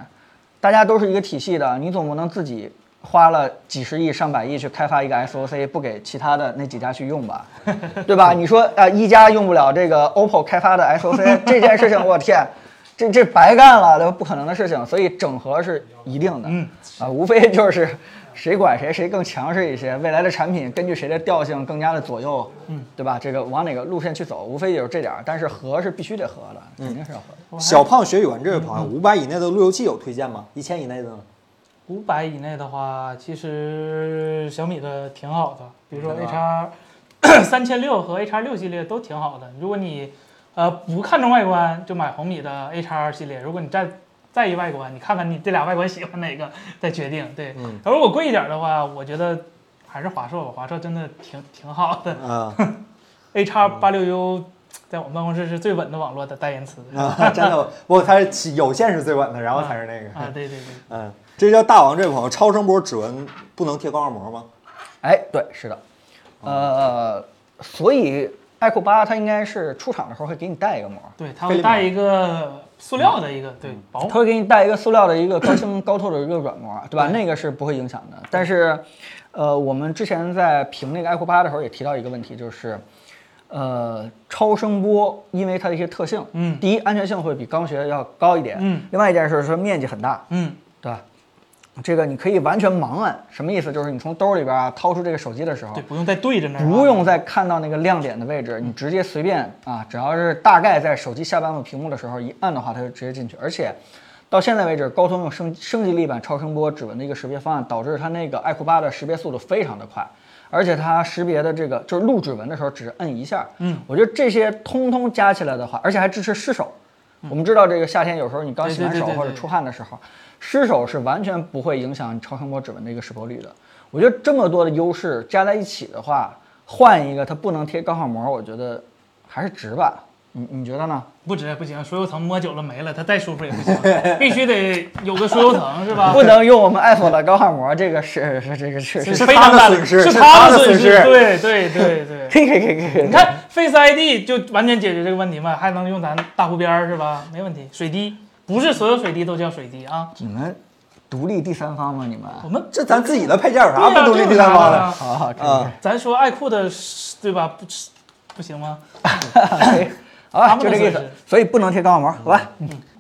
Speaker 3: 大家都是一个体系的，你总不能自己。花了几十亿、上百亿去开发一个 SOC，不给其他的那几家去用吧，对吧？你说啊、呃一家用不了这个 OPPO 开发的 SOC 这件事情，我天，这这白干了，对吧？不可能的事情，所以整合是一定的，嗯啊，无非就是谁管谁，谁更强势一些，未来的产品根据谁的调性更加的左右，嗯，对吧？这个往哪个路线去走，无非就是这点儿，但是合是必须得合的，肯定是要合的。
Speaker 6: 小胖学员这位朋友，五百以内的路由器有推荐吗？一千以内的呢？
Speaker 2: 五百以内的话，其实小米的挺好的，比如说 HR 三千六和 HR 六系列都挺好的。如果你呃不看重外观，就买红米的 HR 系列；如果你再在意外观，你看看你这俩外观喜欢哪个，再决定。对，
Speaker 6: 嗯
Speaker 2: 如果贵一点的话，我觉得还是华硕吧，华硕真的挺挺好的。
Speaker 1: 嗯
Speaker 6: 啊
Speaker 2: HR 八六 U 在我们办公室是最稳的网络的代言词
Speaker 6: 啊， 真的，不，它是起有线是最稳的，然后才是那个。
Speaker 2: 啊，对对对。
Speaker 6: 嗯，这叫大王这位朋友，超声波指纹不能贴光按膜吗？
Speaker 3: 哎，对，是的，呃，所以 iQOO 八它应该是出厂的时候会给你带一个膜，
Speaker 2: 对，它
Speaker 6: 菲利
Speaker 2: 会
Speaker 6: 比亚嗯
Speaker 2: 带一个塑料的一个，对，薄
Speaker 3: 它会给你带一个塑料的一个高清高透的一个软膜，对吧？那个是不会影响的。但是，呃，我们之前在评那个 iQOO 八的时候也提到一个问题，就是，呃，超声波因为它的一些特性，
Speaker 2: 嗯
Speaker 3: 第一安全性会比光学要高一点，
Speaker 2: 嗯
Speaker 3: 另外一件事是说面积很大，
Speaker 2: 嗯，
Speaker 3: 对吧？这个你可以完全盲按，什么意思？就是你从兜里边啊掏出这个手机的时候
Speaker 2: 对，，不用再对着那儿，
Speaker 3: 不用再看到那个亮点的位置，你直接随便啊，只要是大概在手机下半部屏幕的时候一按的话，它就直接进去。而且到现在为止，高通用升升级了一版超声波指纹的一个识别方案，导致它那个 iQOO 八的识别速度非常的快，而且它识别的这个就是录指纹的时候只摁一下。嗯，我觉得这些通通加起来的话，而且还支持湿手。我们知道这个夏天有时候你刚洗完
Speaker 2: 对对
Speaker 3: 手
Speaker 2: 对对
Speaker 3: 或者
Speaker 2: 对
Speaker 3: 出汗的时候，湿手是完全不会影响超声波指纹的一个识别率的。我觉得这么多的优势加在一起的话，换一个它不能贴钢化膜，我觉得还是值吧。你你觉得呢？
Speaker 2: 不止不行，所有层摸久了没了，它再舒服也不行，必须得有个所有层是吧？
Speaker 3: 不能用我们 iPhone 的钢化膜，这个是是这个是是
Speaker 2: 是
Speaker 6: 是
Speaker 2: 非
Speaker 6: 他
Speaker 2: 常
Speaker 6: 的
Speaker 2: 大
Speaker 6: 损失
Speaker 2: 是
Speaker 6: 是
Speaker 2: 他
Speaker 6: 他的
Speaker 2: 损
Speaker 6: 损失
Speaker 2: 对对对对。
Speaker 3: 可以可以可以可以
Speaker 2: 你。看 Face ID 就完全解决这个问题嘛，还能用咱大湖边儿是吧？没问题。水滴不是所有水滴都叫水滴啊，
Speaker 3: 你们独立第三方吗？你们？
Speaker 2: 我们
Speaker 6: 这咱自己的配件有啥
Speaker 2: 对呀
Speaker 6: 不独立第三方的？
Speaker 3: 啊好好，可以
Speaker 6: 啊，
Speaker 2: 咱说爱酷的对吧？不不行吗？
Speaker 3: 啊可 以，好吧，
Speaker 2: 咱们
Speaker 3: 就这个意
Speaker 2: 的损
Speaker 3: 思嗯
Speaker 2: 失。
Speaker 3: 所以不能贴钢化膜，好吧？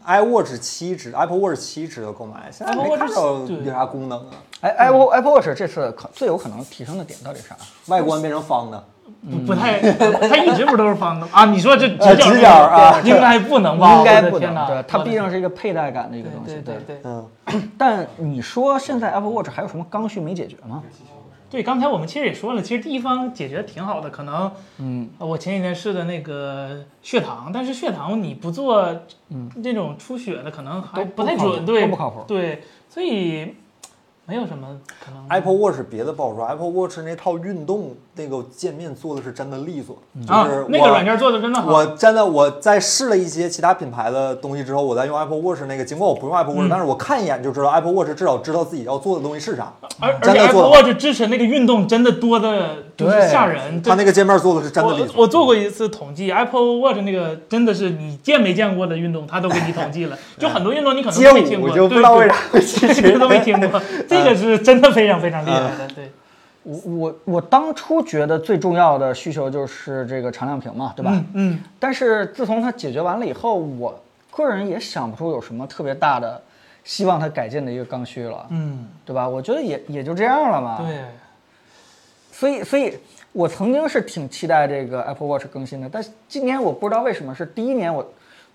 Speaker 6: iWatch 七值，Apple Watch 七值得购买，现在没
Speaker 2: Apple
Speaker 6: 看
Speaker 2: Watch
Speaker 6: 到
Speaker 2: 对
Speaker 6: 有啥功能啊？
Speaker 3: 哎，Apple Apple Watch 这次可最有可能提升的点到底是啥？
Speaker 6: 外观变成方的，
Speaker 2: 不不太，它一直不都是方的吗啊？你说这
Speaker 6: 呃
Speaker 2: 直角
Speaker 6: 直角啊
Speaker 2: 应该不能吧？
Speaker 3: 应该
Speaker 2: 我的
Speaker 3: 不
Speaker 2: 天
Speaker 3: 能
Speaker 2: 哪，
Speaker 3: 对，它
Speaker 2: 我的
Speaker 3: 毕竟是一个佩戴感的一个
Speaker 2: 对
Speaker 3: 东西。
Speaker 2: 对对对。
Speaker 6: 嗯，
Speaker 3: 但你说现在 Apple Watch 还有什么刚需没解决吗？
Speaker 2: 对，刚才我们其实也说了，其实第一方解决得挺好的，可能，嗯，我前几天试的那个血糖，但是血糖你不做，嗯，那种出血的可能还
Speaker 3: 都不
Speaker 2: 太
Speaker 3: 靠谱
Speaker 2: 准，对，
Speaker 3: 都不靠谱
Speaker 2: 对，所以没有什么可能。
Speaker 6: Apple Watch 别的不好说，Apple Watch 那套运动那个界面做的是真的利索，就
Speaker 2: 啊
Speaker 6: 是，
Speaker 2: 那个
Speaker 6: 我
Speaker 2: 软件做的真的 好，
Speaker 6: 我真的我在试了一些其他品牌的东西之后，我在用 Apple Watch 那个，尽管我不用 Apple
Speaker 2: 嗯
Speaker 6: Watch，、但是我看一眼就知道 Apple Watch 至少知道自己要做的东西是啥，
Speaker 2: 而而
Speaker 6: 真
Speaker 2: 且
Speaker 6: 的
Speaker 2: Apple
Speaker 6: 做得
Speaker 2: Watch 支持那个运动真的多的就是
Speaker 3: 对
Speaker 2: 吓人，
Speaker 6: 它
Speaker 2: 对
Speaker 6: 那个界面做的是真的利
Speaker 2: 我
Speaker 6: 索。
Speaker 2: 我做过一次统计，Apple Watch 那个真的是你见没见过的运动，它都给你 统计了。就很多运动你可能
Speaker 6: 街
Speaker 2: 都没听
Speaker 6: 舞
Speaker 2: 过，
Speaker 6: 我就不
Speaker 2: 对
Speaker 6: 知道
Speaker 2: 对
Speaker 6: 为啥会
Speaker 2: 这个都没听过，这个是真的非常非常厉害的。对，
Speaker 3: 我我我当初觉得最重要的需求就是这个常亮屏嘛，对吧？
Speaker 2: 嗯，
Speaker 3: 但是自从它解决完了以后，我个人也想不出有什么特别大的希望它改进的一个刚需了，
Speaker 2: 嗯，
Speaker 3: 对吧？我觉得也也就这样了嘛。，
Speaker 2: 对，
Speaker 3: 所以所以我曾经是挺期待这个 Apple Watch 更新的，但是今年我不知道为什么是第一年我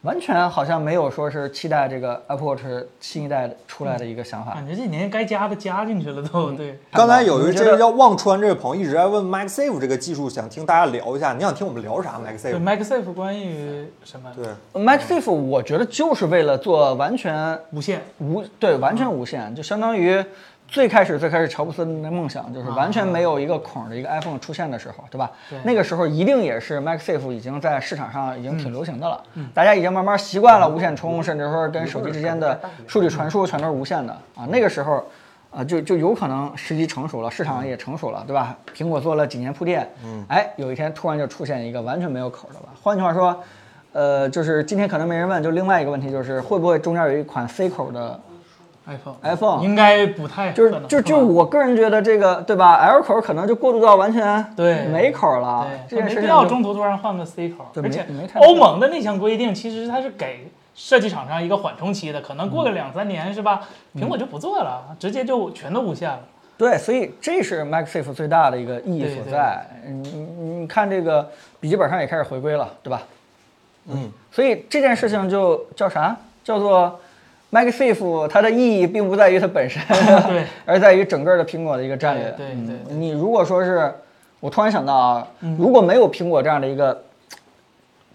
Speaker 3: 完全好像没有说是期待这个 Apple Watch 新一代出来的一个想法。
Speaker 2: 感觉这年该加的加进去了都，对，
Speaker 6: 刚才有一
Speaker 3: 你
Speaker 6: 这
Speaker 3: 觉
Speaker 6: 个
Speaker 3: 得
Speaker 6: 叫忘川这位朋友一直在问 MagSafe 这个技术，想听大家聊一下。你想听我们聊啥
Speaker 2: 对
Speaker 6: MagSafe？
Speaker 2: MagSafe 关于什么？
Speaker 6: 对，
Speaker 3: MagSafe 我觉得就是为了做完全
Speaker 2: 无线，
Speaker 3: 无对完全无线，就相当于最开始最开始乔布斯的梦想就是完全没有一个孔的一个 iPhone 出现的时候，对吧？
Speaker 2: 对
Speaker 3: 那个时候一定也是 MagSafe 已经在市场上已经挺流行的了，大家已经慢慢习惯了无线充，甚至说跟手机之间的数据传输全都是无线的啊。那个时候。啊，就就有可能时机成熟了，市场也成熟了，对吧？苹果做了几年铺垫，嗯，哎，有一天突然就出现一个完全没有口的了。换句话说，呃，就是今天可能没人问，就另外一个问题就是会不会中间有一款 C 口的
Speaker 2: iPhone
Speaker 3: iPhone，
Speaker 2: 应该不太
Speaker 3: 就
Speaker 2: 可
Speaker 3: 是
Speaker 2: 能
Speaker 3: 就是
Speaker 2: 吧
Speaker 3: 就我个人觉得这个对吧？L 口可能就过渡到完全
Speaker 2: 对
Speaker 3: 没口了，啊这
Speaker 2: 对，
Speaker 3: 件
Speaker 2: 没
Speaker 3: 事
Speaker 2: 必
Speaker 3: 情
Speaker 2: 要
Speaker 3: 就
Speaker 2: 中途突然换个 C 口，
Speaker 3: 对
Speaker 2: 而
Speaker 3: 没
Speaker 2: 且
Speaker 3: 没太
Speaker 2: 欧盟的那项规定其实它是给设计厂商一个缓冲期的，可能
Speaker 3: 嗯
Speaker 2: 过个两三年是吧？苹果就不做了，直接就全都无线 了。
Speaker 3: 对，所以这是 MagSafe 最大的一个意义
Speaker 2: 对
Speaker 3: 所
Speaker 2: 对
Speaker 3: 在。嗯你你你看这个笔记本上也开始回归了，对吧？嗯，所以这件事情就叫啥？叫做 MagSafe，它的意义并不在于它 本身，
Speaker 2: 对，
Speaker 3: 而在于整个的苹果的一个战略。
Speaker 2: 对对
Speaker 3: 嗯
Speaker 2: 对对
Speaker 3: 你如果说是，我突然想到啊，如果没有苹果这样的一个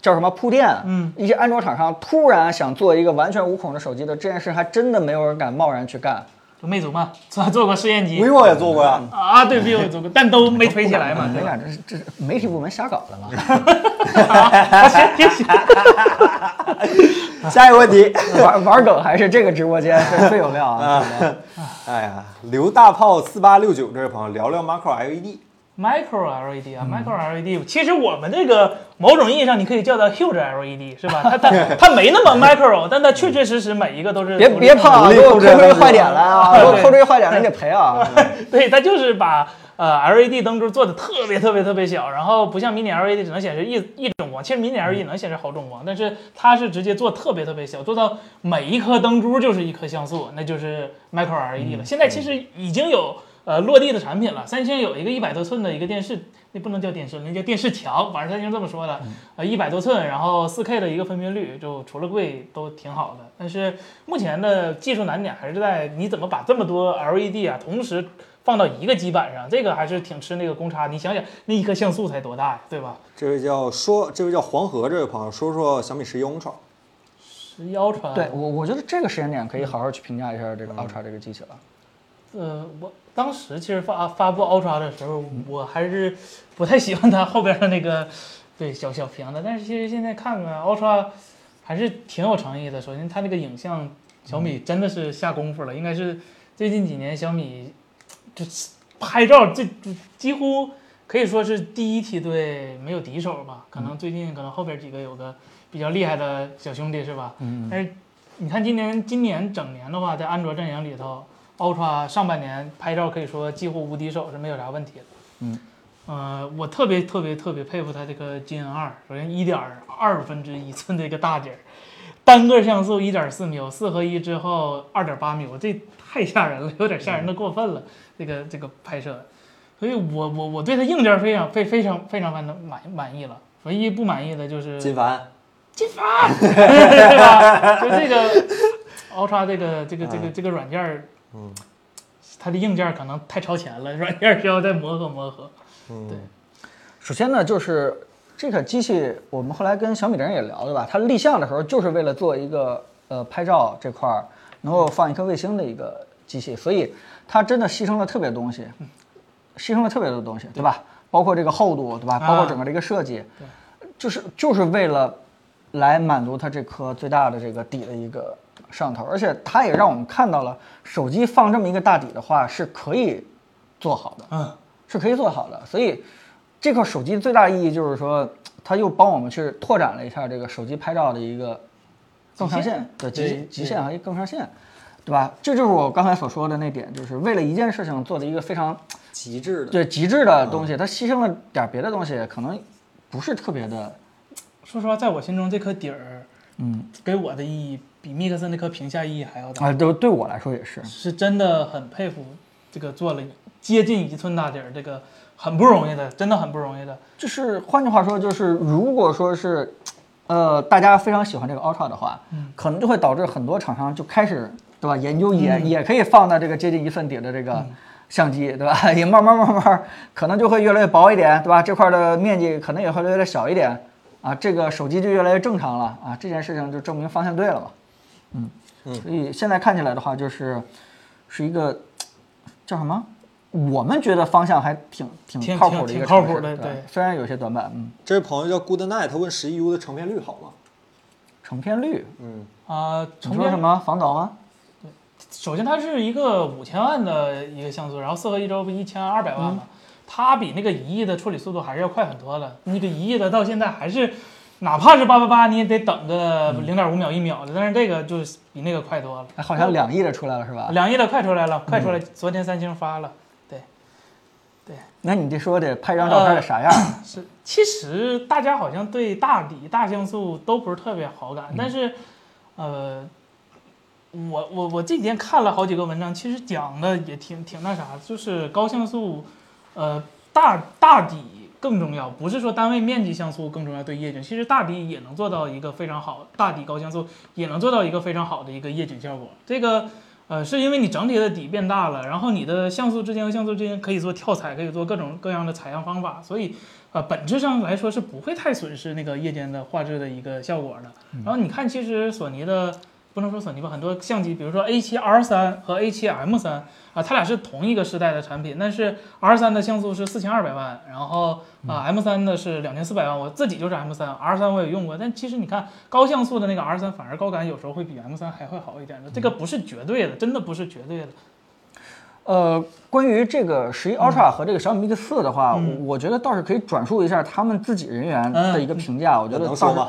Speaker 3: 叫什么铺垫，啊
Speaker 2: 嗯，
Speaker 3: 一些安卓厂商突然想做一个完全无孔的手机的这件事，还真的没有人敢贸然去干。
Speaker 2: 就魅族嘛，做做过试验机
Speaker 6: vivo 也做过呀，
Speaker 2: 啊，对 vivo 也做过，但都没推起来嘛，
Speaker 3: 啊没
Speaker 2: 对吧？
Speaker 3: 敢，这是这是媒体部门瞎搞的嘛？
Speaker 2: 别学嗯
Speaker 6: 下一个问题。
Speaker 3: 玩玩梗还是这个直播间是最有料啊！对吧
Speaker 6: 哎呀，刘大炮四八六九这位朋友聊聊 Macro E LED。
Speaker 2: micro LED
Speaker 3: 嗯
Speaker 2: 啊，micro LED，其实我们这个某种意义上你可以叫它 huge LED 是吧？它它它没那么 micro，但它确确实实每一个都是
Speaker 3: 别别碰啊，
Speaker 6: 努力
Speaker 3: 给我
Speaker 6: 控
Speaker 3: 抠
Speaker 6: 制
Speaker 3: 出一
Speaker 6: 它
Speaker 3: 坏点来啊！
Speaker 2: 对
Speaker 3: 给我抠出一坏点来，你得赔啊！
Speaker 2: 对，它就是把呃 LED 灯珠做的特别特别特别小，然后不像迷你 LED 只能显示一一种光，其实迷你 LED 能显示好种光，但是它是直接做特别特别小，做到每一颗灯珠就是一颗像素，那就是 micro LED 了。现在其实已经有。呃，落地的产品了。三星有一个一百多寸的一个电视，那不能叫电视，那叫电视墙。反正三星这么说的。呃，一百多寸，然后四 K 的一个分辨率，就除了贵都挺好的。但是目前的技术难点还是在你怎么把这么多 LED 啊，同时放到一个基板上，这个还是挺吃那个公差。你想想，那一颗像素才多大呀，对吧？
Speaker 6: 这位叫说，这位叫黄河这位朋友说说小米十一 Ultra。
Speaker 2: 十一 Ultra，
Speaker 3: 对我，我觉得这个时间点可以好好去评价一下这个 Ultra 这个机器了。
Speaker 2: 呃，我当时其实发啊发布 Ultra 的时候，我还是不太喜欢它后边的那个对小小屏的，但是其实现在看看 Ultra 还是挺有诚意的。首先，它那个影像，小米真的是下功夫了，应该是最近几年小米就是拍照这几乎可以说是第一梯队没有敌手吧？可能最近可能后边几个有个比较厉害的小兄弟是吧？
Speaker 3: 嗯，
Speaker 2: 但是你看今年今年整年的话，在安卓阵营里头，Ultra 上半年拍照可以说几乎无敌手，是没有啥问题的。
Speaker 3: 嗯，
Speaker 2: 呃，我特别特别特别佩服它这个 GN 二，首先一点二分之一寸的一个大底儿，单个像素一点四秒，四合一之后二点八秒，这太吓人了，有点吓人的过分
Speaker 3: 嗯
Speaker 2: 了。这个这个拍摄，所以我我我对它硬件非常非非常非常满满满意了。唯一不满意的就是
Speaker 6: 金凡，
Speaker 2: 对吧？就这个 Ultra 这个这个这个这个软件儿，
Speaker 6: 嗯，
Speaker 2: 它的硬件儿可能太超前了， 软件儿需要再磨合磨合。对
Speaker 3: 首先呢，就是这个机器，我们后来跟小米人也聊，对吧？它立项的时候就是为了做一个呃拍照这块儿能够放一颗卫星的一个机器，所以它真的牺牲了特别多东西，牺牲了特别多东西，对吧？包括这个厚度，对吧？
Speaker 2: 啊
Speaker 3: 包括整个这个设计，就是就是为了来满足它这颗最大的这个底的一个上头，而且它也让我们看到了手机放这么一个大底的话是可以做好的。
Speaker 2: 嗯，
Speaker 3: 是可以做好的。所以这块手机最大意义就是说，它又帮我们去拓展了一下这个手机拍照的一个更上限，对
Speaker 2: 对
Speaker 3: 极极限和更上限。对吧？这就是我刚才所说的那点，就是为了一件事情做的一个非常
Speaker 1: 极致的。
Speaker 3: 对极致的东西，它牺牲了点别的东西，可能不是特别的。
Speaker 2: 说实话，在我心中这颗底儿
Speaker 3: 嗯
Speaker 2: 给我的意义比密克森那颗屏下意义还要大，
Speaker 3: 啊，对，对我来说也是。
Speaker 2: 是真的很佩服这个做了接近一寸大底儿，这个很不容易的，真的很不容易的。
Speaker 3: 就是换句话说，就是如果说是，呃，大家非常喜欢这个 Ultra 的话，
Speaker 2: 嗯
Speaker 3: 可能就会导致很多厂商就开始对吧，研究也、
Speaker 2: 嗯
Speaker 3: 也可以放到这个接近一寸底的这个相机，对吧？ 也慢慢慢慢，可能就会越来越薄一点，对吧？这块的面积可能也会越来越小一点，啊，这个手机就越来越正常了啊，这件事情就证明方向对了嘛，嗯，所以现在看起来的话，就是是一个叫什么？我们觉得方向还挺挺
Speaker 2: 挺
Speaker 3: 靠谱的一
Speaker 2: 挺
Speaker 3: 个
Speaker 2: 靠
Speaker 3: 城市
Speaker 2: 谱的
Speaker 3: 对吧
Speaker 2: 对，
Speaker 3: 虽然有些短板，嗯，
Speaker 1: 这位朋友叫 Good Night，他问十一 U 的成片率好吗？
Speaker 3: 成片率，
Speaker 2: 啊，
Speaker 3: 你
Speaker 2: 成
Speaker 3: 说
Speaker 2: 片
Speaker 3: 什么防抖啊？
Speaker 2: 首先它是一个五千万的一个像素，然后四合一周不一千二百万嘛，它比那个一亿的处理速度还是要快很多了。那个一亿的到现在还是，哪怕是八八八，你也得等个零点五秒一秒的，但是这个就是比那个快多了。
Speaker 3: 哎，好像两亿的出来了是吧？
Speaker 2: 两亿的快出来了，快出来！昨天三星发了，
Speaker 3: 那你这说得拍张照片得啥样？
Speaker 2: 是其实大家好像对大底大像素都不是特别好感，但是，呃，我我我这几天看了好几个文章，其实讲的也挺挺那啥，就是高像素，呃，大大底更重要，不是说单位面积像素更重要对夜景，其实大底也能做到一个非常好，大底高像素也能做到一个非常好的一个夜景效果。这个。呃，是因为你整体的底变大了，然后你的像素之间和像素之间可以做跳彩，可以做各种各样的采样方法，所以呃，本质上来说是不会太损失那个夜间的画质的一个效果的。然后你看，其实索尼的不能说索尼吧，很多相机，比如说 A7R 3和 A7M 3啊，它俩是同一个时代的产品，但是 R 3的像素是四千二百万，然后啊、M 3的是两千四百万。我自己就是 M 3 r 3我也用过，但其实你看高像素的那个 R 3反而高感有时候会比 M 3还会好一点的，这个不是绝对的，真的不是绝对的。
Speaker 3: 呃，关于这个十一 Ultra 和这个小米 Mix 四的话，
Speaker 2: 嗯
Speaker 3: 我我觉得倒是可以转述一下他们自己人员的一个评价，我觉
Speaker 1: 这
Speaker 3: 得
Speaker 1: 能
Speaker 3: 倒
Speaker 1: 说
Speaker 3: 是
Speaker 1: 吗？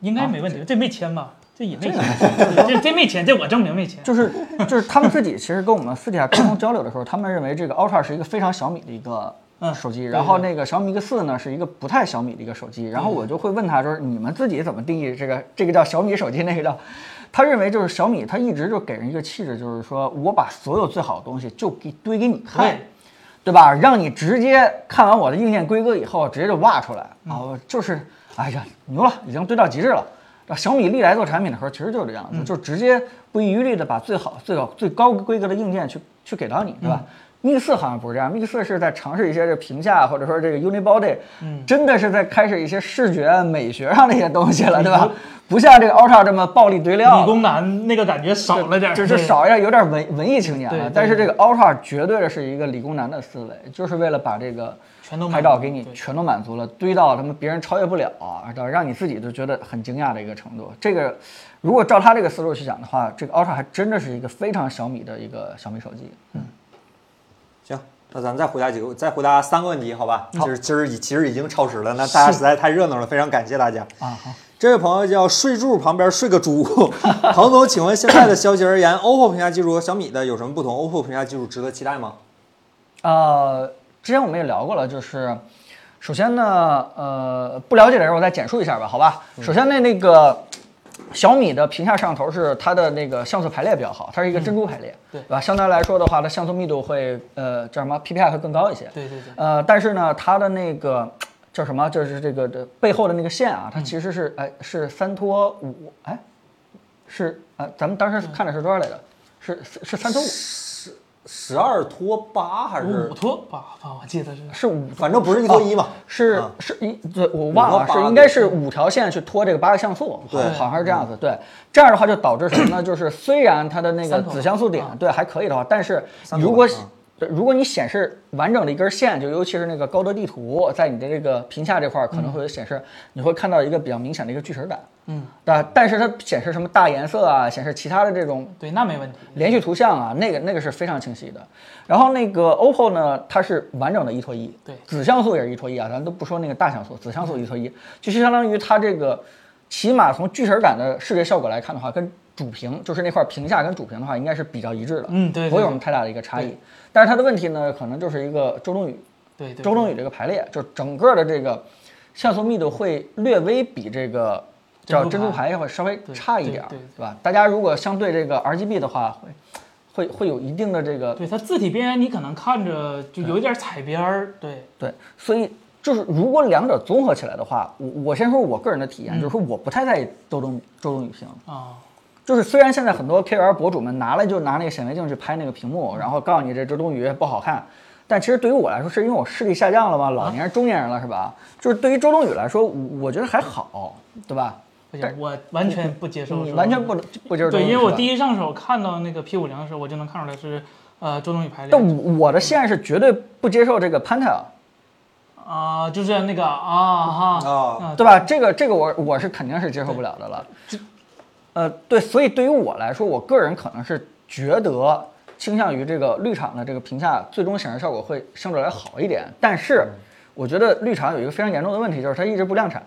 Speaker 2: 应该没问题，这没签吧？这也没签， 这这没签，这我证明没签。
Speaker 3: 就是就是他们自己其实跟我们私底下沟通交流的时候，他们认为这个 Ultra 是一个非常小米的一个
Speaker 2: 嗯
Speaker 3: 手机，
Speaker 2: 对
Speaker 3: 然后
Speaker 2: 对
Speaker 3: 那个小米 Mix 四呢是一个不太小米的一个手机，然后我就会问他说你们自己怎么定义这个这个叫小米手机，那个叫。他认为就是小米，他一直就给人一个气质，就是说我把所有最好的东西就给堆给你看
Speaker 2: 对，
Speaker 3: 对吧？让你直接看完我的硬件规格以后，直接就哇出来啊！我就是，哎呀，牛了，已经堆到极致了。那小米历来做产品的时候，其实就是这样子，就直接不遗余力的把最好、最好、最高规格的硬件去去给到你，对吧？Mix 四好像不是这样，Mix 四是在尝试一些这屏下或者说这个 unibody，真的是在开始一些视觉美学上的一些东西了，对吧
Speaker 2: 理？
Speaker 3: 不像这个 Ultra 这么暴力堆料了，
Speaker 2: 理工男那个感觉少了 点儿，
Speaker 3: 就就
Speaker 2: 对
Speaker 3: 少一点，有点文文艺青年
Speaker 2: 对
Speaker 3: 了
Speaker 2: 对。
Speaker 3: 但是这个 Ultra 绝对是一个理工男的思维，就是为了把这个
Speaker 2: 全都满足
Speaker 3: 拍照给你
Speaker 2: 对
Speaker 3: 全都满足了，堆到他们别人超越不了啊，到让你自己都觉得很惊讶的一个程度。这个如果照他这个思路去讲的话，这个 Ultra 还真的是一个非常小米的一个小米手机。
Speaker 1: 行，那咱们再回答几个，再回答三个问题，好吧？就是今儿已其实已经超时了，那大家实在太热闹了，非常感谢大家
Speaker 3: 啊好。
Speaker 1: 这位朋友叫睡柱旁边睡个猪， 彭总，请问现在的消息而言，OPPO 屏下技术和小米的有什么不同？OPPO 屏下技术值得期待吗？
Speaker 3: 呃，之前我们也聊过了，就是首先呢，呃，不了解的人我再简述一下吧，好吧？
Speaker 2: 嗯
Speaker 3: 首先呢，那个小米的屏下摄像头是它的那个像素排列比较好，它是一个珍珠排列，
Speaker 2: 嗯对
Speaker 3: 吧？相对来说的话，它像素密度会呃叫什么 PPI 会更高一些，
Speaker 2: 对对对
Speaker 3: 呃，但是呢，它的那个叫什么，就是这个这背后的那个线啊，
Speaker 2: 嗯
Speaker 3: 它其实是哎是三拖五哎是啊、咱们当时
Speaker 2: 嗯
Speaker 3: 看的是多少来着？是是是三拖五，
Speaker 1: 十二拖八还
Speaker 3: 哦
Speaker 2: 五拖吧吧，我记得是
Speaker 3: 是五
Speaker 1: 反正不是一拖一嘛。
Speaker 3: 是
Speaker 1: 啊
Speaker 3: 是一，对我忘
Speaker 1: 五
Speaker 3: 了，
Speaker 1: 到八
Speaker 3: 是应该是五条线去拖这个八个像素，
Speaker 1: 对嗯
Speaker 3: 好好像是这样子。对，这样的话就导致什么 呢？就是虽然它的那个
Speaker 2: 三头
Speaker 3: 子像素点
Speaker 2: 啊
Speaker 3: 对还可以的话，但是
Speaker 1: 三头
Speaker 3: 如果
Speaker 1: 啊
Speaker 3: 对如果你显示完整的一根线，就尤其是那个高德地图，在你的这个屏下这块儿可能
Speaker 1: 嗯
Speaker 3: 会有显示，你会看到一个比较明显的一个锯齿感。
Speaker 2: 嗯，
Speaker 3: 但但是它显示什么大颜色啊，显示其他的这种
Speaker 2: 对，那没问题。
Speaker 3: 连续图像啊，那个那个是非常清晰的。然后那个 OPPO 呢，它是完整的一拖一，
Speaker 2: 对
Speaker 3: 子像素也是一拖一啊，咱都不说那个大像素，子像素一拖一，就是相当于它这个，起码从锯齿感的视觉效果来看的话，跟主屏，就是那块屏下跟主屏的话，应该是比较一致的，
Speaker 2: 嗯对对
Speaker 3: 不会有
Speaker 2: 对
Speaker 3: 什么太大的一个差异
Speaker 2: 对。
Speaker 3: 但是它的问题呢，可能就是一个周冬雨，
Speaker 2: 对对，
Speaker 3: 周冬
Speaker 2: 雨
Speaker 3: 雨这个排列，就整个的这个像素密度会略微比这个叫珍
Speaker 2: 珍
Speaker 3: 珠
Speaker 2: 珠
Speaker 3: 牌会稍微
Speaker 2: 对
Speaker 3: 差一
Speaker 2: 对
Speaker 3: 点儿，
Speaker 2: 对对
Speaker 3: 对吧？大家如果相对这个 RGB 的话，会会会有一定的这个
Speaker 2: 对它字体边缘，你可能看着
Speaker 3: 嗯
Speaker 2: 就有一点彩边儿，对，
Speaker 3: 对，所以就是如果两者综合起来的话，我我先说我个人的体验，
Speaker 2: 嗯
Speaker 3: 就是说我不太在意周冬周冬雨屏，
Speaker 2: 啊，
Speaker 3: 就是虽然现在很多 KOL 博主们拿了就拿那个显微镜去拍那个屏幕，然后告诉你这周冬雨不好看，但其实对于我来说，是因为我视力下降了吗？
Speaker 2: 啊
Speaker 3: 老年人、中年人了是吧？就是对于周冬雨来说，我我觉得还好，对吧？
Speaker 2: 不
Speaker 3: 但
Speaker 2: 行，我完全不接受，
Speaker 3: 你完全不能不接受周冬
Speaker 2: 对，
Speaker 3: 雨。
Speaker 2: 因为我第
Speaker 3: 一，
Speaker 2: 一上手看到那个 P 五零的时候，我就能看出来是呃周冬雨排列
Speaker 3: 但我我的线是绝对不接受这个 Panta，
Speaker 2: 啊、就是那个啊
Speaker 3: 哦
Speaker 2: 哈
Speaker 6: 啊
Speaker 3: 对吧？这个这个我我是肯定是接受不了的了。呃，对，所以对于我来说，我个人可能是觉得倾向于这个绿厂的这个屏下最终显示效果会相对来好一点，但是
Speaker 2: 嗯
Speaker 3: 我觉得绿厂有一个非常严重的问题，就是它一直不量产。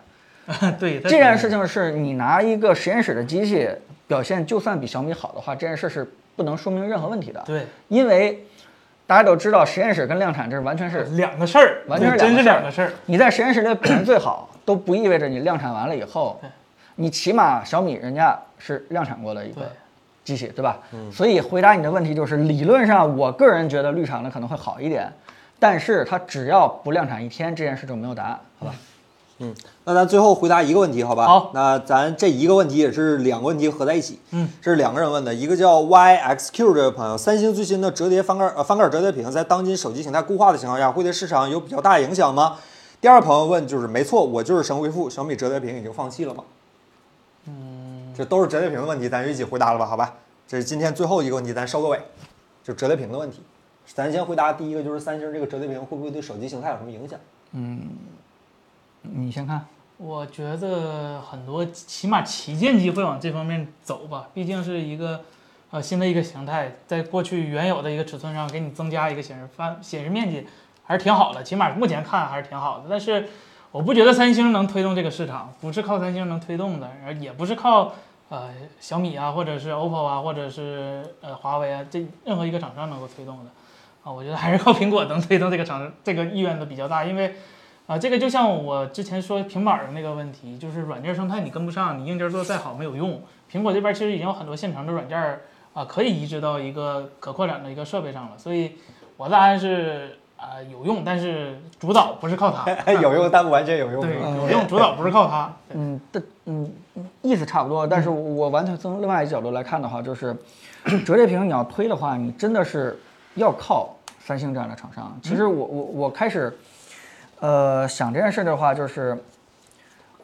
Speaker 2: 对， 它
Speaker 3: 这件事情是你拿一个实验室的机器表现就算比小米好的话，这件事是不能说明任何问题的。
Speaker 2: 对
Speaker 3: 因为大家都知道实验室跟量产这是完全是
Speaker 2: 两个事儿，
Speaker 3: 完全是
Speaker 2: 对真是
Speaker 3: 两
Speaker 2: 两
Speaker 3: 个
Speaker 2: 个事儿。
Speaker 3: 你在实验室内表现最好，都不意味着你量产完了以后，你起码小米人家是量产过的一个
Speaker 2: 对
Speaker 3: 机器，对吧？所以回答你的问题就是，理论上我个人觉得绿厂的可能会好一点，但是它只要不量产一天，这件事就没有答案，好吧？
Speaker 1: 那咱最后回答一个问题，好吧？
Speaker 2: 好
Speaker 1: 那咱这一个问题也是两个问题合在一起。
Speaker 2: 嗯，
Speaker 1: 这是两个人问的，一个叫 YXQ 这位朋友，三星最新的折叠翻盖呃翻盖折叠屏，在当今手机形态固化的情况下，会对市场有比较大影响吗？第二朋友问就是，没错，我就是神回复，小米折叠屏已经放弃了吗？嗯，这都是折叠屏的问题，咱就一起回答了吧，好吧？这是今天最后一个问题，咱收个尾，就折叠屏的问题。咱先回答第一个，就是三星这个折叠屏会不会对手机形态有什么影 响？
Speaker 3: 你先看，
Speaker 2: 我觉得很多起码旗舰机会往这方面走吧，毕竟是一个呃新的一个形态，在过去原有的一个尺寸上给你增加一个显示范显示面积，还是挺好的，起码目前看还是挺好的。但是我不觉得三星能推动这个市场，不是靠三星能推动的，而也不是靠呃小米啊，或者是 OPPO 啊，或者是呃华为啊，这任何一个厂商能够推动的啊，我觉得还是靠苹果能推动这个厂这个意愿的比较大，因为。啊，这个就像我之前说平板儿的那个问题，就是软件生态你跟不上，你硬件做得再好没有用。苹果这边其实已经有很多现成的软件儿啊，可以移植到一个可扩展的一个设备上了，所以我的答案是啊、有用，但是主导不是靠它。
Speaker 1: 有用，但不完全有用。
Speaker 2: 对，
Speaker 1: 是吧
Speaker 2: 有用，主导不是靠它。对嗯
Speaker 3: 嗯，但嗯意思差不多，但是我完全从另外一角度来看的话，就是折叠屏你要推的话，你真的是要靠三星这样的厂商。其
Speaker 2: 嗯
Speaker 3: 实我我我开始，呃，想这件事的话，就是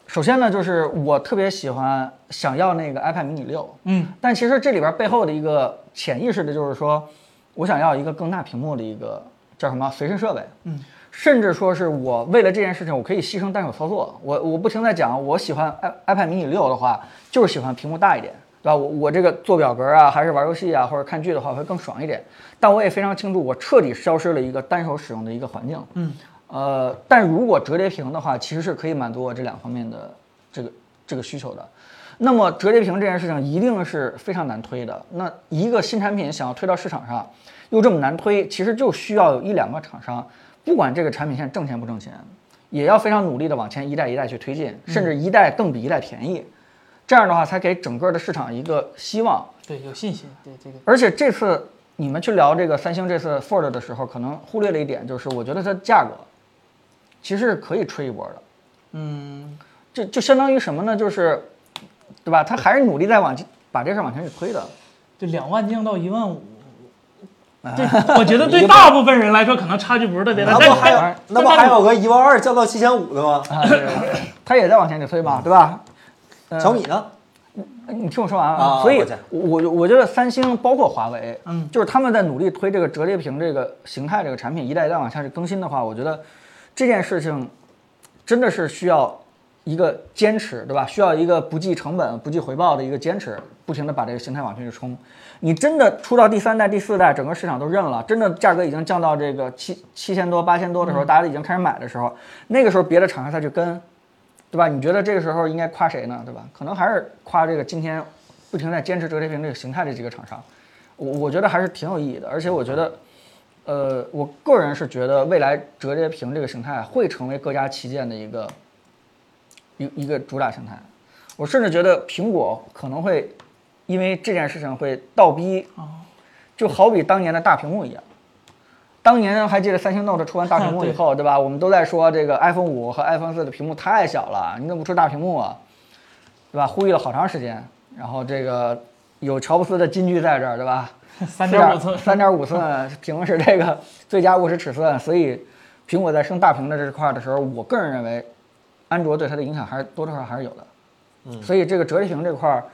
Speaker 3: 首先呢，就是我特别喜欢想要那个 iPad mini 六，
Speaker 2: 嗯，
Speaker 3: 但其实这里边背后的一个潜意识的就是说，我想要一个更大屏幕的一个叫什么随身设备，
Speaker 2: 嗯，
Speaker 3: 甚至说是我为了这件事情，我可以牺牲单手操作。我我不停在讲，我喜欢 i iPad mini 六的话，就是喜欢屏幕大一点，对吧？我我这个做表格啊，还是玩游戏啊，或者看剧的话，会更爽一点。但我也非常清楚，我彻底消失了一个单手使用的一个环境，嗯，呃，但如果折叠屏的话，其实是可以满足我这两方面的这个这个需求的。那么折叠屏这件事情一定是非常难推的。那一个新产品想要推到市场上，又这么难推，其实就需要有一两个厂商，不管这个产品线挣钱不挣钱，也要非常努力的往前一代一代去推进，甚至一代更比一代便宜，这样的话才给整个的市场一个希望。
Speaker 2: 对，有信心。对这个，
Speaker 3: 而且这次你们去聊这个三星这次 Fold 的时候，可能忽略了一点，就是我觉得它的价格其实是可以吹一波的。
Speaker 2: 嗯，
Speaker 3: 就就相当于什么呢？就是，对吧？他还是努力在往把这事儿往前去推的。
Speaker 2: 就两万降到一万五。
Speaker 3: 啊
Speaker 2: 对，我觉得对大部分人来说，可能差距不是特别大。
Speaker 1: 那
Speaker 2: 但
Speaker 1: 不还有
Speaker 2: 但
Speaker 1: 那不还有个一万二降到七千五的吗？
Speaker 3: 啊，对嗯对对他也在往前去推嘛，对吧？呃
Speaker 1: 小米呢？
Speaker 3: 你听我说完
Speaker 1: 啊
Speaker 3: 所以
Speaker 1: 抱歉，
Speaker 3: 我我我觉得三星包括华为，
Speaker 2: 嗯
Speaker 3: 就是他们在努力推这个折叠屏这个形态这个产品，一代一代往下去更新的话，我觉得这件事情真的是需要一个坚持，对吧？需要一个不计成本、不计回报的一个坚持，不停的把这个形态往前去冲。你真的出到第三代、第四代，整个市场都认了，真的价格已经降到这个七七千多、八千多的时候，大家都已经开始买的时候，那个时候别的厂商再去跟，对吧？你觉得这个时候应该夸谁呢？对吧？可能还是夸这个今天不停地在坚持折叠屏这个形态的几个厂商，我我觉得还是挺有意义的。而且我觉得，呃，我个人是觉得未来折叠屏这个形态会成为各家旗舰的一个一一个主打形态。我甚至觉得苹果可能会因为这件事情会倒逼，就好比当年的大屏幕一样。当年还记得三星 Note 出完大屏幕以后，对吧？我们都在说这个 iPhone 五和 iPhone 四的屏幕太小了，你怎么不出大屏幕啊？对吧？呼吁了好长时间，然后这个有乔布斯的金句在这儿，对吧？
Speaker 2: 三点五寸，
Speaker 3: 三点五寸屏是这个最佳物十尺寸，所以苹果在升大屏的这块儿的时候，我个人认为，安卓对它的影响还是多多少少还是有的。嗯，所以这个折叠屏这块儿，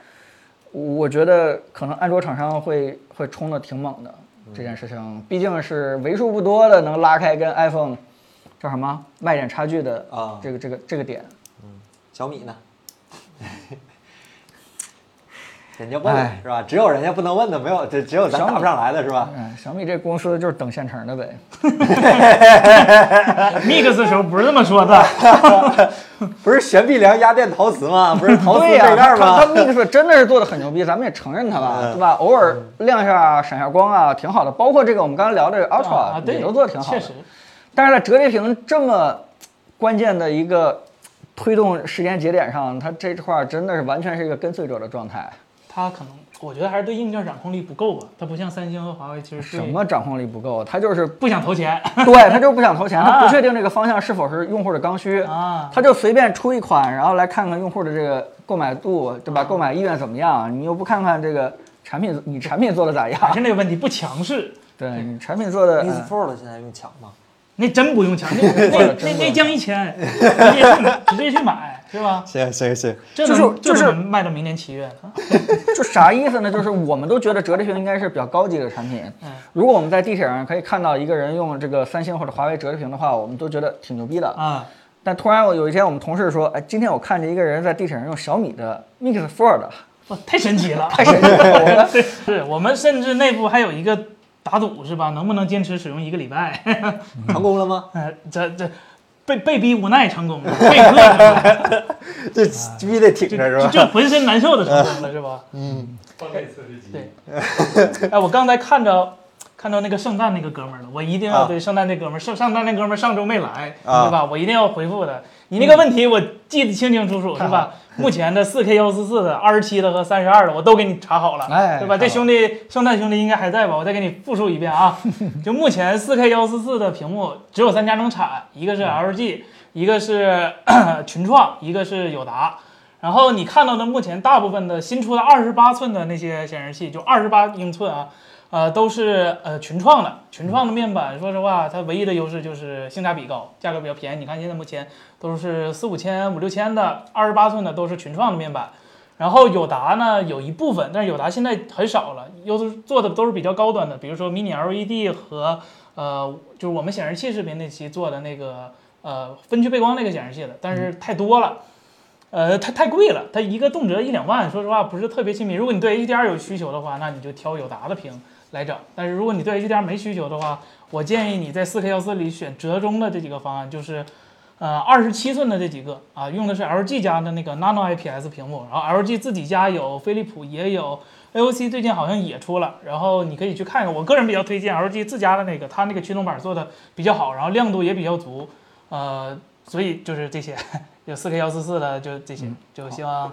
Speaker 3: 我觉得可能安卓厂商会会冲的挺猛的。
Speaker 2: 嗯
Speaker 3: 这件事情毕竟是为数不多的能拉开跟 iPhone 叫什么卖点差距的
Speaker 1: 啊
Speaker 3: 这个这个这个点。
Speaker 1: 小米呢？ 人家问了
Speaker 3: 哎
Speaker 1: 是吧？只有人家不能问的，没有只只有咱
Speaker 3: 小米
Speaker 1: 答不上来的是吧？
Speaker 3: 嗯，小米这公司就是等现成的呗。啊
Speaker 2: mix 的时候不是这么说的，
Speaker 1: 不是悬臂梁压电陶瓷吗？不是陶瓷
Speaker 3: 对
Speaker 1: 杯
Speaker 3: 呀、
Speaker 1: 盖
Speaker 3: 他他
Speaker 1: 吗？
Speaker 3: 他 Mix 真的是做的很牛逼，咱们也承认它吧，
Speaker 1: 嗯
Speaker 3: 对吧？偶尔亮一下、闪下光啊，挺好的。包括这个我们刚才聊的这个 Ultra，、
Speaker 2: 啊，对，
Speaker 3: 也都做的挺好的。
Speaker 2: 确实，
Speaker 3: 但是在折叠屏这么关键的一个推动时间节点上，它这块儿真的是完全是一个跟随者的状态，
Speaker 2: 它可能我觉得还是对硬件掌控力不够吧，它不像三星和华为，其实
Speaker 3: 什
Speaker 2: 对
Speaker 3: 么掌控力不够，它就是
Speaker 2: 不想投 钱
Speaker 3: 对他就是不想投钱，他
Speaker 2: 啊
Speaker 3: 不确定这个方向是否是用户的刚需
Speaker 2: 啊
Speaker 3: 他就随便出一款，然后来看看用户的这个购买度，对
Speaker 2: 啊
Speaker 3: 吧？购买意愿怎么样？你又不看看这个产品，你产品做的咋样？
Speaker 2: 还是那个问题，不强势，
Speaker 3: 对你产品做的，
Speaker 1: Mix
Speaker 3: 嗯
Speaker 1: Fold 现在用抢吗？
Speaker 2: 那真不用强， 那那那那将一千，直接去买直接去买是吧？
Speaker 1: 行行行，
Speaker 2: 这
Speaker 3: 就是
Speaker 2: 能
Speaker 3: 就是
Speaker 2: 这能卖到明年七月啊
Speaker 3: 就啥意思呢？就是我们都觉得折叠屏应该是比较高级的产品
Speaker 2: 嗯。
Speaker 3: 如果我们在地铁上可以看到一个人用这个三星或者华为折叠屏的话，我们都觉得挺牛逼的。
Speaker 2: 啊！
Speaker 3: 但突然我有一天，我们同事说，哎，今天我看见一个人在地铁上用小米的 Mix Fold，
Speaker 2: 哇，太神奇了！
Speaker 3: 太神 奇了，我 们
Speaker 2: 是我们甚至内部还有一个打赌是吧？能不能坚持使用一个礼拜？
Speaker 1: 成功了吗？
Speaker 2: 呃这这被被逼无奈成功 了，被迫成功了
Speaker 1: 这必须得挺着是
Speaker 2: 这
Speaker 1: 吧？
Speaker 2: 这浑身难受的成功了是吧？
Speaker 4: 放在测试机，
Speaker 2: 对哎，我刚才看着看到那个圣诞那个哥们儿了，我一定要
Speaker 1: 啊
Speaker 2: 对圣诞那哥们儿，圣圣诞那哥们儿上周没来，
Speaker 1: 啊
Speaker 2: 对吧？我一定要回复的。你那个问题我记得清清楚楚，是吧？目前的四 K 幺四四的、二十七的和三十二的，我都给你查好了，
Speaker 3: 哎
Speaker 2: 对吧？这兄弟圣诞兄弟应该还在吧？我再给你复述一遍 啊，就目前四 K 幺四四的屏幕只有三家能产，一个是 LG，一个是 咳群创，一个是友达。然后你看到的目前大部分的新出的二十八寸的那些显示器，就二十八英寸啊，呃，都是呃群创的。群创的面板，说实话，它唯一的优势就是性价比高，价格比较便宜。你看现在目前都是四五千、五六千的，二十八寸的都是群创的面板。然后友达呢有一部分，但是友达现在很少了，又都是做的都是比较高端的，比如说 mini LED E 和呃，就是我们显示器视频那期做的那个呃分区背光那个显示器的，但是太多了。呃，它太贵了，它一个动辄一两万，说实话不是特别亲民。如果你对 HDR 有需求的话，那你就挑友达的屏来整。但是如果你对 HDR 没需求的话，我建议你在 4K 幺四里选折中的这几个方案，就是呃二十七寸的这几个啊，用的是 LG 家的那个 Nano IPS 屏幕，然后 LG 自己家有，飞利浦也有，AOC 最近好像也出了，然后你可以去看看。我个人比较推荐 LG 自家的那个，它那个驱动板做的比较好，然后亮度也比较足，呃，所以就是这些。 有四 K 幺四四的，就这些，就希望
Speaker 3: 嗯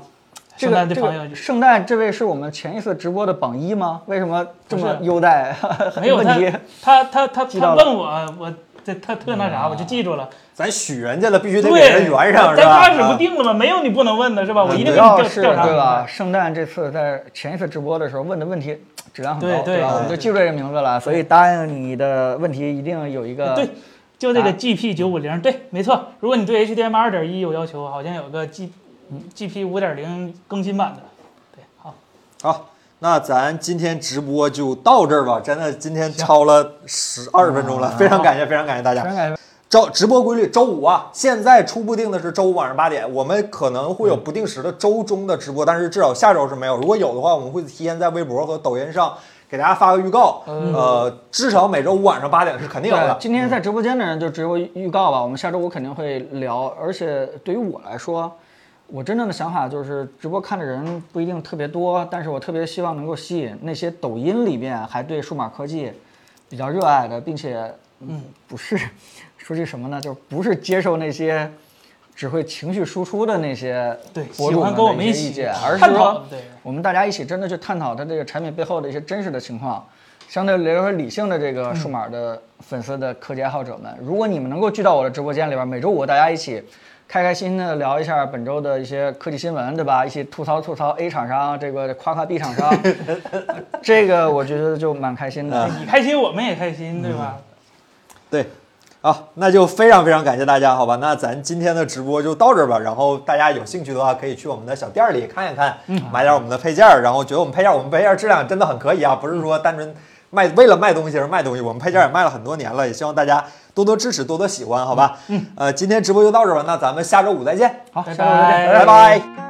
Speaker 3: 这
Speaker 2: 圣
Speaker 3: 个
Speaker 2: 诞的
Speaker 3: 这
Speaker 2: 朋友
Speaker 3: 个圣诞这位是我们前一次直播的榜一吗？为什么这么
Speaker 2: 不是
Speaker 3: 优待？
Speaker 2: 没有
Speaker 3: 问
Speaker 2: 他
Speaker 3: 题，
Speaker 2: 他他他
Speaker 3: 记到
Speaker 2: 他
Speaker 3: 了嗯
Speaker 2: 问我，我这他特那啥，我就记住了。
Speaker 1: 咱许人家了，必须得给人
Speaker 2: 对，
Speaker 1: 圆上是
Speaker 2: 咱
Speaker 1: 吧？啊
Speaker 2: 开始不定了吗？没有你不能问的是吧？我一定给你
Speaker 3: 嗯主
Speaker 2: 调
Speaker 3: 要是
Speaker 2: 调查
Speaker 3: 对
Speaker 2: 出
Speaker 3: 吧？
Speaker 2: 来。
Speaker 3: 嗯圣诞这次在前一次直播的时候问的问题质量很
Speaker 2: 对
Speaker 3: 高，
Speaker 2: 对
Speaker 3: 吧？
Speaker 2: 对
Speaker 3: 我们就记住这个名字了，所以答应你的问题一定有一个
Speaker 2: 对，就这个
Speaker 3: 啊
Speaker 2: GP 九五零，对，没错。如果你对 HDMI 二点一有要求，好像有个 G GP 五点零更新版的。对，好，
Speaker 1: 好，那咱今天直播就到这儿吧，真的今天超了十二十分钟了，非常感谢，非常感谢大家。
Speaker 3: 全感觉
Speaker 1: 周直播规律，周五啊，现在初步定的是周五晚上八点，我们可能会有不定时的周中的直播，但是至少下周是没有。如果有的话，我们会提前在微博和抖音上给大家发个预告。呃，至少每周五晚上八点是肯定有
Speaker 3: 对
Speaker 1: 的。
Speaker 2: 嗯
Speaker 3: 今天在直播间的人就只有预告吧，我们下周五肯定会聊，而且对于我来说。我真正的想法就是，直播看的人不一定特别多，但是我特别希望能够吸引那些抖音里边还对数码科技比较热爱的，并且，嗯，不是， 说句什么呢，就不是接受那些只会情绪输出的那些
Speaker 2: 对，
Speaker 3: 博
Speaker 2: 喜
Speaker 3: 主
Speaker 2: 欢
Speaker 3: 们
Speaker 2: 跟我
Speaker 3: 的
Speaker 2: 们
Speaker 3: 一
Speaker 2: 一
Speaker 3: 些意
Speaker 2: 起
Speaker 3: 见，而是
Speaker 2: 探讨
Speaker 3: 说
Speaker 2: 的，对，
Speaker 3: 我们大家一起真的去探讨它这个产品背后的一些真实的情况。相对来说，理性的这个数码的粉丝的科技爱好者们，如果你们能够聚到我的直播间里边，每周五大家一起开开心心的聊一下本周的一些科技新闻，对吧？一起吐槽吐槽 A 厂商，这个夸夸 B 厂 商，这个我觉得就蛮开心的。
Speaker 2: 你开心我们也开心，对吧？
Speaker 1: 对，啊，那就非常非常感谢大家，好吧？那咱今天的直播就到这儿吧。然后大家有兴趣的话，可以去我们的小店儿里看一看，买点我们的配件儿。然后觉得我们配件儿，我们配件儿质量真的很可以啊，不是说单纯卖为了卖东西而卖东西。我们配件儿也卖了很多年了，也希望大家多多支持，多多喜欢，好吧？嗯，呃，今天直播就到这儿吧，那咱们下周五再见，
Speaker 3: 好，
Speaker 2: 拜
Speaker 3: 下周再见
Speaker 2: 拜
Speaker 1: 拜拜